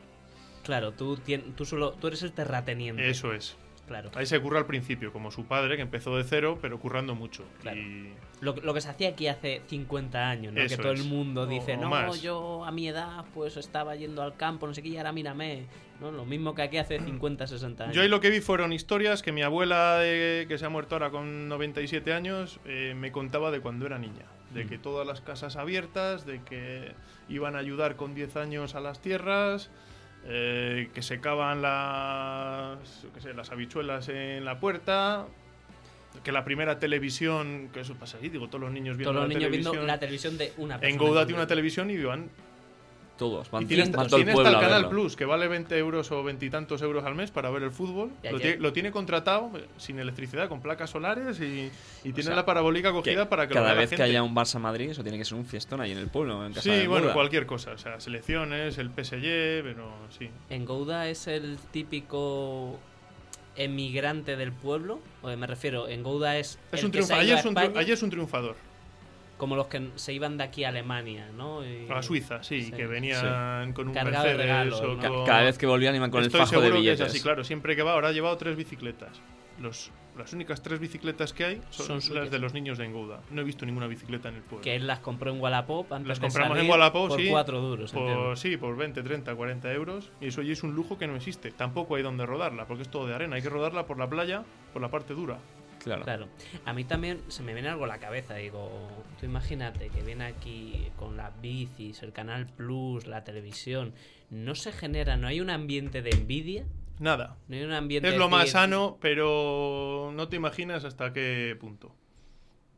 Speaker 4: Claro, tú, tien- tú, solo, tú eres el terrateniente.
Speaker 5: Eso es.
Speaker 4: Claro.
Speaker 5: Ahí se curra al principio, como su padre, que empezó de cero, pero currando mucho.
Speaker 4: Claro.
Speaker 5: Y
Speaker 4: Lo, lo que se hacía aquí hace 50 años, ¿no? que
Speaker 5: Eso
Speaker 4: todo
Speaker 5: es.
Speaker 4: el mundo
Speaker 5: O-
Speaker 4: dice,
Speaker 5: o
Speaker 4: no,
Speaker 5: más".
Speaker 4: yo a mi edad pues estaba yendo al campo, no sé qué, y ahora mírame. ¿no? Lo mismo que aquí hace 50, 60 años.
Speaker 5: Yo ahí lo que vi fueron historias que mi abuela, eh, que se ha muerto ahora con 97 años, eh, me contaba de cuando era niña.
Speaker 4: Mm.
Speaker 5: De que todas las casas abiertas, de que iban a ayudar con 10 años a las tierras, eh, que secaban las, yo qué sé, las habichuelas en la puerta, que la primera televisión, que eso pasa ahí, digo, todos los niños viendo
Speaker 4: Todos los
Speaker 5: la
Speaker 4: niños viendo
Speaker 5: televisión.
Speaker 4: la televisión de una persona.
Speaker 5: en Gouda tiene una televisión y van
Speaker 1: Todos, van,
Speaker 5: y tiene,
Speaker 1: van
Speaker 5: hasta,
Speaker 1: todo el
Speaker 5: tiene hasta
Speaker 1: pueblo
Speaker 5: el
Speaker 1: a
Speaker 5: Canal
Speaker 1: verlo.
Speaker 5: Plus, que vale 20 euros o veintitantos euros al mes para ver el fútbol.
Speaker 4: Y
Speaker 5: Lo,
Speaker 4: ayer-
Speaker 5: tie- lo tiene contratado eh, sin electricidad, con placas solares y, y tiene
Speaker 1: sea,
Speaker 5: la parabólica
Speaker 1: Que
Speaker 5: cogida para que lo
Speaker 1: cada
Speaker 5: vea la
Speaker 1: vez que
Speaker 5: gente.
Speaker 1: haya un Barça Madrid, eso tiene que ser un fiestón ahí en el pueblo. En casa
Speaker 5: Sí,
Speaker 1: de
Speaker 5: bueno,
Speaker 1: Buda.
Speaker 5: cualquier cosa. O sea, selecciones, el PSG, pero sí.
Speaker 4: En Gouda es el típico emigrante del pueblo. O me refiero, en Gouda es.
Speaker 5: Es
Speaker 4: el
Speaker 5: un
Speaker 4: que se
Speaker 5: triunfa-
Speaker 4: ha
Speaker 5: ahí
Speaker 4: ido a
Speaker 5: es un triun-
Speaker 4: España,
Speaker 5: ahí es un triunfador.
Speaker 4: Como los que se iban de aquí a Alemania, ¿no? Y-
Speaker 5: A Suiza, sí,
Speaker 4: Sí.
Speaker 5: que venían con un
Speaker 4: Cargado de
Speaker 5: Mercedes
Speaker 4: regalos,
Speaker 5: o
Speaker 4: ¿no?
Speaker 1: Ca-
Speaker 5: con-
Speaker 1: Cada vez que volvían iban con
Speaker 5: Estoy
Speaker 1: el fajo de
Speaker 5: seguro
Speaker 1: billetes.
Speaker 5: que es así, claro. Siempre que va, ahora ha llevado tres bicicletas. Los, las únicas tres bicicletas que hay
Speaker 4: Son
Speaker 5: son,
Speaker 4: suyas.
Speaker 5: las de los niños de Engouda. No he visto ninguna bicicleta en el pueblo.
Speaker 4: Que él las compró en Wallapop. Antes
Speaker 5: Las
Speaker 4: de
Speaker 5: compramos en
Speaker 4: salir
Speaker 5: Wallapop,
Speaker 4: por
Speaker 5: sí.
Speaker 4: 4 duros. entiendo.
Speaker 5: Por, sí, por 20, 30, 40 euros. Y eso ya es un lujo que no existe. Tampoco hay donde rodarla, porque es todo de arena. Hay que rodarla por la playa, por la parte dura.
Speaker 1: Claro.
Speaker 4: Claro. A mí también se me viene algo a la cabeza. Digo, tú imagínate que viene aquí con las bicis, el Canal Plus, la televisión. No se genera, no hay un ambiente de envidia.
Speaker 5: Nada.
Speaker 4: No hay un ambiente
Speaker 5: Es
Speaker 4: de
Speaker 5: lo más
Speaker 4: decir,
Speaker 5: sano, pero no te imaginas hasta qué punto.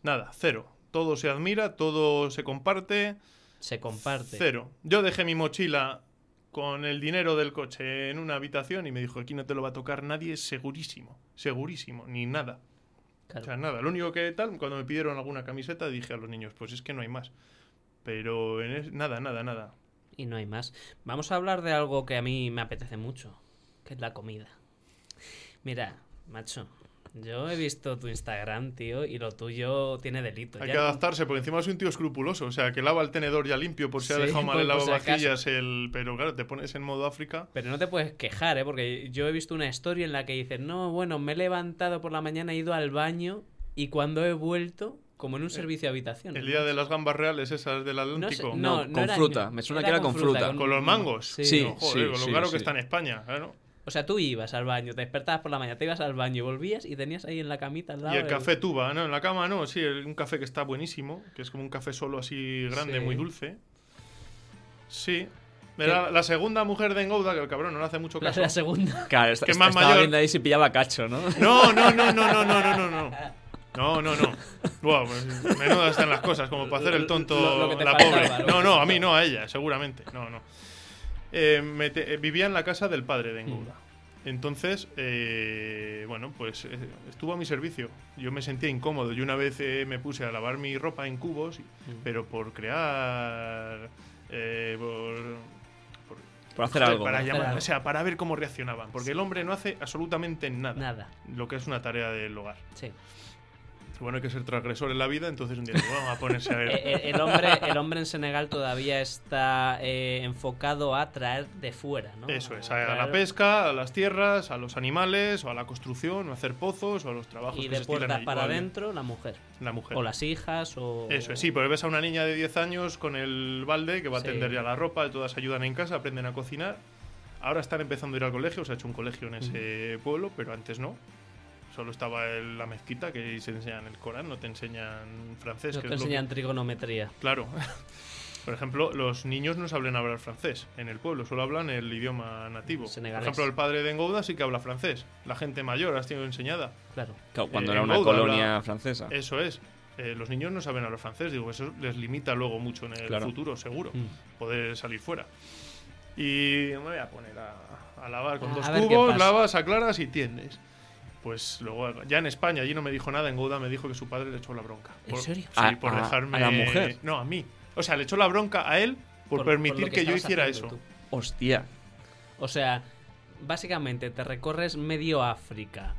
Speaker 5: Nada, cero. Todo se admira, todo se comparte.
Speaker 4: Se comparte.
Speaker 5: Cero. Yo dejé mi mochila con el dinero del coche en una habitación y me dijo, aquí no te lo va a tocar nadie, segurísimo, segurísimo, ni nada.
Speaker 4: Claro.
Speaker 5: O sea, nada, lo único que tal, cuando me pidieron alguna camiseta dije a los niños, pues es que no hay más. Pero en es- nada, nada, nada.
Speaker 4: Y no hay más. Vamos a hablar de algo que a mí me apetece mucho, que es la comida. Mira, macho, Yo he visto tu Instagram, tío, y lo tuyo tiene delito.
Speaker 5: Hay
Speaker 4: ya.
Speaker 5: que adaptarse, por encima es un tío escrupuloso, o sea, que lava el tenedor ya limpio por si ha
Speaker 4: Sí,
Speaker 5: dejado mal
Speaker 4: por-
Speaker 5: el
Speaker 4: por si
Speaker 5: lavavajillas, el... pero claro, te pones en modo África.
Speaker 4: Pero no te puedes quejar, ¿eh? Porque yo he visto una historia en la que dices, no, bueno, me he levantado por la mañana, he ido al baño y cuando he vuelto, como en un servicio de habitación.
Speaker 5: Eh, El día de las gambas reales esas del
Speaker 4: No sé,
Speaker 5: Atlántico.
Speaker 4: no,
Speaker 1: No,
Speaker 4: no
Speaker 1: con
Speaker 4: era-
Speaker 1: fruta. Me suena que era con fruta.
Speaker 5: Con los mangos.
Speaker 4: Sí.
Speaker 1: Sí.
Speaker 5: No, joder, con lo
Speaker 1: sí,
Speaker 5: caro que
Speaker 1: sí.
Speaker 5: está en España, claro.
Speaker 4: O sea, tú ibas al baño, te despertabas por la mañana, te ibas al baño, volvías y tenías ahí en la camita al lado.
Speaker 5: Y el café tuba, ¿no? En la cama no, sí, el- un café que está buenísimo, que es como un café solo así grande,
Speaker 4: Sí.
Speaker 5: muy dulce. Sí. Era la segunda mujer de Engouda, que el cabrón no le hace mucho
Speaker 4: La,
Speaker 5: caso.
Speaker 4: la segunda.
Speaker 1: Claro, esta-
Speaker 5: Que
Speaker 1: esta-
Speaker 5: más
Speaker 1: estaba
Speaker 5: mayor.
Speaker 1: viendo ahí si pillaba cacho, ¿no?
Speaker 5: No, no, no, no, no, no, no, no, no. No, no, no. Buah, pues, menudo están las cosas, como para hacer el tonto
Speaker 4: Lo- lo que te
Speaker 5: la
Speaker 4: faltaba,
Speaker 5: pobre.
Speaker 4: lo que
Speaker 5: No,
Speaker 4: te
Speaker 5: no, a mí no, a ella, seguramente. No, no. Eh, me te- eh, vivía en la casa del padre de Engouda. Entonces, eh, bueno, pues eh, estuvo a mi servicio. Yo me sentía incómodo. Yo una vez eh, me puse a lavar mi ropa en cubos, y- pero por crear. eh, por- por-
Speaker 1: Por hacer
Speaker 5: Joder,
Speaker 1: algo.
Speaker 5: Para
Speaker 1: ¿no?
Speaker 5: llamar,
Speaker 4: algo.
Speaker 5: o sea, para ver cómo reaccionaban. Porque el hombre no hace absolutamente nada.
Speaker 4: Nada.
Speaker 5: Lo que es una tarea del hogar.
Speaker 4: Sí.
Speaker 5: Bueno, hay que ser transgresor en la vida, entonces un día digo, vamos a ponerse a
Speaker 4: Eh,
Speaker 5: ver.
Speaker 4: eh, El, hombre, el hombre en Senegal todavía está eh, enfocado a traer de fuera, ¿no?
Speaker 5: Eso es, a
Speaker 4: traer-
Speaker 5: la pesca, a las tierras, a los animales, o a la construcción, o a hacer pozos, o a los trabajos
Speaker 4: Y
Speaker 5: que
Speaker 4: de
Speaker 5: se estilan
Speaker 4: puertas
Speaker 5: ahí,
Speaker 4: para
Speaker 5: vale.
Speaker 4: adentro, la mujer.
Speaker 5: La mujer.
Speaker 4: O las hijas, o.
Speaker 5: Eso es, sí, pero ves a una niña de 10 años con el balde que va a
Speaker 4: Sí.
Speaker 5: tender ya la ropa, todas ayudan en casa, aprenden a cocinar. Ahora están empezando a ir al colegio, se ha hecho un colegio en ese pueblo, pero antes no. Solo estaba el- la mezquita que ahí se enseñan el Corán, no te enseñan francés.
Speaker 4: No
Speaker 5: que
Speaker 4: te
Speaker 5: es lo que-
Speaker 4: enseñan trigonometría.
Speaker 5: Claro. Por ejemplo, los niños no saben hablar francés en el pueblo, solo hablan el idioma nativo.
Speaker 4: Senegalés.
Speaker 5: Por ejemplo, el padre de Engouda sí que habla francés. La gente mayor ha sido enseñada.
Speaker 4: Claro.
Speaker 1: Claro, cuando
Speaker 5: Eh,
Speaker 1: era una
Speaker 5: Engouda
Speaker 1: colonia
Speaker 5: habla-
Speaker 1: francesa.
Speaker 5: Eso es. Eh, los niños no saben hablar francés, digo, eso les limita luego mucho en el
Speaker 1: Claro.
Speaker 5: futuro, seguro,
Speaker 4: Mm.
Speaker 5: poder salir fuera. Y me voy a poner a, a lavar con
Speaker 4: A-
Speaker 5: dos
Speaker 4: a ver qué
Speaker 5: cubos,
Speaker 4: pasa.
Speaker 5: lavas, aclaras y tiendes. Pues luego, ya en España, allí no me dijo nada, en Gouda me dijo que su padre le echó la bronca.
Speaker 4: ¿En
Speaker 5: Por-
Speaker 4: serio?
Speaker 5: Sí,
Speaker 1: A-
Speaker 5: por
Speaker 1: a-
Speaker 5: dejarme.
Speaker 1: a la mujer.
Speaker 5: No, a mí. O sea, le echó la bronca a él por,
Speaker 4: lo
Speaker 5: permitir
Speaker 4: que
Speaker 5: que, yo
Speaker 4: estabas
Speaker 5: hiciera eso.
Speaker 4: haciendo tú.
Speaker 1: Hostia.
Speaker 4: O sea, básicamente te recorres medio África.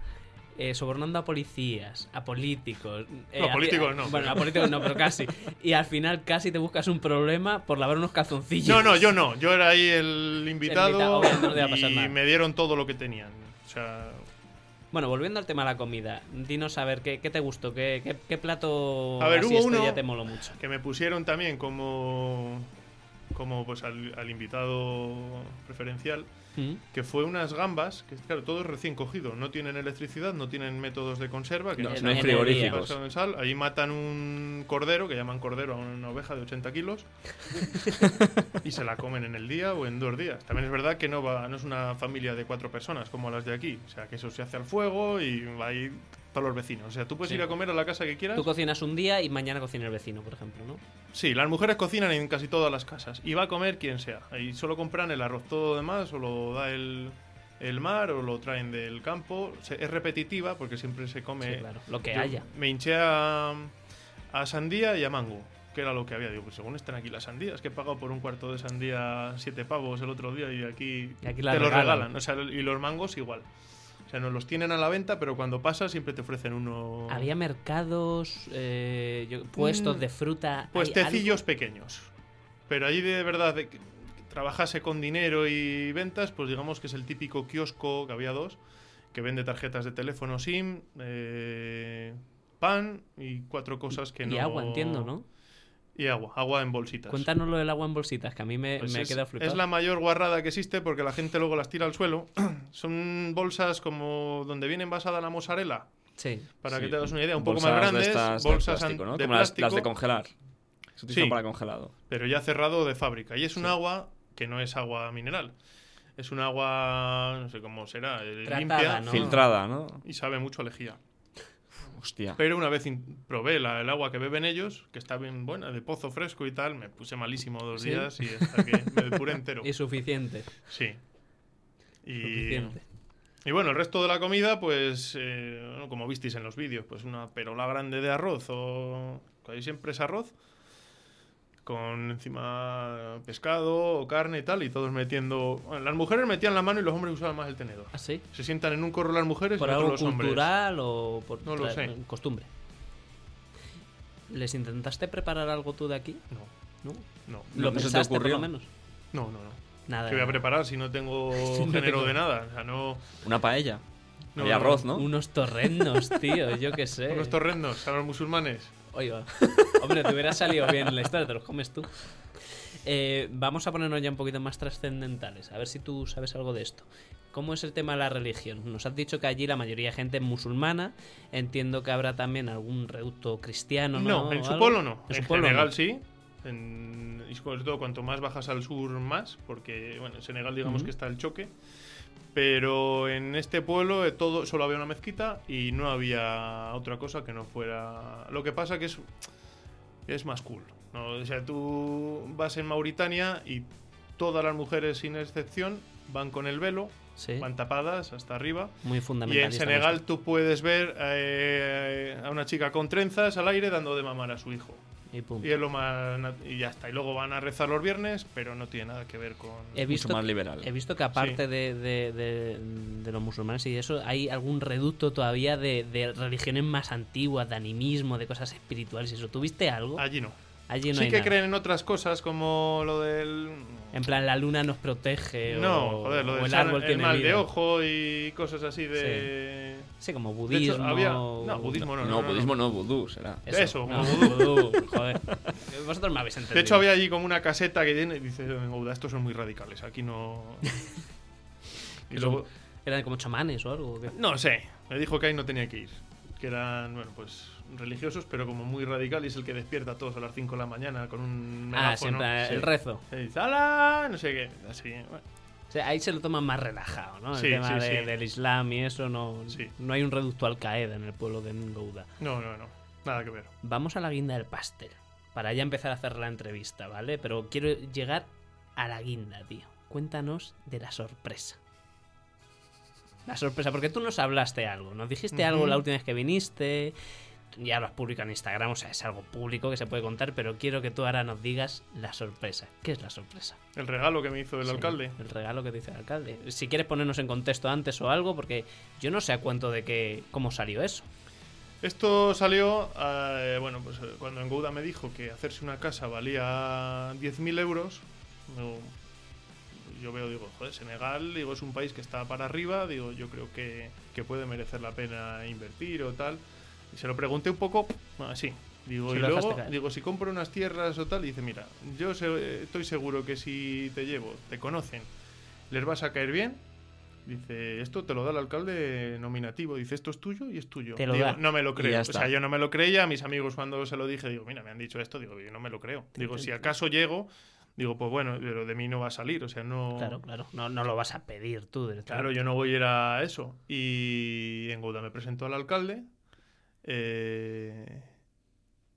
Speaker 4: eh, sobornando a policías, a políticos. eh,
Speaker 5: No,
Speaker 4: a-
Speaker 5: políticos no.
Speaker 4: Bueno, a políticos no, pero casi. Y al final casi te buscas un problema por lavar unos calzoncillos.
Speaker 5: No, no, yo no. Yo era ahí el
Speaker 4: invitado,
Speaker 5: invitado
Speaker 4: obviamente no te iba a pasar nada.
Speaker 5: y me dieron todo lo que tenían. O sea,
Speaker 4: Bueno, volviendo al tema de la comida, dinos a ver qué, qué te gustó, qué, qué- qué plato
Speaker 5: A ver,
Speaker 4: así
Speaker 5: hubo
Speaker 4: este
Speaker 5: uno-
Speaker 4: ya te moló mucho.
Speaker 5: que me pusieron también como como pues al, al invitado preferencial
Speaker 4: ¿Mm?
Speaker 5: que fue unas gambas que claro todo es recién cogido no tienen electricidad no tienen métodos de conserva que
Speaker 1: No,
Speaker 5: no,
Speaker 1: no
Speaker 5: se-
Speaker 1: hay
Speaker 4: en
Speaker 5: no
Speaker 1: frigoríficos.
Speaker 5: se- sal. ahí matan un cordero que llaman cordero a una oveja de 80 kilos y se la comen en el día o en dos días también es verdad que no va no es una familia de cuatro personas como las de aquí o sea que eso se hace al fuego y va ahí para los vecinos o sea tú puedes
Speaker 4: Sí.
Speaker 5: ir a comer a la casa que quieras
Speaker 4: Tú cocinas un día y mañana cocina el vecino, por ejemplo, ¿no?
Speaker 5: Sí, las mujeres cocinan en casi todas las casas. Y va a comer quien sea. Y solo compran el arroz todo lo demás, o lo da el, el mar, o lo traen del campo. Se- es repetitiva porque siempre se come.
Speaker 4: Sí, claro, lo que
Speaker 5: Yo
Speaker 4: haya.
Speaker 5: Me hinché a, a sandía y a mango, que era lo que había. Digo, pues según están aquí las sandías, que he pagado por un cuarto de sandía siete pavos el otro día y aquí,
Speaker 4: Y aquí la
Speaker 5: te los
Speaker 4: regalan.
Speaker 5: regalan. O sea, y los mangos igual. O sea, no los tienen a la venta, pero cuando pasa siempre te ofrecen uno.
Speaker 1: Mm.
Speaker 4: Había mercados, eh, yo- puestos
Speaker 5: Mm,
Speaker 4: de fruta. ¿hay
Speaker 5: puestecillos pequeños. Pero allí de verdad de que que trabajase con dinero y ventas, pues digamos que es el típico kiosco, que había dos, que vende tarjetas de teléfono SIM, eh, pan y cuatro cosas que
Speaker 4: algo?
Speaker 5: no...
Speaker 4: Y agua, entiendo, ¿no?
Speaker 5: Y agua, agua en bolsitas.
Speaker 4: Cuéntanos lo del agua en bolsitas, que a mí me,
Speaker 5: Pues
Speaker 4: me
Speaker 5: es,
Speaker 4: queda flipado.
Speaker 5: es la mayor guarrada que existe porque la gente luego las tira al suelo. Son bolsas como donde viene envasada la mozzarella,
Speaker 4: Sí.
Speaker 5: para que
Speaker 1: Sí,
Speaker 5: te hagas una idea, un poco
Speaker 1: bolsas
Speaker 5: más
Speaker 1: de
Speaker 5: grandes,
Speaker 1: estas de
Speaker 5: bolsas
Speaker 1: plástico,
Speaker 5: an-
Speaker 1: ¿no?
Speaker 5: de
Speaker 1: Como las, las de
Speaker 5: plástico.
Speaker 1: congelar. Se utilizan
Speaker 5: Sí.
Speaker 1: para congelado.
Speaker 5: pero ya cerrado de fábrica. Y es un agua que no es agua mineral. Es un agua, no sé cómo será, eh,
Speaker 4: Tratada,
Speaker 5: limpia
Speaker 4: ¿no?
Speaker 1: Filtrada, ¿no?
Speaker 5: y sabe mucho a lejía.
Speaker 1: Hostia.
Speaker 5: Pero una vez in- probé la- el agua que beben ellos, que está bien buena, de pozo fresco y tal, me puse malísimo dos
Speaker 4: ¿Sí?
Speaker 5: días y hasta que me depuré entero.
Speaker 4: Y suficiente.
Speaker 5: Sí. Y,
Speaker 4: suficiente.
Speaker 5: y bueno, el resto de la comida, pues, eh, bueno, como visteis en los vídeos, pues una perola grande de arroz o... Ahí siempre es arroz. con encima pescado o carne y tal, y todos metiendo... bueno, las mujeres metían la mano y los hombres usaban más el tenedor.
Speaker 4: ¿Ah, sí?
Speaker 5: Se sientan en un corro las mujeres
Speaker 4: ¿Por
Speaker 5: y en otro
Speaker 4: algo
Speaker 5: los hombres.
Speaker 4: cultural o por
Speaker 5: No lo
Speaker 4: tra-
Speaker 5: sé.
Speaker 4: costumbre? ¿Les intentaste preparar algo tú de aquí?
Speaker 5: No, no, no,
Speaker 4: ¿Lo
Speaker 1: ¿No se te
Speaker 4: pensaste por
Speaker 1: ocurrió?
Speaker 4: lo menos?
Speaker 5: no, no. no.
Speaker 4: Nada.
Speaker 5: ¿Qué voy a preparar si no tengo género de nada? O sea, no...
Speaker 1: Una paella.
Speaker 5: No,
Speaker 1: y
Speaker 5: no,
Speaker 1: arroz, ¿no?
Speaker 4: Unos torrendos, tío, yo qué sé.
Speaker 5: Unos torrendos a los musulmanes.
Speaker 4: Oiga, hombre, te hubiera salido bien la historia, te los comes tú. Eh, vamos a ponernos ya un poquito más trascendentales, a ver si tú sabes algo de esto. ¿Cómo es el tema de la religión? Nos has dicho que allí la mayoría de gente es musulmana. Entiendo que habrá también algún reducto cristiano. No,
Speaker 5: No,
Speaker 4: ¿O
Speaker 5: en su
Speaker 4: algo?
Speaker 5: polo no. En,
Speaker 4: su polo
Speaker 5: Senegal
Speaker 4: no.
Speaker 5: sí. En- y sobre todo cuanto más bajas al sur, más. Porque, bueno, en Senegal digamos que está el choque. Pero en este pueblo eh, todo, solo había una mezquita y no había otra cosa que no fuera... Lo que pasa que es, es más cool. ¿no? O sea, tú vas en Mauritania y todas las mujeres, sin excepción, van con el velo,
Speaker 4: Sí,
Speaker 5: van tapadas hasta arriba.
Speaker 4: muy
Speaker 5: Y en
Speaker 4: fundamentalista.
Speaker 5: Senegal tú puedes ver eh, a una chica con trenzas al aire dando de mamar a su hijo.
Speaker 4: nuestro. Y pum.
Speaker 5: Y es lo más nat- y ya está. Y luego van a rezar los viernes, pero no tiene nada que ver con.
Speaker 4: He
Speaker 1: Mucho
Speaker 4: visto,
Speaker 1: más liberal.
Speaker 4: he visto que aparte de, de- de- de los musulmanes y eso, hay algún reducto todavía de, de religiones más antiguas, de animismo, de cosas espirituales y eso. ¿Tuviste algo?
Speaker 5: Allí no.
Speaker 4: Allí no
Speaker 5: sí
Speaker 4: hay
Speaker 5: que
Speaker 4: nada.
Speaker 5: creen en otras cosas como lo del.
Speaker 4: En plan, la luna nos protege. Eh,
Speaker 5: No,
Speaker 4: o,
Speaker 5: joder, lo
Speaker 4: o
Speaker 5: del
Speaker 4: el
Speaker 5: san-
Speaker 4: árbol
Speaker 5: el
Speaker 4: tiene
Speaker 5: mal de
Speaker 4: vida.
Speaker 5: ojo y cosas así de.
Speaker 4: Sí, como
Speaker 5: De hecho,
Speaker 4: budismo.
Speaker 5: había- No, budismo no.
Speaker 1: no,
Speaker 5: no, no,
Speaker 1: budismo
Speaker 5: no.
Speaker 1: no, vudú será.
Speaker 5: Eso, como
Speaker 4: no,
Speaker 5: vudú.
Speaker 4: vudú, joder. Vosotros me habéis entendido.
Speaker 5: De hecho, había allí como una caseta que tiene y dice: "Uda, estos son muy radicales, aquí no. y
Speaker 4: Que son-
Speaker 5: luego.
Speaker 4: Eran como chamanes o algo. ¿o qué?
Speaker 5: No sé, me dijo que ahí no tenía que ir. Que eran, bueno, pues religiosos, pero como muy radical y es el que despierta a todos a las 5 de la mañana con un.
Speaker 4: Ah,
Speaker 5: megáfono.
Speaker 4: siempre
Speaker 5: Sí.
Speaker 4: el rezo.
Speaker 5: Y dice, "Ala", No sé qué. Así, bueno,
Speaker 4: O sea, ahí se lo toman más relajado, ¿no? El
Speaker 5: Sí,
Speaker 4: tema
Speaker 5: sí,
Speaker 4: de-
Speaker 5: sí.
Speaker 4: del Islam y eso, no,
Speaker 5: Sí.
Speaker 4: no hay un reducto al Qaeda en el pueblo de Ngouda.
Speaker 5: No, no, no. Nada que ver.
Speaker 4: Vamos a la guinda del pastel. Para ya empezar a hacer la entrevista, ¿vale? Pero quiero llegar a la guinda, tío. Cuéntanos de la sorpresa. La sorpresa, porque tú nos hablaste algo. Nos dijiste algo
Speaker 5: Ujú.
Speaker 4: la última vez que viniste. Ya lo has publicado en Instagram, o sea, es algo público que se puede contar, pero quiero que tú ahora nos digas la sorpresa. ¿Qué es la sorpresa?
Speaker 5: El regalo que me hizo el
Speaker 4: Sí,
Speaker 5: alcalde.
Speaker 4: El regalo que te dice el alcalde. Si quieres ponernos en contexto antes o algo, porque yo no sé a cuánto de que, cómo salió eso.
Speaker 5: Esto salió, eh, bueno, pues eh, cuando Engouda me dijo que hacerse una casa valía 10.000 euros, yo, yo veo, digo, joder, Senegal, digo, es un país que está para arriba, digo, yo creo que, que puede merecer la pena invertir o tal. Y se lo pregunté un poco así. Digo,
Speaker 4: Se
Speaker 5: y
Speaker 4: lo dejaste
Speaker 5: luego,
Speaker 4: caer.
Speaker 5: digo, si compro unas tierras o tal, y dice, mira, yo se- estoy seguro que si te llevo, te conocen, les vas a caer bien. Dice, esto te lo da el alcalde nominativo. Dice, esto es tuyo y es tuyo.
Speaker 4: Te lo
Speaker 5: Digo,
Speaker 4: da.
Speaker 5: No me lo
Speaker 1: Y
Speaker 5: creo.
Speaker 1: ya
Speaker 5: O sea,
Speaker 1: está.
Speaker 5: yo no me lo creía. A mis amigos cuando se lo dije, digo, mira, me han dicho esto. Digo, yo no me lo creo. Digo, si acaso llego, digo, pues bueno, pero de mí no va a salir. O sea, no...
Speaker 4: Claro, claro. No, no lo vas a pedir tú directamente.
Speaker 5: Claro, yo no voy a ir a eso. Y en Gouda me presentó al alcalde. eh,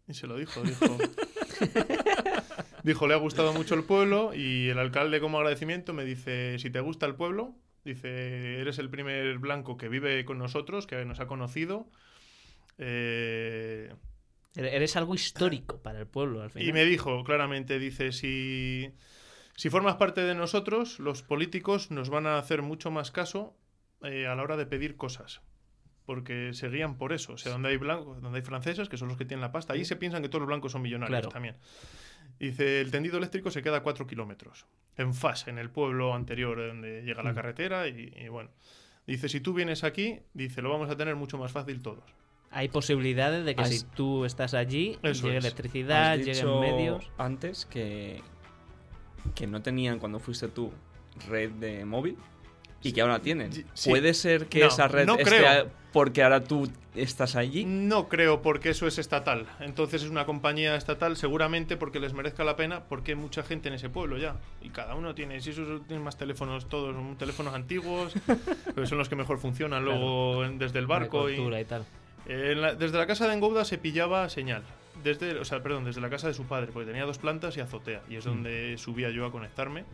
Speaker 5: y se lo dijo, dijo. dijo, le ha gustado mucho el pueblo. Y el alcalde, como agradecimiento, me dice: Si te gusta el pueblo, dice, eres el primer blanco que vive con nosotros, que nos ha conocido. Eh,
Speaker 4: E- Eres algo histórico para el pueblo, al final.
Speaker 5: y me dijo claramente, dice, si, si formas parte de nosotros, los políticos nos van a hacer mucho más caso eh, a la hora de pedir cosas. Porque se guían por eso. O sea, donde hay blancos, donde hay franceses, que son los que tienen la pasta, ahí se piensan que todos los blancos son millonarios
Speaker 4: Claro.
Speaker 5: también. Dice, el tendido eléctrico se queda a 4 kilómetros. En Fas, en el pueblo anterior donde llega la
Speaker 4: Mm.
Speaker 5: carretera. Y, y bueno, dice, si tú vienes aquí, dice, lo vamos a tener mucho más fácil todos.
Speaker 4: Hay posibilidades de que
Speaker 1: Has-
Speaker 4: si tú estás allí,
Speaker 5: Eso
Speaker 4: llegue
Speaker 5: es.
Speaker 4: electricidad,
Speaker 1: Has
Speaker 4: lleguen
Speaker 1: dicho
Speaker 4: medios.
Speaker 1: Antes que, que no tenían cuando fuiste tú red de móvil y que ahora tienen.
Speaker 5: Sí, sí.
Speaker 1: Puede ser que
Speaker 5: No,
Speaker 1: esa red
Speaker 5: no
Speaker 1: esté
Speaker 5: creo.
Speaker 1: a- porque ahora tú estás allí.
Speaker 5: No creo, porque eso es estatal. Entonces es una compañía estatal, seguramente porque les merezca la pena, porque hay mucha gente en ese pueblo ya. Y cada uno tiene, si esos tienen más teléfonos todos, son teléfonos antiguos, pero son los que mejor funcionan luego en- desde el barco.
Speaker 4: de
Speaker 5: y-
Speaker 4: cultura y tal.
Speaker 5: En la- desde la casa de Engouda se pillaba señal. Desde, o sea, perdón, desde la casa de su padre, porque tenía dos plantas y
Speaker 4: Mm.
Speaker 5: azotea. Y es donde subía yo a conectarme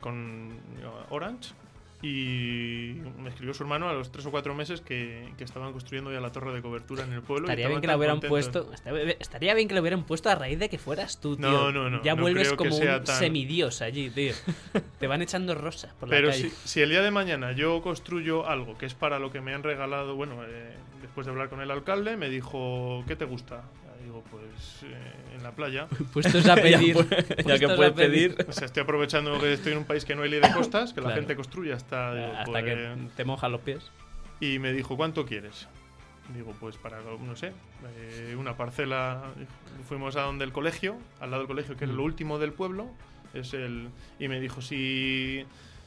Speaker 5: con eh, Orange. Y me escribió su hermano a los tres o cuatro meses que, que estaban construyendo ya la torre de cobertura en el pueblo. y
Speaker 4: Estaría bien
Speaker 5: estaban
Speaker 4: que la
Speaker 5: tan
Speaker 4: hubieran
Speaker 5: contentos.
Speaker 4: puesto. estaría- Estaría bien que lo hubieran puesto a raíz de que fueras tú, tío.
Speaker 5: No, no, no,
Speaker 4: Ya
Speaker 5: no
Speaker 4: vuelves
Speaker 5: creo que
Speaker 4: como un
Speaker 5: sea tan-
Speaker 4: semidios allí, tío. Te van echando rosas por
Speaker 5: Pero
Speaker 4: la calle.
Speaker 5: si, si el día de mañana yo construyo algo que es para lo que me han regalado, bueno, eh, después de hablar con el alcalde, me dijo, ¿qué te gusta? Y digo, pues eh, en la playa.
Speaker 4: Puestos a pedir.
Speaker 1: ya, pu- ya que
Speaker 4: puestos a
Speaker 1: puedes pedir.
Speaker 5: O sea, estoy aprovechando que estoy en un país que no hay ley de costas, que la
Speaker 4: Claro. Ah,
Speaker 5: gente construye hasta... digo,
Speaker 4: Hasta
Speaker 5: pues,
Speaker 4: que te mojan los pies.
Speaker 5: Y me dijo, ¿cuánto quieres? Digo, pues para, no sé, eh, una parcela. Fuimos a donde el colegio, al lado del colegio, que es
Speaker 4: Mm.
Speaker 5: lo último del pueblo. Es el, y me dijo, si,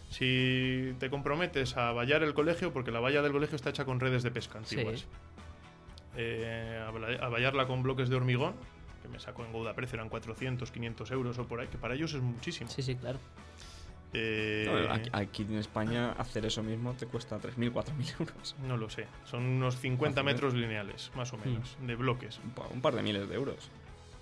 Speaker 5: si te comprometes a vallar el colegio, porque la valla del colegio está hecha con redes de pesca
Speaker 4: Sí.
Speaker 5: antiguas. Eh, a valla- a vallarla con bloques de hormigón, que me sacó en Gouda Precio, eran 400, 500 euros o por ahí, que para ellos es muchísimo.
Speaker 4: Sí, sí, claro.
Speaker 5: Eh,
Speaker 1: No, aquí, aquí en España hacer eso mismo te cuesta 3.000, 4.000 euros.
Speaker 5: no lo sé, son unos 50
Speaker 1: Fácil, ¿eh?
Speaker 5: metros lineales, más o menos, de bloques.
Speaker 1: Un pa- Un par de miles de euros.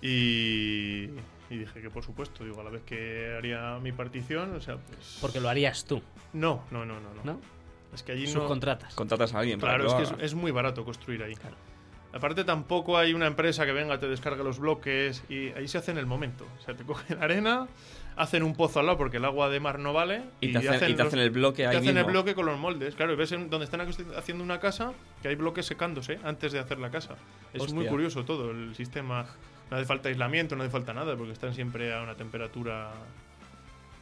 Speaker 5: Y, y dije que por supuesto, digo, a la vez que haría mi partición, o sea, pues...
Speaker 4: Porque lo harías tú,
Speaker 5: No, no, no, no. no.
Speaker 4: ¿no?
Speaker 5: Es que allí no...
Speaker 4: Subcontratas.
Speaker 1: Contratas a alguien
Speaker 5: Claro, es
Speaker 1: para
Speaker 5: que
Speaker 1: que
Speaker 5: es,
Speaker 1: lo haga.
Speaker 5: es muy barato construir ahí.
Speaker 4: Claro.
Speaker 5: Aparte tampoco hay una empresa que venga, te descargue los bloques y ahí se hace en el momento. O sea, te cogen arena, hacen un pozo al lado porque el agua de mar no vale
Speaker 1: Y te hacen, y te
Speaker 5: los-
Speaker 1: hacen el bloque ahí
Speaker 5: te hacen el
Speaker 1: mismo.
Speaker 5: bloque con los moldes, claro. Y ves en donde están acost- haciendo una casa, que hay bloques secándose antes de hacer la casa. Es muy
Speaker 1: Hostia.
Speaker 5: curioso todo el sistema. No hace falta aislamiento, no hace falta nada, porque están siempre a una temperatura.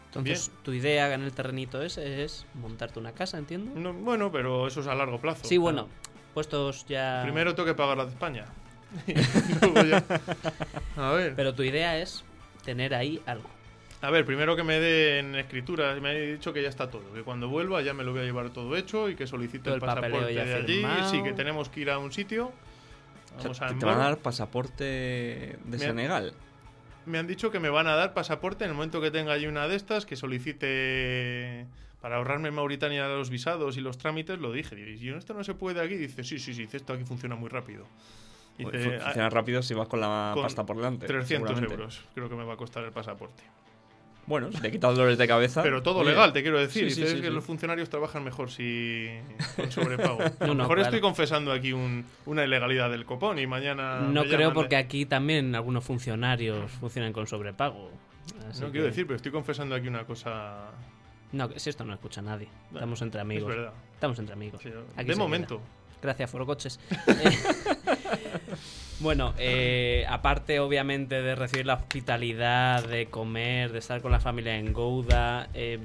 Speaker 4: Entonces, tu idea en el terrenito ese es montarte una casa, entiendo.
Speaker 5: No, bueno, pero eso es a largo plazo.
Speaker 4: Sí, bueno, puestos ya.
Speaker 5: Primero tengo que pagar la de España. Y luego ya- A ver.
Speaker 4: Pero tu idea es tener ahí algo.
Speaker 5: A ver, primero que me den escritura. Me han dicho que ya está todo. Que cuando vuelva ya me lo voy a llevar todo hecho y que solicite
Speaker 4: Todo
Speaker 5: el,
Speaker 4: el papeleo
Speaker 5: pasaporte
Speaker 4: ya
Speaker 5: de allí.
Speaker 4: firmado.
Speaker 5: Sí, que tenemos que ir a un sitio.
Speaker 1: O sea,
Speaker 5: Vamos a
Speaker 1: te, te van a
Speaker 5: Andorra.
Speaker 1: dar pasaporte de
Speaker 5: Mira.
Speaker 1: Senegal.
Speaker 5: Me han dicho que me van a dar pasaporte en el momento que tenga allí una de estas, que solicite para ahorrarme en Mauritania los visados y los trámites, lo dije. Digo, Y esto no se puede aquí. Dice, sí, sí, sí, dice, esto aquí funciona muy rápido.
Speaker 1: Fu-
Speaker 5: Dice, "Ah,
Speaker 1: Funciona rápido si vas con la
Speaker 5: con
Speaker 1: pasta por delante.
Speaker 5: 300
Speaker 1: seguramente.
Speaker 5: euros creo que me va a costar el pasaporte.
Speaker 1: Bueno, si te quitas dolores de
Speaker 4: Ah,
Speaker 1: cabeza.
Speaker 5: Pero todo
Speaker 1: oye,
Speaker 5: legal, te quiero decir.
Speaker 1: sí, sí,
Speaker 5: Dice,
Speaker 1: sí,
Speaker 5: "Es que
Speaker 1: sí.
Speaker 5: los funcionarios trabajan mejor si con sobrepago. A
Speaker 4: No, no,
Speaker 5: lo mejor
Speaker 4: claro.
Speaker 5: estoy confesando aquí un- una ilegalidad del copón y mañana...
Speaker 4: No
Speaker 5: Ah, me
Speaker 4: creo
Speaker 5: llaman- ¿eh?
Speaker 4: porque aquí también algunos funcionarios funcionan con sobrepago. así
Speaker 5: No
Speaker 4: que-
Speaker 5: quiero decir, pero estoy confesando aquí una cosa...
Speaker 4: No, que si esto no lo escucha nadie.
Speaker 5: Bueno,
Speaker 4: Estamos entre amigos.
Speaker 5: Es verdad.
Speaker 4: Estamos entre amigos.
Speaker 5: Sí,
Speaker 4: Aquí
Speaker 5: de
Speaker 4: se
Speaker 5: momento.
Speaker 4: queda. Gracias, Forocoches. Eh, bueno, eh, aparte obviamente de recibir la hospitalidad, de comer, de estar con la familia en Gouda, eh,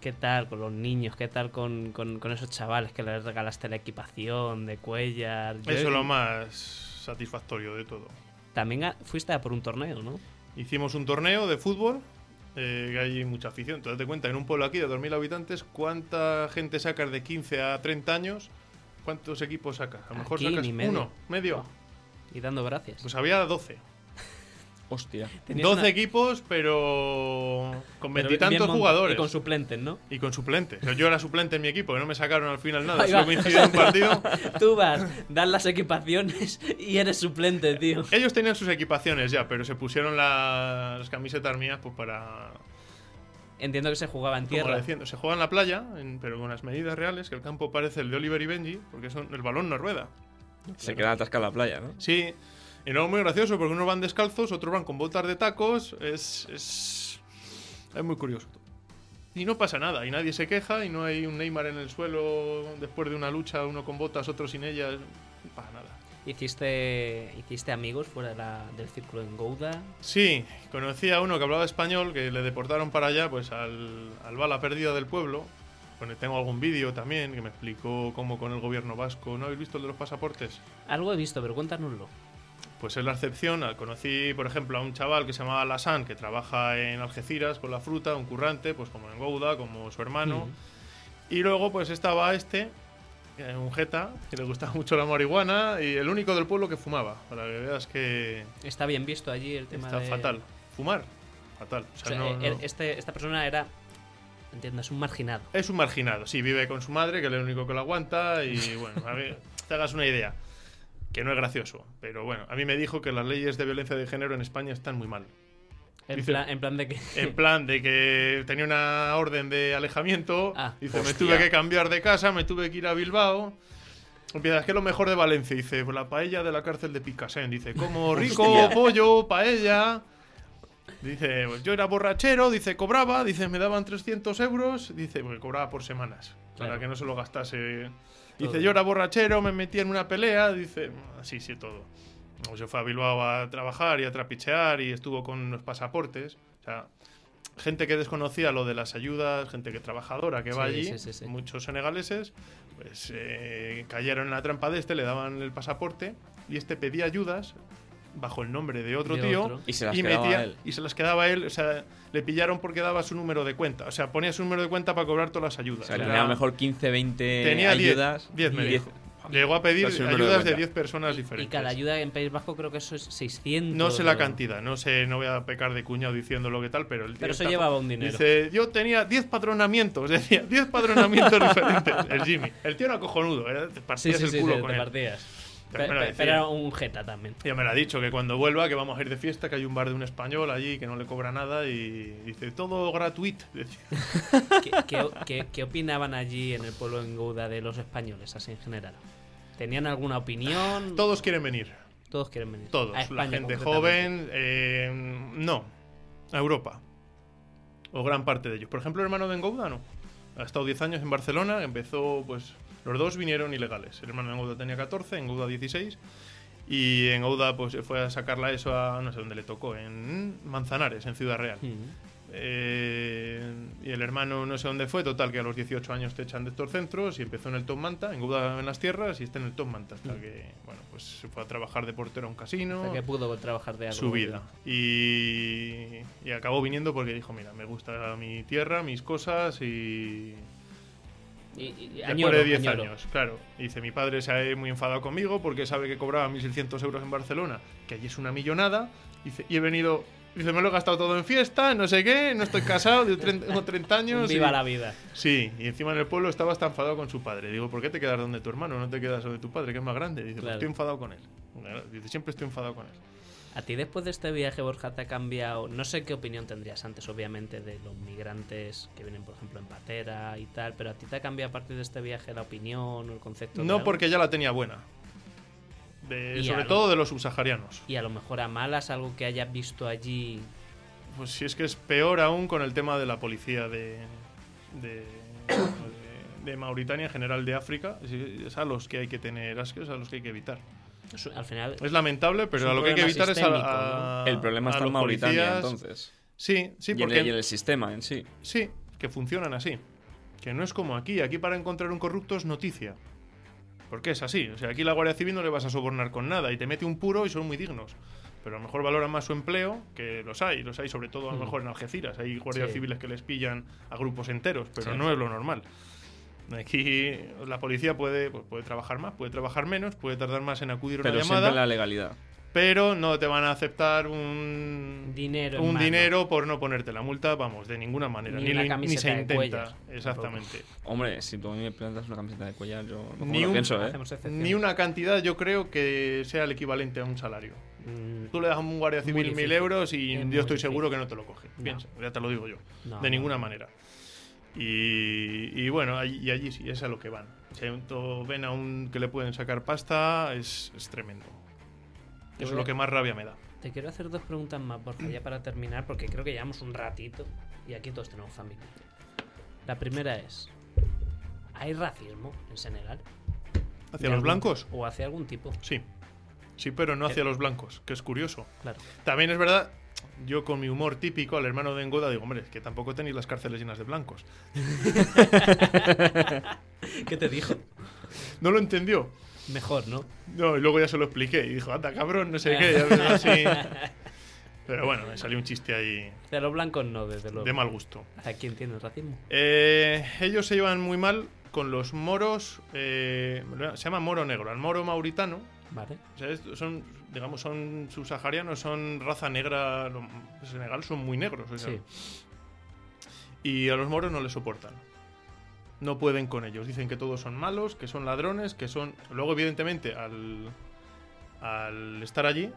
Speaker 4: ¿qué tal con los niños? ¿Qué tal con, con- con esos chavales que les regalaste la equipación de Cuellar? Yo-
Speaker 5: Eso es lo más satisfactorio de todo.
Speaker 4: También a- fuiste a por un torneo, ¿no?
Speaker 5: Hicimos un torneo de fútbol, eh, que hay mucha afición. Tú date cuenta, en un pueblo aquí de 2.000 habitantes, ¿cuánta gente sacas de 15 a 30 años? ¿Cuántos equipos sacas? A lo mejor
Speaker 4: Aquí
Speaker 5: sacas
Speaker 4: ni medio.
Speaker 5: uno, medio.
Speaker 4: Y dando gracias.
Speaker 5: Pues había 12.
Speaker 1: Hostia.
Speaker 4: Tenías
Speaker 5: 12
Speaker 4: una-
Speaker 5: equipos, pero con
Speaker 4: pero
Speaker 5: veintitantos
Speaker 4: bien mon-
Speaker 5: jugadores.
Speaker 4: Y con suplentes, ¿no?
Speaker 5: Y con suplente. O sea, Yo era suplente en mi equipo, que no me sacaron al final nada.
Speaker 4: Ahí
Speaker 5: Solo
Speaker 4: va.
Speaker 5: coincidí en un partido.
Speaker 4: Tú vas, das las equipaciones y eres suplente, tío.
Speaker 5: Ellos tenían sus equipaciones ya, pero se pusieron las, camisetas mías pues para,
Speaker 4: Entiendo que se jugaba en
Speaker 5: Como
Speaker 4: tierra.
Speaker 5: diciendo, se juega en la playa, en- pero con las medidas reales, que el campo parece el de Oliver y Benji, porque son, el balón no rueda.
Speaker 1: Se queda atascada la playa, ¿no?
Speaker 5: Sí, y luego es muy gracioso, porque unos van descalzos, otros van con botas de tacos, es, es... es muy curioso. Y no pasa nada, y nadie se queja, y no hay un Neymar en el suelo después de una lucha, uno con botas, otro sin ellas, no pasa nada.
Speaker 4: Hiciste, hiciste amigos fuera de la- del círculo en Gouda.
Speaker 5: Sí, conocí a uno que hablaba español, que le deportaron para allá, pues al, al bala perdida del pueblo. Bueno, tengo algún vídeo también que me explicó cómo con el gobierno vasco. ¿No habéis visto el de los pasaportes?
Speaker 4: Algo he visto, pero cuéntanoslo.
Speaker 5: Pues es la excepción. Al- Conocí, por ejemplo, a un chaval que se llamaba Lassan, que trabaja en Algeciras con la fruta, un currante, pues como en Gouda, como su hermano. Y luego, pues estaba este, eh, un jeta, que le gustaba mucho la marihuana y el único del pueblo que fumaba. Para que veas que
Speaker 4: Está bien visto allí el tema
Speaker 5: está
Speaker 4: de-
Speaker 5: fatal. Fumar, fatal. O
Speaker 4: O
Speaker 5: sea,
Speaker 4: sea,
Speaker 5: no-
Speaker 4: eh,
Speaker 5: no-
Speaker 4: este- esta persona era, entiendas, un marginado.
Speaker 5: Es un marginado, sí, vive con su madre, que es el único que lo aguanta, y bueno, a ver, te hagas una idea, que no es gracioso, pero bueno, a mí me dijo que las leyes de violencia de género en España están muy mal.
Speaker 4: En,
Speaker 5: Dice-
Speaker 4: pla- en plan de que.
Speaker 5: En plan de que tenía una orden de alejamiento.
Speaker 4: Ah.
Speaker 5: dice, me
Speaker 4: Hostia.
Speaker 5: tuve que cambiar de casa, me tuve que ir a Bilbao. Empieza, es que lo mejor de Valencia, dice, "Pues la paella de la cárcel de Picasen. Dice, como rico, pollo, paella. Dice, pues yo era borrachero, dice, cobraba, dice, me daban 300 euros, dice, porque cobraba por semanas,
Speaker 4: Claro.
Speaker 5: para que no se lo gastase.
Speaker 4: Todo.
Speaker 5: Dice, yo era borrachero, me metí en una pelea, dice, así, sí, todo. O se fue a Bilbao a trabajar y a trapichear y estuvo con unos pasaportes. O sea, gente que desconocía lo de las ayudas, gente que trabajadora que va
Speaker 4: Sí,
Speaker 5: allí,
Speaker 4: sí, sí, sí.
Speaker 5: muchos senegaleses, pues eh, cayeron en la trampa de este, le daban el pasaporte y este pedía ayudas bajo el nombre de otro
Speaker 4: De
Speaker 5: tío
Speaker 4: otro.
Speaker 1: Y se las quedaba él.
Speaker 5: y se las quedaba él, o sea, le pillaron porque daba su número de cuenta, o sea, ponía su número de cuenta para cobrar todas las ayudas.
Speaker 1: O sea, que
Speaker 5: Era-
Speaker 1: tenía a lo mejor 15, 20
Speaker 5: tenía 10,
Speaker 1: ayudas.
Speaker 5: 10 me
Speaker 1: y
Speaker 5: dijo. Llegó a pedir
Speaker 1: O sea, su número de
Speaker 5: ayudas de
Speaker 1: cuenta.
Speaker 5: 10 personas
Speaker 4: Y
Speaker 5: diferentes.
Speaker 4: cada ayuda en País Vasco creo que eso es 600.
Speaker 5: No sé la
Speaker 4: o-
Speaker 5: cantidad, no sé, no voy a pecar de cuñado diciendo lo que tal, pero el tío
Speaker 4: Pero eso
Speaker 5: está-
Speaker 4: llevaba un dinero.
Speaker 5: Dice, yo tenía 10 padronamientos, decía, 10 padronamientos diferentes. El Jimmy, el tío era cojonudo, era- te
Speaker 4: Sí,
Speaker 5: partías
Speaker 4: sí, sí,
Speaker 5: el
Speaker 4: te,
Speaker 5: culo
Speaker 4: te
Speaker 5: con él.
Speaker 4: partías.
Speaker 5: Pero me lo
Speaker 4: Pe- pe-
Speaker 5: decía.
Speaker 4: pero era un jeta también.
Speaker 5: Ya me lo ha dicho, que cuando vuelva, que vamos a ir de fiesta, que hay un bar de un español allí que no le cobra nada y dice, todo gratuito. Decía,
Speaker 4: ¿Qué, qué, qué- qué opinaban allí en el pueblo en Gouda de los españoles, así en general? ¿Tenían alguna opinión?
Speaker 5: Todos quieren venir,
Speaker 4: Todos quieren venir.
Speaker 5: todos.
Speaker 4: A España,
Speaker 5: la gente
Speaker 4: concretamente.
Speaker 5: joven, eh, no, a Europa. O gran parte de ellos. Por ejemplo, el hermano de Engouda, no. Ha estado 10 años en Barcelona, empezó, pues, los dos vinieron ilegales. El hermano de Engouda tenía 14, Engouda 16. Y Engouda, pues, fue a sacarla eso a, no sé dónde le tocó, en Manzanares, en Ciudad Real.
Speaker 4: Mm.
Speaker 5: Eh, y el hermano no sé dónde fue, total, que a los 18 años te echan de estos centros y empezó en el Top Manta, en Guda en las tierras y está en el Top Manta, hasta que, bueno, pues se fue a trabajar de portero a un casino,
Speaker 4: O sea, que pudo trabajar de algo.
Speaker 5: su vida. Y, y acabó viniendo porque dijo, mira, me gusta mi tierra, mis cosas y...
Speaker 4: Y, y- y
Speaker 5: Después
Speaker 4: añoro,
Speaker 5: de 10
Speaker 4: añoro.
Speaker 5: años, claro. Y dice, mi padre se ha eh, muy enfadado conmigo porque sabe que cobraba 1.600 euros en Barcelona, que allí es una millonada. Dice, y he venido... Dice, me lo he gastado todo en fiesta, no sé qué, no estoy casado, digo, "Tren- tengo 30
Speaker 4: Un
Speaker 5: años. y-
Speaker 4: Viva la vida.
Speaker 5: Sí, y encima en el pueblo estaba hasta enfadado con su padre. Digo, ¿por qué te quedas donde tu hermano? No te quedas donde tu padre, que es más grande. Dice,
Speaker 4: Claro.
Speaker 5: pues estoy enfadado con él. Claro, Dice, siempre estoy enfadado con él.
Speaker 4: A ti después de este viaje, Borja, te ha cambiado. No sé qué opinión tendrías antes, obviamente, de los migrantes que vienen, por ejemplo, en patera y tal, pero a ti te ha cambiado a partir de este viaje la opinión o el concepto. de
Speaker 5: No
Speaker 4: algo?
Speaker 5: porque ya la tenía buena. De-
Speaker 4: Y
Speaker 5: sobre
Speaker 4: algo.
Speaker 5: todo de los subsaharianos.
Speaker 4: Y a lo mejor a malas, algo que hayas visto allí.
Speaker 5: Pues si es que es peor aún con el tema de la policía de, de, de- de Mauritania, en general de África. Es- Es a los que hay que tener asco, es a los que hay que evitar.
Speaker 4: Eso, Al final,
Speaker 5: Es lamentable, pero
Speaker 4: Es un
Speaker 5: a lo que hay que
Speaker 4: problema
Speaker 5: evitar es a,
Speaker 4: sistémico,
Speaker 5: a-
Speaker 1: El
Speaker 5: a
Speaker 1: problema está en
Speaker 5: los
Speaker 1: Mauritania,
Speaker 5: policías.
Speaker 1: entonces.
Speaker 5: Sí, sí,
Speaker 1: y, en
Speaker 5: porque
Speaker 1: el, y en el sistema en sí.
Speaker 5: Sí, que funcionan así. Que no es como aquí. Aquí para encontrar un corrupto es noticia. Porque es así. O sea, aquí la Guardia Civil no le vas a sobornar con nada y te mete un puro y son muy dignos. Pero a lo mejor valoran más su empleo, que los hay, los hay sobre todo a lo mejor en Algeciras. Hay guardias
Speaker 4: Sí.
Speaker 5: civiles que les pillan a grupos enteros, pero
Speaker 4: Sí.
Speaker 5: no es lo normal. Aquí la policía puede, pues, puede trabajar más, puede trabajar menos, puede tardar más en acudir a una
Speaker 1: Pero
Speaker 5: llamada,
Speaker 1: siempre la legalidad.
Speaker 5: pero no te van a aceptar un,
Speaker 4: dinero. en
Speaker 5: un
Speaker 4: mano.
Speaker 5: dinero por no ponerte la multa, vamos, de ninguna manera.
Speaker 4: Ni
Speaker 5: Ni,
Speaker 4: una
Speaker 5: lo in- ni
Speaker 4: camiseta
Speaker 5: se
Speaker 4: de
Speaker 5: intenta.
Speaker 4: cuellos,
Speaker 5: exactamente.
Speaker 1: Hombre, si tú a mí me plantas una camiseta de cuellar, yo no
Speaker 5: Ni
Speaker 1: lo
Speaker 5: un-
Speaker 1: pienso, ¿eh?
Speaker 4: Hacemos excepciones.
Speaker 5: Ni una cantidad yo creo que sea el equivalente a un salario.
Speaker 4: Mm,
Speaker 5: Tú le das a un guardia
Speaker 4: Muy
Speaker 5: civil
Speaker 4: difícil.
Speaker 5: mil euros y
Speaker 4: Es muy
Speaker 5: yo estoy
Speaker 4: difícil.
Speaker 5: seguro que no te lo coge.
Speaker 4: No.
Speaker 5: Piensa, ya te lo digo yo.
Speaker 4: No,
Speaker 5: de
Speaker 4: no,
Speaker 5: ninguna
Speaker 4: no.
Speaker 5: manera. Y, y bueno, ahí- y allí sí, es a lo que van. Si hay un to- ven a un que le pueden sacar pasta, es, es tremendo.
Speaker 4: Te
Speaker 5: Eso es
Speaker 4: voy a-
Speaker 5: lo que más rabia me da.
Speaker 4: Te quiero hacer dos preguntas más, Borja, ya para terminar, porque creo que llevamos un ratito y aquí todos tenemos familia. La primera es: ¿hay racismo en Senegal? ¿De
Speaker 5: ¿Hacia los
Speaker 4: algún-
Speaker 5: blancos?
Speaker 4: O hacia algún tipo,
Speaker 5: Sí. Sí, pero no hacia los blancos, que es curioso.
Speaker 4: claro.
Speaker 5: También es verdad, yo con mi humor típico al hermano de Engoda digo, hombre, es que tampoco tenéis las cárceles llenas de blancos.
Speaker 4: ¿Qué te dijo?
Speaker 5: No lo entendió.
Speaker 4: Mejor, ¿no?
Speaker 5: No, y luego ya se lo expliqué y dijo, anda, cabrón, no sé qué, ya ves, así. Pero bueno, me salió un chiste ahí
Speaker 4: De los blancos no, desde luego.
Speaker 5: de mal gusto.
Speaker 4: ¿Hacia quién tiene racismo?
Speaker 5: Eh, ellos se llevan muy mal con los moros, eh, se llama moro negro, al moro mauritano.
Speaker 4: Vale.
Speaker 5: O sea, estos son, digamos, son subsaharianos, son raza negra. lo- pues, En Senegal son muy negros. o sea,
Speaker 4: Sí.
Speaker 5: y a los moros no les soportan. No pueden con ellos. Dicen que todos son malos, que son ladrones, que son. Luego, evidentemente, al, al estar allí,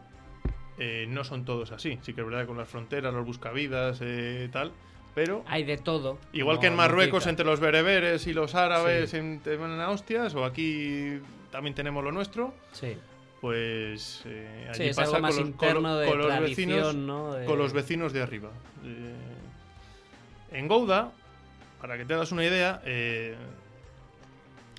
Speaker 5: eh, no son todos así. Sí que es verdad que con las fronteras, los buscavidas, eh, tal, pero
Speaker 4: Hay de todo.
Speaker 5: igual
Speaker 4: No,
Speaker 5: que en
Speaker 4: no
Speaker 5: Marruecos
Speaker 4: quita.
Speaker 5: entre los bereberes y los árabes en, te van a hostias, o aquí también tenemos lo nuestro,
Speaker 4: Sí.
Speaker 5: pues eh,
Speaker 4: Sí,
Speaker 5: allí
Speaker 4: es
Speaker 5: pasa
Speaker 4: algo
Speaker 5: con
Speaker 4: más
Speaker 5: los, con
Speaker 4: interno
Speaker 5: lo-
Speaker 4: de
Speaker 5: con los
Speaker 4: tradición,
Speaker 5: vecinos
Speaker 4: ¿no? De-
Speaker 5: con los vecinos de arriba. Eh, en Gouda, para que te hagas una idea, eh,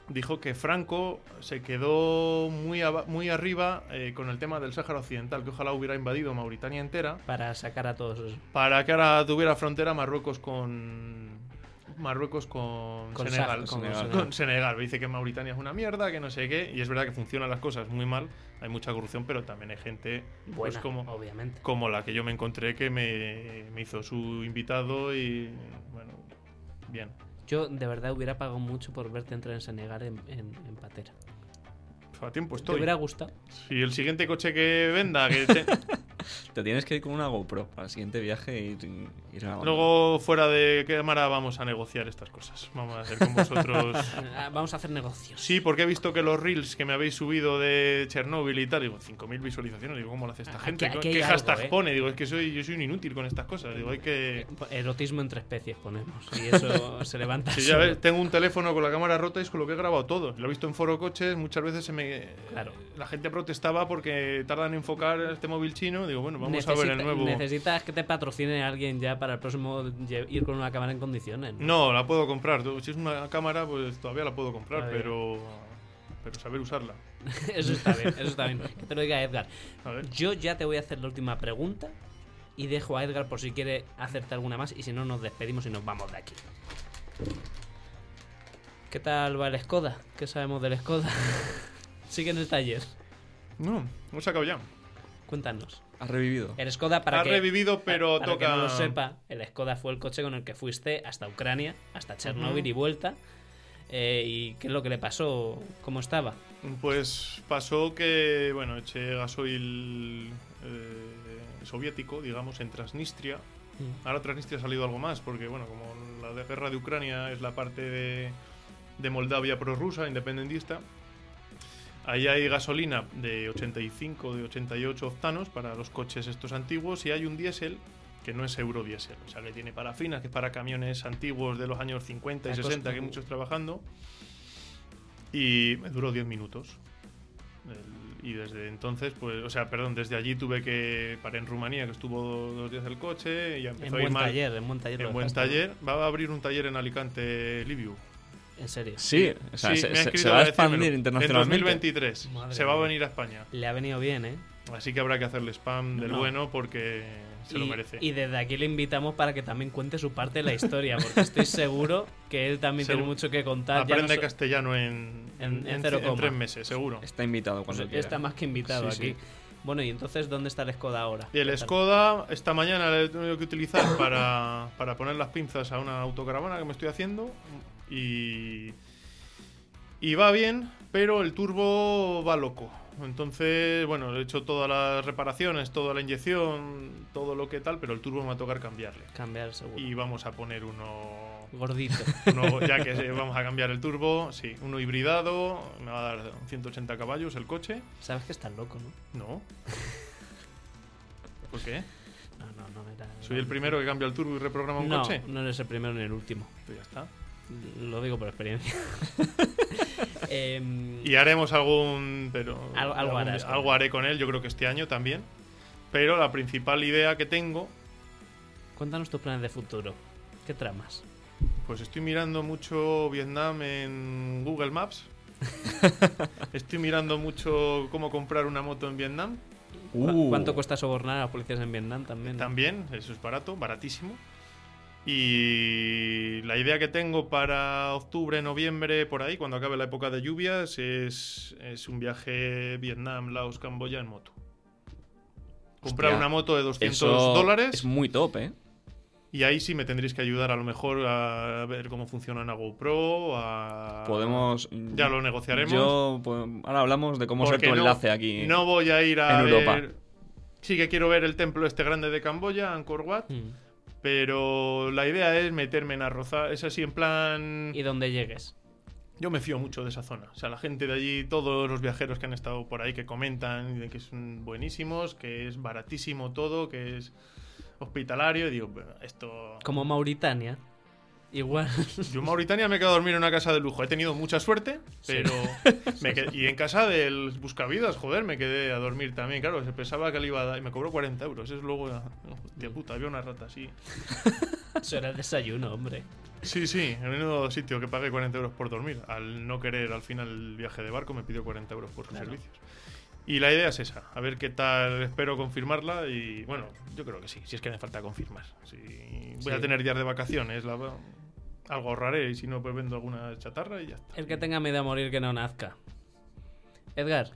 Speaker 5: dijo que Franco se quedó muy, aba- muy arriba eh, con el tema del Sáhara Occidental, que ojalá hubiera invadido Mauritania entera,
Speaker 4: Para sacar a todos esos-
Speaker 5: para que ahora tuviera frontera Marruecos con... Marruecos con,
Speaker 4: Con
Speaker 5: Senegal.
Speaker 4: Sah- con
Speaker 5: Senegal.
Speaker 4: Senegal.
Speaker 5: Con Senegal. Dice que Mauritania es una mierda, que no sé qué. Y es verdad que funcionan las cosas muy mal. Hay mucha corrupción, pero también hay gente pues,
Speaker 4: Buena,
Speaker 5: como,
Speaker 4: obviamente.
Speaker 5: como la que yo me encontré que me, me hizo su invitado y bueno, bien.
Speaker 4: Yo de verdad hubiera pagado mucho por verte entrar en Senegal en, en- en patera.
Speaker 5: Pues a tiempo
Speaker 4: ¿Te
Speaker 5: estoy.
Speaker 4: hubiera gustado?
Speaker 5: Si el siguiente coche que venda, que te-
Speaker 1: Te tienes que ir con una GoPro para el siguiente viaje y ir, ir grabando.
Speaker 5: luego fuera de cámara vamos a negociar estas cosas. Vamos a hacer con vosotros.
Speaker 4: Ah, Vamos a hacer negocios.
Speaker 5: Sí, porque he visto que los reels que me habéis subido de Chernóbil y tal, digo, 5.000 visualizaciones, digo, ¿cómo lo hace esta
Speaker 4: Aquí-
Speaker 5: gente?
Speaker 4: aquí hay
Speaker 5: ¿Qué
Speaker 4: algo,
Speaker 5: hashtag
Speaker 4: eh.
Speaker 5: pone? Digo, es que soy, yo soy un inútil con estas cosas. Digo, hay que...
Speaker 4: Erotismo entre especies ponemos. Y eso se levanta.
Speaker 5: Sí, ya
Speaker 4: solo.
Speaker 5: ves, tengo un teléfono con la cámara rota y es con lo que he grabado todo. Lo he visto en foro coches, muchas veces se me.
Speaker 4: Claro.
Speaker 5: La gente protestaba porque tardan en enfocar este móvil chino. Digo, bueno, vamos a ver
Speaker 4: Necesita-
Speaker 5: el nuevo.
Speaker 4: Necesitas que te patrocine alguien ya para el próximo lle- ir con una cámara en condiciones. ¿no?
Speaker 5: No, la puedo comprar. Tú, Si es una cámara, pues todavía la puedo comprar,
Speaker 4: Está bien.
Speaker 5: pero. Pero saber usarla.
Speaker 4: Eso está bien, eso está bien. Que te lo diga Edgar.
Speaker 5: A ver.
Speaker 4: Yo ya te voy a hacer la última pregunta y dejo a Edgar por si quiere hacerte alguna más y si no nos despedimos y nos vamos de aquí. ¿Qué tal va el Skoda? ¿Qué sabemos del Skoda? Sigue en el taller.
Speaker 5: No, hemos sacado ya.
Speaker 4: Cuéntanos.
Speaker 1: Has revivido.
Speaker 4: El Skoda para
Speaker 5: Ha
Speaker 4: que
Speaker 5: revivido, pero
Speaker 4: para que
Speaker 5: toca-
Speaker 4: no lo sepa, el Skoda fue el coche con el que fuiste hasta Ucrania, hasta Chernóbil y vuelta. Eh, ¿Y qué es lo que le pasó? ¿Cómo estaba?
Speaker 5: Pues pasó que, bueno, eché gasoil eh, soviético, digamos, en Transnistria. Ahora Transnistria ha salido algo más, porque, bueno, como la de- guerra de Ucrania es la parte de, de Moldavia prorrusa, independentista, ahí hay gasolina de 85, de 88 octanos para los coches estos antiguos y hay un diésel que no es eurodiesel, o sea, que tiene parafinas, que es para camiones antiguos de los años 50 y
Speaker 4: La
Speaker 5: 60
Speaker 4: cosa-
Speaker 5: que hay muchos trabajando. Y me duró 10 minutos. El- Y desde entonces, pues, o sea, perdón, desde allí tuve que parar en Rumanía, que estuvo dos días el coche y ya
Speaker 4: En
Speaker 5: empezó a ir
Speaker 4: buen
Speaker 5: mal.
Speaker 4: taller, en buen taller. lo
Speaker 5: En buen
Speaker 4: dejaste, ¿no?
Speaker 5: taller. Va a abrir un taller en Alicante, Libiu.
Speaker 4: En serio.
Speaker 1: Sí, o sea,
Speaker 5: Sí,
Speaker 1: se,
Speaker 5: me ha
Speaker 1: se-
Speaker 5: escrito
Speaker 1: se va a
Speaker 5: decírmelo.
Speaker 1: expandir internacionalmente.
Speaker 5: En 2023
Speaker 4: Madre
Speaker 5: se va a
Speaker 4: mía.
Speaker 5: venir a España.
Speaker 4: Le ha venido bien, ¿eh?
Speaker 5: Así que habrá que hacerle spam del
Speaker 4: No.
Speaker 5: bueno porque se lo
Speaker 4: Y-
Speaker 5: merece.
Speaker 4: Y desde aquí le invitamos para que también cuente su parte de la historia, porque estoy seguro que él también
Speaker 5: Segu-
Speaker 4: tiene mucho que contar. ya no
Speaker 5: Aprende
Speaker 4: so-
Speaker 5: castellano en,
Speaker 4: En- en
Speaker 5: en-
Speaker 4: cero
Speaker 5: en
Speaker 4: coma.
Speaker 5: tres meses, seguro.
Speaker 1: Está invitado
Speaker 4: pues
Speaker 1: cuando
Speaker 4: está
Speaker 1: quiera.
Speaker 4: más que invitado
Speaker 1: Sí,
Speaker 4: aquí.
Speaker 1: sí.
Speaker 4: Bueno, y entonces, ¿dónde está el Skoda ahora?
Speaker 5: Y el
Speaker 4: ¿Qué tal?
Speaker 5: Skoda, esta mañana lo he tenido que utilizar para, para poner las pinzas a una autocaravana que me estoy haciendo. Y. Y va bien, pero el turbo va loco. Entonces, bueno, he hecho todas las reparaciones, toda la inyección, todo lo que tal, pero el turbo me va a tocar cambiarle.
Speaker 4: Cambiar seguro.
Speaker 5: Y vamos a poner uno.
Speaker 4: Gordito.
Speaker 5: uno- ya que eh, vamos a cambiar el turbo, sí, uno hibridado, me va a dar 180 caballos el coche.
Speaker 4: Sabes que estás loco, ¿no?
Speaker 5: No. ¿Por qué?
Speaker 4: No, no, no. Era,
Speaker 5: ¿Soy el primero que cambia el turbo y reprograma un
Speaker 4: no,
Speaker 5: coche?
Speaker 4: No eres el primero ni el último.
Speaker 5: Pues ya está.
Speaker 4: Lo digo por experiencia. Em,
Speaker 5: Y haremos algún. Pero,
Speaker 4: Algo- algo
Speaker 5: algún-
Speaker 4: harás con
Speaker 5: algo
Speaker 4: él.
Speaker 5: haré con él, yo creo que este año también. Pero la principal idea que tengo,
Speaker 4: Cuéntanos tus planes de futuro. ¿Qué tramas?
Speaker 5: pues estoy mirando mucho Vietnam en Google Maps. estoy mirando mucho cómo comprar una moto en Vietnam.
Speaker 4: ¿Cu-
Speaker 1: Uh,
Speaker 4: ¿Cuánto cuesta sobornar a las policías en Vietnam también? no?
Speaker 5: También, eso es barato, baratísimo. Y la idea que tengo para octubre, noviembre, por ahí, cuando acabe la época de lluvias, es, es un viaje Vietnam, Laos, Camboya en moto. Comprar
Speaker 1: Hostia,
Speaker 5: una moto de 200
Speaker 1: eso
Speaker 5: dólares
Speaker 1: Es muy top, ¿eh?
Speaker 5: y ahí sí me tendréis que ayudar a lo mejor a ver cómo funciona una GoPro, a...
Speaker 1: Podemos.
Speaker 5: Ah, Ya lo negociaremos.
Speaker 1: Yo, pues, ahora hablamos de cómo ser
Speaker 5: Porque
Speaker 1: tu
Speaker 5: no-
Speaker 1: enlace aquí.
Speaker 5: No voy a ir a
Speaker 1: en
Speaker 5: ver...
Speaker 1: Europa.
Speaker 5: Sí que quiero ver el templo este grande de Camboya, Angkor Wat.
Speaker 4: Mm.
Speaker 5: Pero la idea es meterme en arroza. Es así en plan.
Speaker 4: Y donde llegues.
Speaker 5: Yo me fío mucho de esa zona. O sea, la gente de allí, todos los viajeros que han estado por ahí, que comentan de que son buenísimos, que es baratísimo todo, que es hospitalario. Y digo, "Bueno, esto.
Speaker 4: Como Mauritania. Igual.
Speaker 5: Yo en Mauritania me he quedado a dormir en una casa de lujo. He tenido mucha suerte, pero. me qued- Y en casa del Buscavidas, joder, me quedé a dormir también. Claro, se pensaba que le iba a dar. Y me cobró 40 euros. Es luego. Hostia puta, había una rata así.
Speaker 4: Eso era el desayuno, hombre.
Speaker 5: Sí, sí, en el único sitio que pagué 40 euros por dormir. Al no querer al final el viaje de barco, me pidió 40 euros por sus servicios. Y la idea es esa, a ver qué tal, espero confirmarla y bueno, yo creo que sí, si es que me falta confirmar. Si voy a tener días de vacaciones, la- algo ahorraré y si no, pues vendo alguna chatarra y ya está.
Speaker 4: El que tenga miedo a morir que no nazca. Edgar,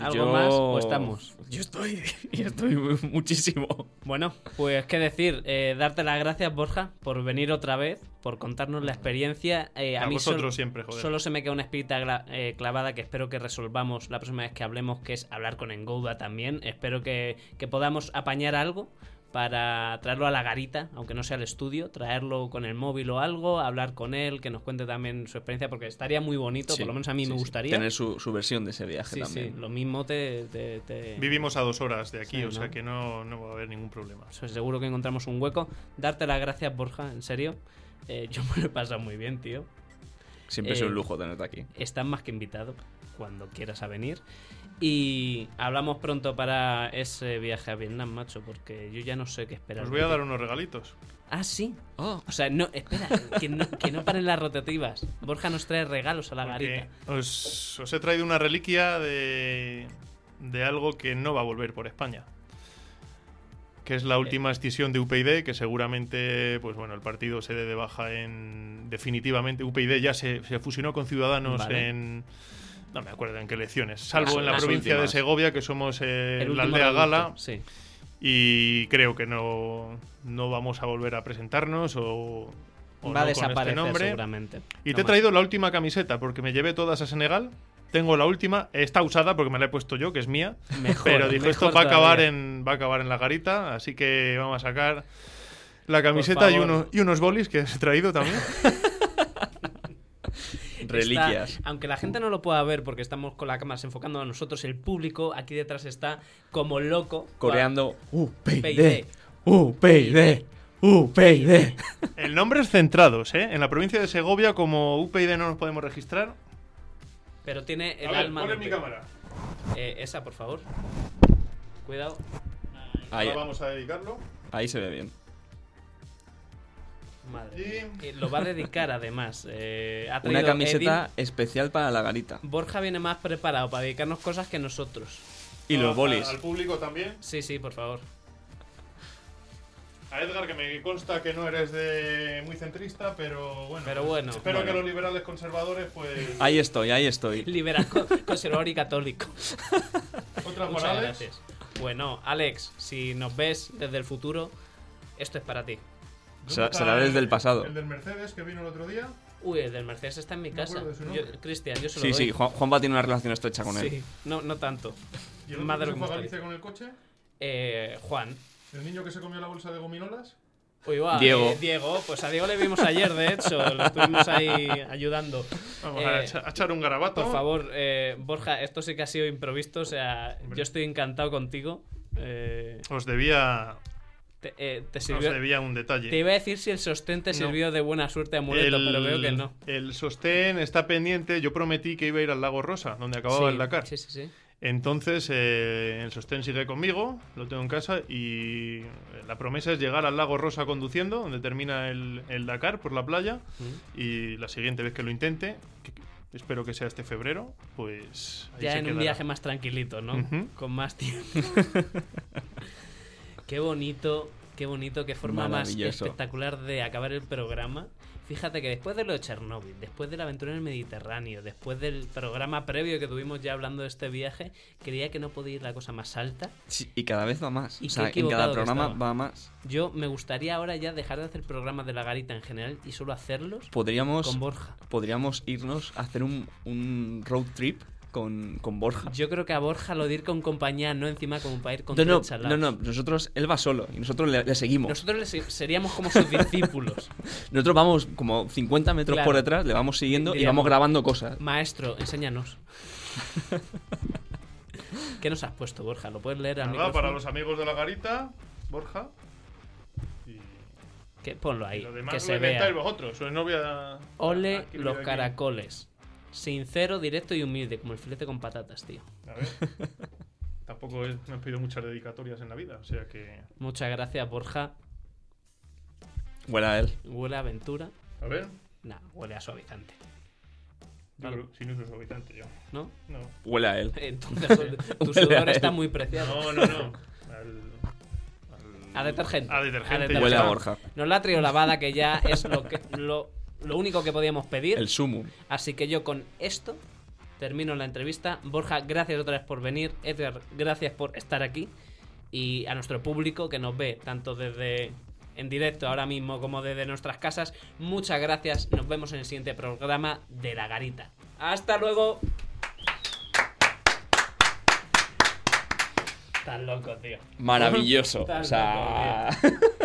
Speaker 4: ¿algo
Speaker 1: Yo-
Speaker 4: más o estamos?
Speaker 1: Yo estoy, yo estoy muchísimo.
Speaker 4: Bueno, pues qué decir, Eh, darte las gracias Borja por venir otra vez, por contarnos la experiencia. Eh, a,
Speaker 5: A
Speaker 4: mí sol-
Speaker 5: vosotros siempre, joder.
Speaker 4: solo se me queda una espirita gla- eh, clavada que espero que resolvamos la próxima vez que hablemos, que es hablar con Engouda también. Espero que, que podamos apañar algo para traerlo a la garita, aunque no sea al estudio, traerlo con el móvil o algo, hablar con él, que nos cuente también su experiencia, porque estaría muy bonito, por lo menos a mí me gustaría.
Speaker 1: Tener su, su versión de ese viaje
Speaker 4: Sí, sí,
Speaker 1: también.
Speaker 4: lo mismo te... te- te-
Speaker 5: Vivimos a dos horas de aquí,
Speaker 4: Sí,
Speaker 5: o sea
Speaker 4: ¿no?
Speaker 5: que no, no va a haber ningún problema.
Speaker 4: Eso, seguro que encontramos un hueco. Darte las gracias, Borja, en serio. Eh, yo me lo he pasado muy bien, tío.
Speaker 1: Siempre es
Speaker 4: Eh,
Speaker 1: un lujo tenerte aquí.
Speaker 4: Estás más que invitado cuando quieras a venir. Y hablamos pronto para ese viaje a Vietnam, macho, porque yo ya no sé qué esperar.
Speaker 5: Os Pues voy a dar unos regalitos.
Speaker 4: Ah, sí. O sea, no, espera, que no, que no paren las rotativas. Borja nos trae regalos a la
Speaker 5: Porque
Speaker 4: garita.
Speaker 5: os, os he traído una reliquia de, de algo que no va a volver por España. Que es la última escisión de UPyD, que seguramente, pues bueno, el partido se dé de baja en. Definitivamente, UPyD ya se, se fusionó con Ciudadanos
Speaker 4: Vale.
Speaker 5: en. No me acuerdo en qué elecciones, salvo en la
Speaker 1: las
Speaker 5: provincia
Speaker 1: últimas.
Speaker 5: de Segovia, que somos eh,
Speaker 4: El último
Speaker 5: la aldea
Speaker 4: reducto,
Speaker 5: gala,
Speaker 4: Sí.
Speaker 5: y creo que no, no vamos a volver a presentarnos o. o
Speaker 4: Va a
Speaker 5: no con este
Speaker 4: desaparecer
Speaker 5: nombre.
Speaker 4: seguramente.
Speaker 5: Y
Speaker 4: No
Speaker 5: te he
Speaker 4: más.
Speaker 5: traído la última camiseta porque me llevé todas a Senegal. Tengo la última, está usada porque me la he puesto yo, que es mía.
Speaker 4: Mejor,
Speaker 5: pero dijo, esto
Speaker 4: mejor
Speaker 5: va a, acabar
Speaker 4: todavía.
Speaker 5: en, va a acabar en la garita, así que vamos a sacar la
Speaker 4: Por
Speaker 5: camiseta y
Speaker 4: favor.
Speaker 5: unos, y unos bolis que he traído también.
Speaker 1: Reliquias.
Speaker 4: Está- aunque la gente no lo pueda ver porque estamos con la cámara enfocando a nosotros, el público aquí detrás está como loco.
Speaker 1: Coreando uh,
Speaker 4: P.I.D.,
Speaker 1: UPyD, UPyD, UPyD.
Speaker 5: El nombre es Centrados, ¿eh? En la provincia de Segovia, como UPyD no nos podemos registrar.
Speaker 4: Pero tiene el
Speaker 5: A ver,
Speaker 4: alma.
Speaker 5: pon en
Speaker 4: de-
Speaker 5: mi cámara.
Speaker 4: Eh, esa, por favor. Cuidado. Ah,
Speaker 1: Ahí,
Speaker 5: Ahora vamos a dedicarlo.
Speaker 1: ahí se ve bien.
Speaker 4: Madre. mía. Eh, Lo va a dedicar además. Eh, ha
Speaker 1: Una
Speaker 4: traído
Speaker 1: camiseta
Speaker 4: Edil.
Speaker 1: especial para la garita.
Speaker 4: Borja viene más preparado para dedicarnos cosas que nosotros. Ah,
Speaker 1: Y
Speaker 5: A-
Speaker 1: los bolis.
Speaker 5: Al público también.
Speaker 4: Sí, sí, por favor.
Speaker 5: A Edgar, que me consta que no eres de muy centrista, pero bueno.
Speaker 4: Pero bueno.
Speaker 5: Espero
Speaker 1: Bueno.
Speaker 5: que los liberales conservadores, pues.
Speaker 1: Ahí estoy, ahí estoy.
Speaker 4: Liberal, conservador y católico.
Speaker 5: Otras
Speaker 4: Muchas
Speaker 5: morales.
Speaker 4: gracias. Bueno, Alex, si nos ves desde el futuro, esto es para ti.
Speaker 5: ¿Dónde
Speaker 1: Será-
Speaker 5: está
Speaker 1: será
Speaker 5: el-
Speaker 1: desde el pasado.
Speaker 5: El del Mercedes que vino el otro día.
Speaker 4: Uy, el del Mercedes está en mi casa.
Speaker 5: acuerdo de su
Speaker 4: Yo-
Speaker 5: nombre.
Speaker 4: Cristian, yo se lo
Speaker 1: Sí,
Speaker 4: doy.
Speaker 1: sí, eh. Juan, Juanpa tiene una relación estrecha con él.
Speaker 4: Sí, no, no tanto.
Speaker 5: Y el otro
Speaker 4: Madre
Speaker 5: que se
Speaker 4: mía,
Speaker 5: fue
Speaker 4: está
Speaker 5: a Galicia con el coche.
Speaker 4: Eh, Juan.
Speaker 5: El niño que se comió la bolsa de gominolas.
Speaker 4: Uy, va,
Speaker 1: Diego.
Speaker 4: eh, Diego, pues a Diego le vimos ayer, de hecho, lo estuvimos ahí ayudando.
Speaker 5: Vamos
Speaker 4: Eh,
Speaker 5: a, echa- a echar un garabato.
Speaker 4: Por favor, eh, Borja, esto sí que ha sido improvisto, o sea, yo estoy encantado contigo. Eh,
Speaker 5: Os debía,
Speaker 4: te, eh, te
Speaker 5: os
Speaker 4: sirvió.
Speaker 5: debía un detalle.
Speaker 4: Te iba a decir si el sostén te
Speaker 5: No.
Speaker 4: sirvió de buena suerte de amuleto, pero veo que no.
Speaker 5: el sostén está pendiente. Yo prometí que iba a ir al Lago Rosa, donde acababa
Speaker 4: Sí,
Speaker 5: el Dakar.
Speaker 4: Sí, sí, sí.
Speaker 5: Entonces, eh, el sostén sigue conmigo, lo tengo en casa y eh, la promesa es llegar al lago Rosa conduciendo, donde termina el, el Dakar por la playa. Y la siguiente vez que lo intente, que- que espero que sea este febrero, pues... ahí
Speaker 4: Ya
Speaker 5: se
Speaker 4: en un
Speaker 5: quedará.
Speaker 4: viaje más tranquilito, ¿no?
Speaker 5: Ujú.
Speaker 4: Con más tiempo. qué bonito, qué bonito, qué forma más
Speaker 1: Maravilloso.
Speaker 4: espectacular de acabar el programa. Fíjate que después de lo de Chernóbil, después de la aventura en el Mediterráneo, después del programa previo que tuvimos ya hablando de este viaje, creía que no podía ir la cosa más alta.
Speaker 1: Sí, y cada vez va más.
Speaker 4: Y
Speaker 1: O
Speaker 4: qué
Speaker 1: sea, en
Speaker 4: equivocado
Speaker 1: cada
Speaker 4: que
Speaker 1: programa
Speaker 4: estaba.
Speaker 1: va más.
Speaker 4: Yo me gustaría ahora ya dejar de hacer programas de la garita en general y solo hacerlos
Speaker 1: Podríamos,
Speaker 4: con Borja.
Speaker 1: podríamos irnos a hacer un, un road trip con, con Borja.
Speaker 4: Yo creo que a Borja lo de ir con compañía, no encima como para ir con
Speaker 1: No, no,
Speaker 4: tres chalaos.
Speaker 1: no, no, nosotros, él va solo y nosotros le, le seguimos.
Speaker 4: Nosotros le se- seríamos como sus discípulos.
Speaker 1: Nosotros vamos como 50 metros
Speaker 4: Claro.
Speaker 1: por detrás, le vamos siguiendo y
Speaker 4: Diríamos-
Speaker 1: vamos grabando cosas.
Speaker 4: Maestro, enséñanos. ¿Qué nos has puesto, Borja? ¿Lo puedes leer al
Speaker 5: Nada, para
Speaker 4: micrófono?
Speaker 5: los amigos de la garita, Borja. Y
Speaker 4: Que- ponlo ahí,
Speaker 5: lo demás
Speaker 4: que
Speaker 5: lo
Speaker 4: se
Speaker 5: inventáis
Speaker 4: vea.
Speaker 5: vosotros. Sois novia.
Speaker 4: Ole
Speaker 5: Aquí,
Speaker 4: los
Speaker 5: aquí.
Speaker 4: caracoles. Sincero, directo y humilde, como el filete con patatas, tío.
Speaker 5: A ver. Tampoco he- me has pedido muchas dedicatorias en la vida, o sea que.
Speaker 4: Muchas gracias, Borja.
Speaker 1: Huele a él.
Speaker 4: Huele a aventura.
Speaker 5: A ver.
Speaker 4: Nah, huele a suavizante,
Speaker 5: Yo
Speaker 4: Vale.
Speaker 5: creo- sin uso suavizante, yo.
Speaker 4: ¿no?
Speaker 5: No.
Speaker 1: Huele a él.
Speaker 4: Entonces, tu
Speaker 1: Huele a
Speaker 4: sudor
Speaker 1: él.
Speaker 4: está muy preciado.
Speaker 5: No, no, no. Al- al-
Speaker 4: A detergente.
Speaker 5: A detergente.
Speaker 4: A
Speaker 1: Huele a
Speaker 4: detergente.
Speaker 1: Borja.
Speaker 4: Nos la ha traído lavada, que ya es lo, que, lo, lo único que podíamos pedir.
Speaker 1: El sumo.
Speaker 4: Así que yo con esto termino la entrevista. Borja, gracias otra vez por venir. Edgar, gracias por estar aquí. Y a nuestro público que nos ve tanto desde en directo ahora mismo como desde nuestras casas, muchas gracias. Nos vemos en el siguiente programa de La Garita. Hasta luego. Estás loco, tío.
Speaker 1: Maravilloso.
Speaker 4: Tan
Speaker 1: o sea.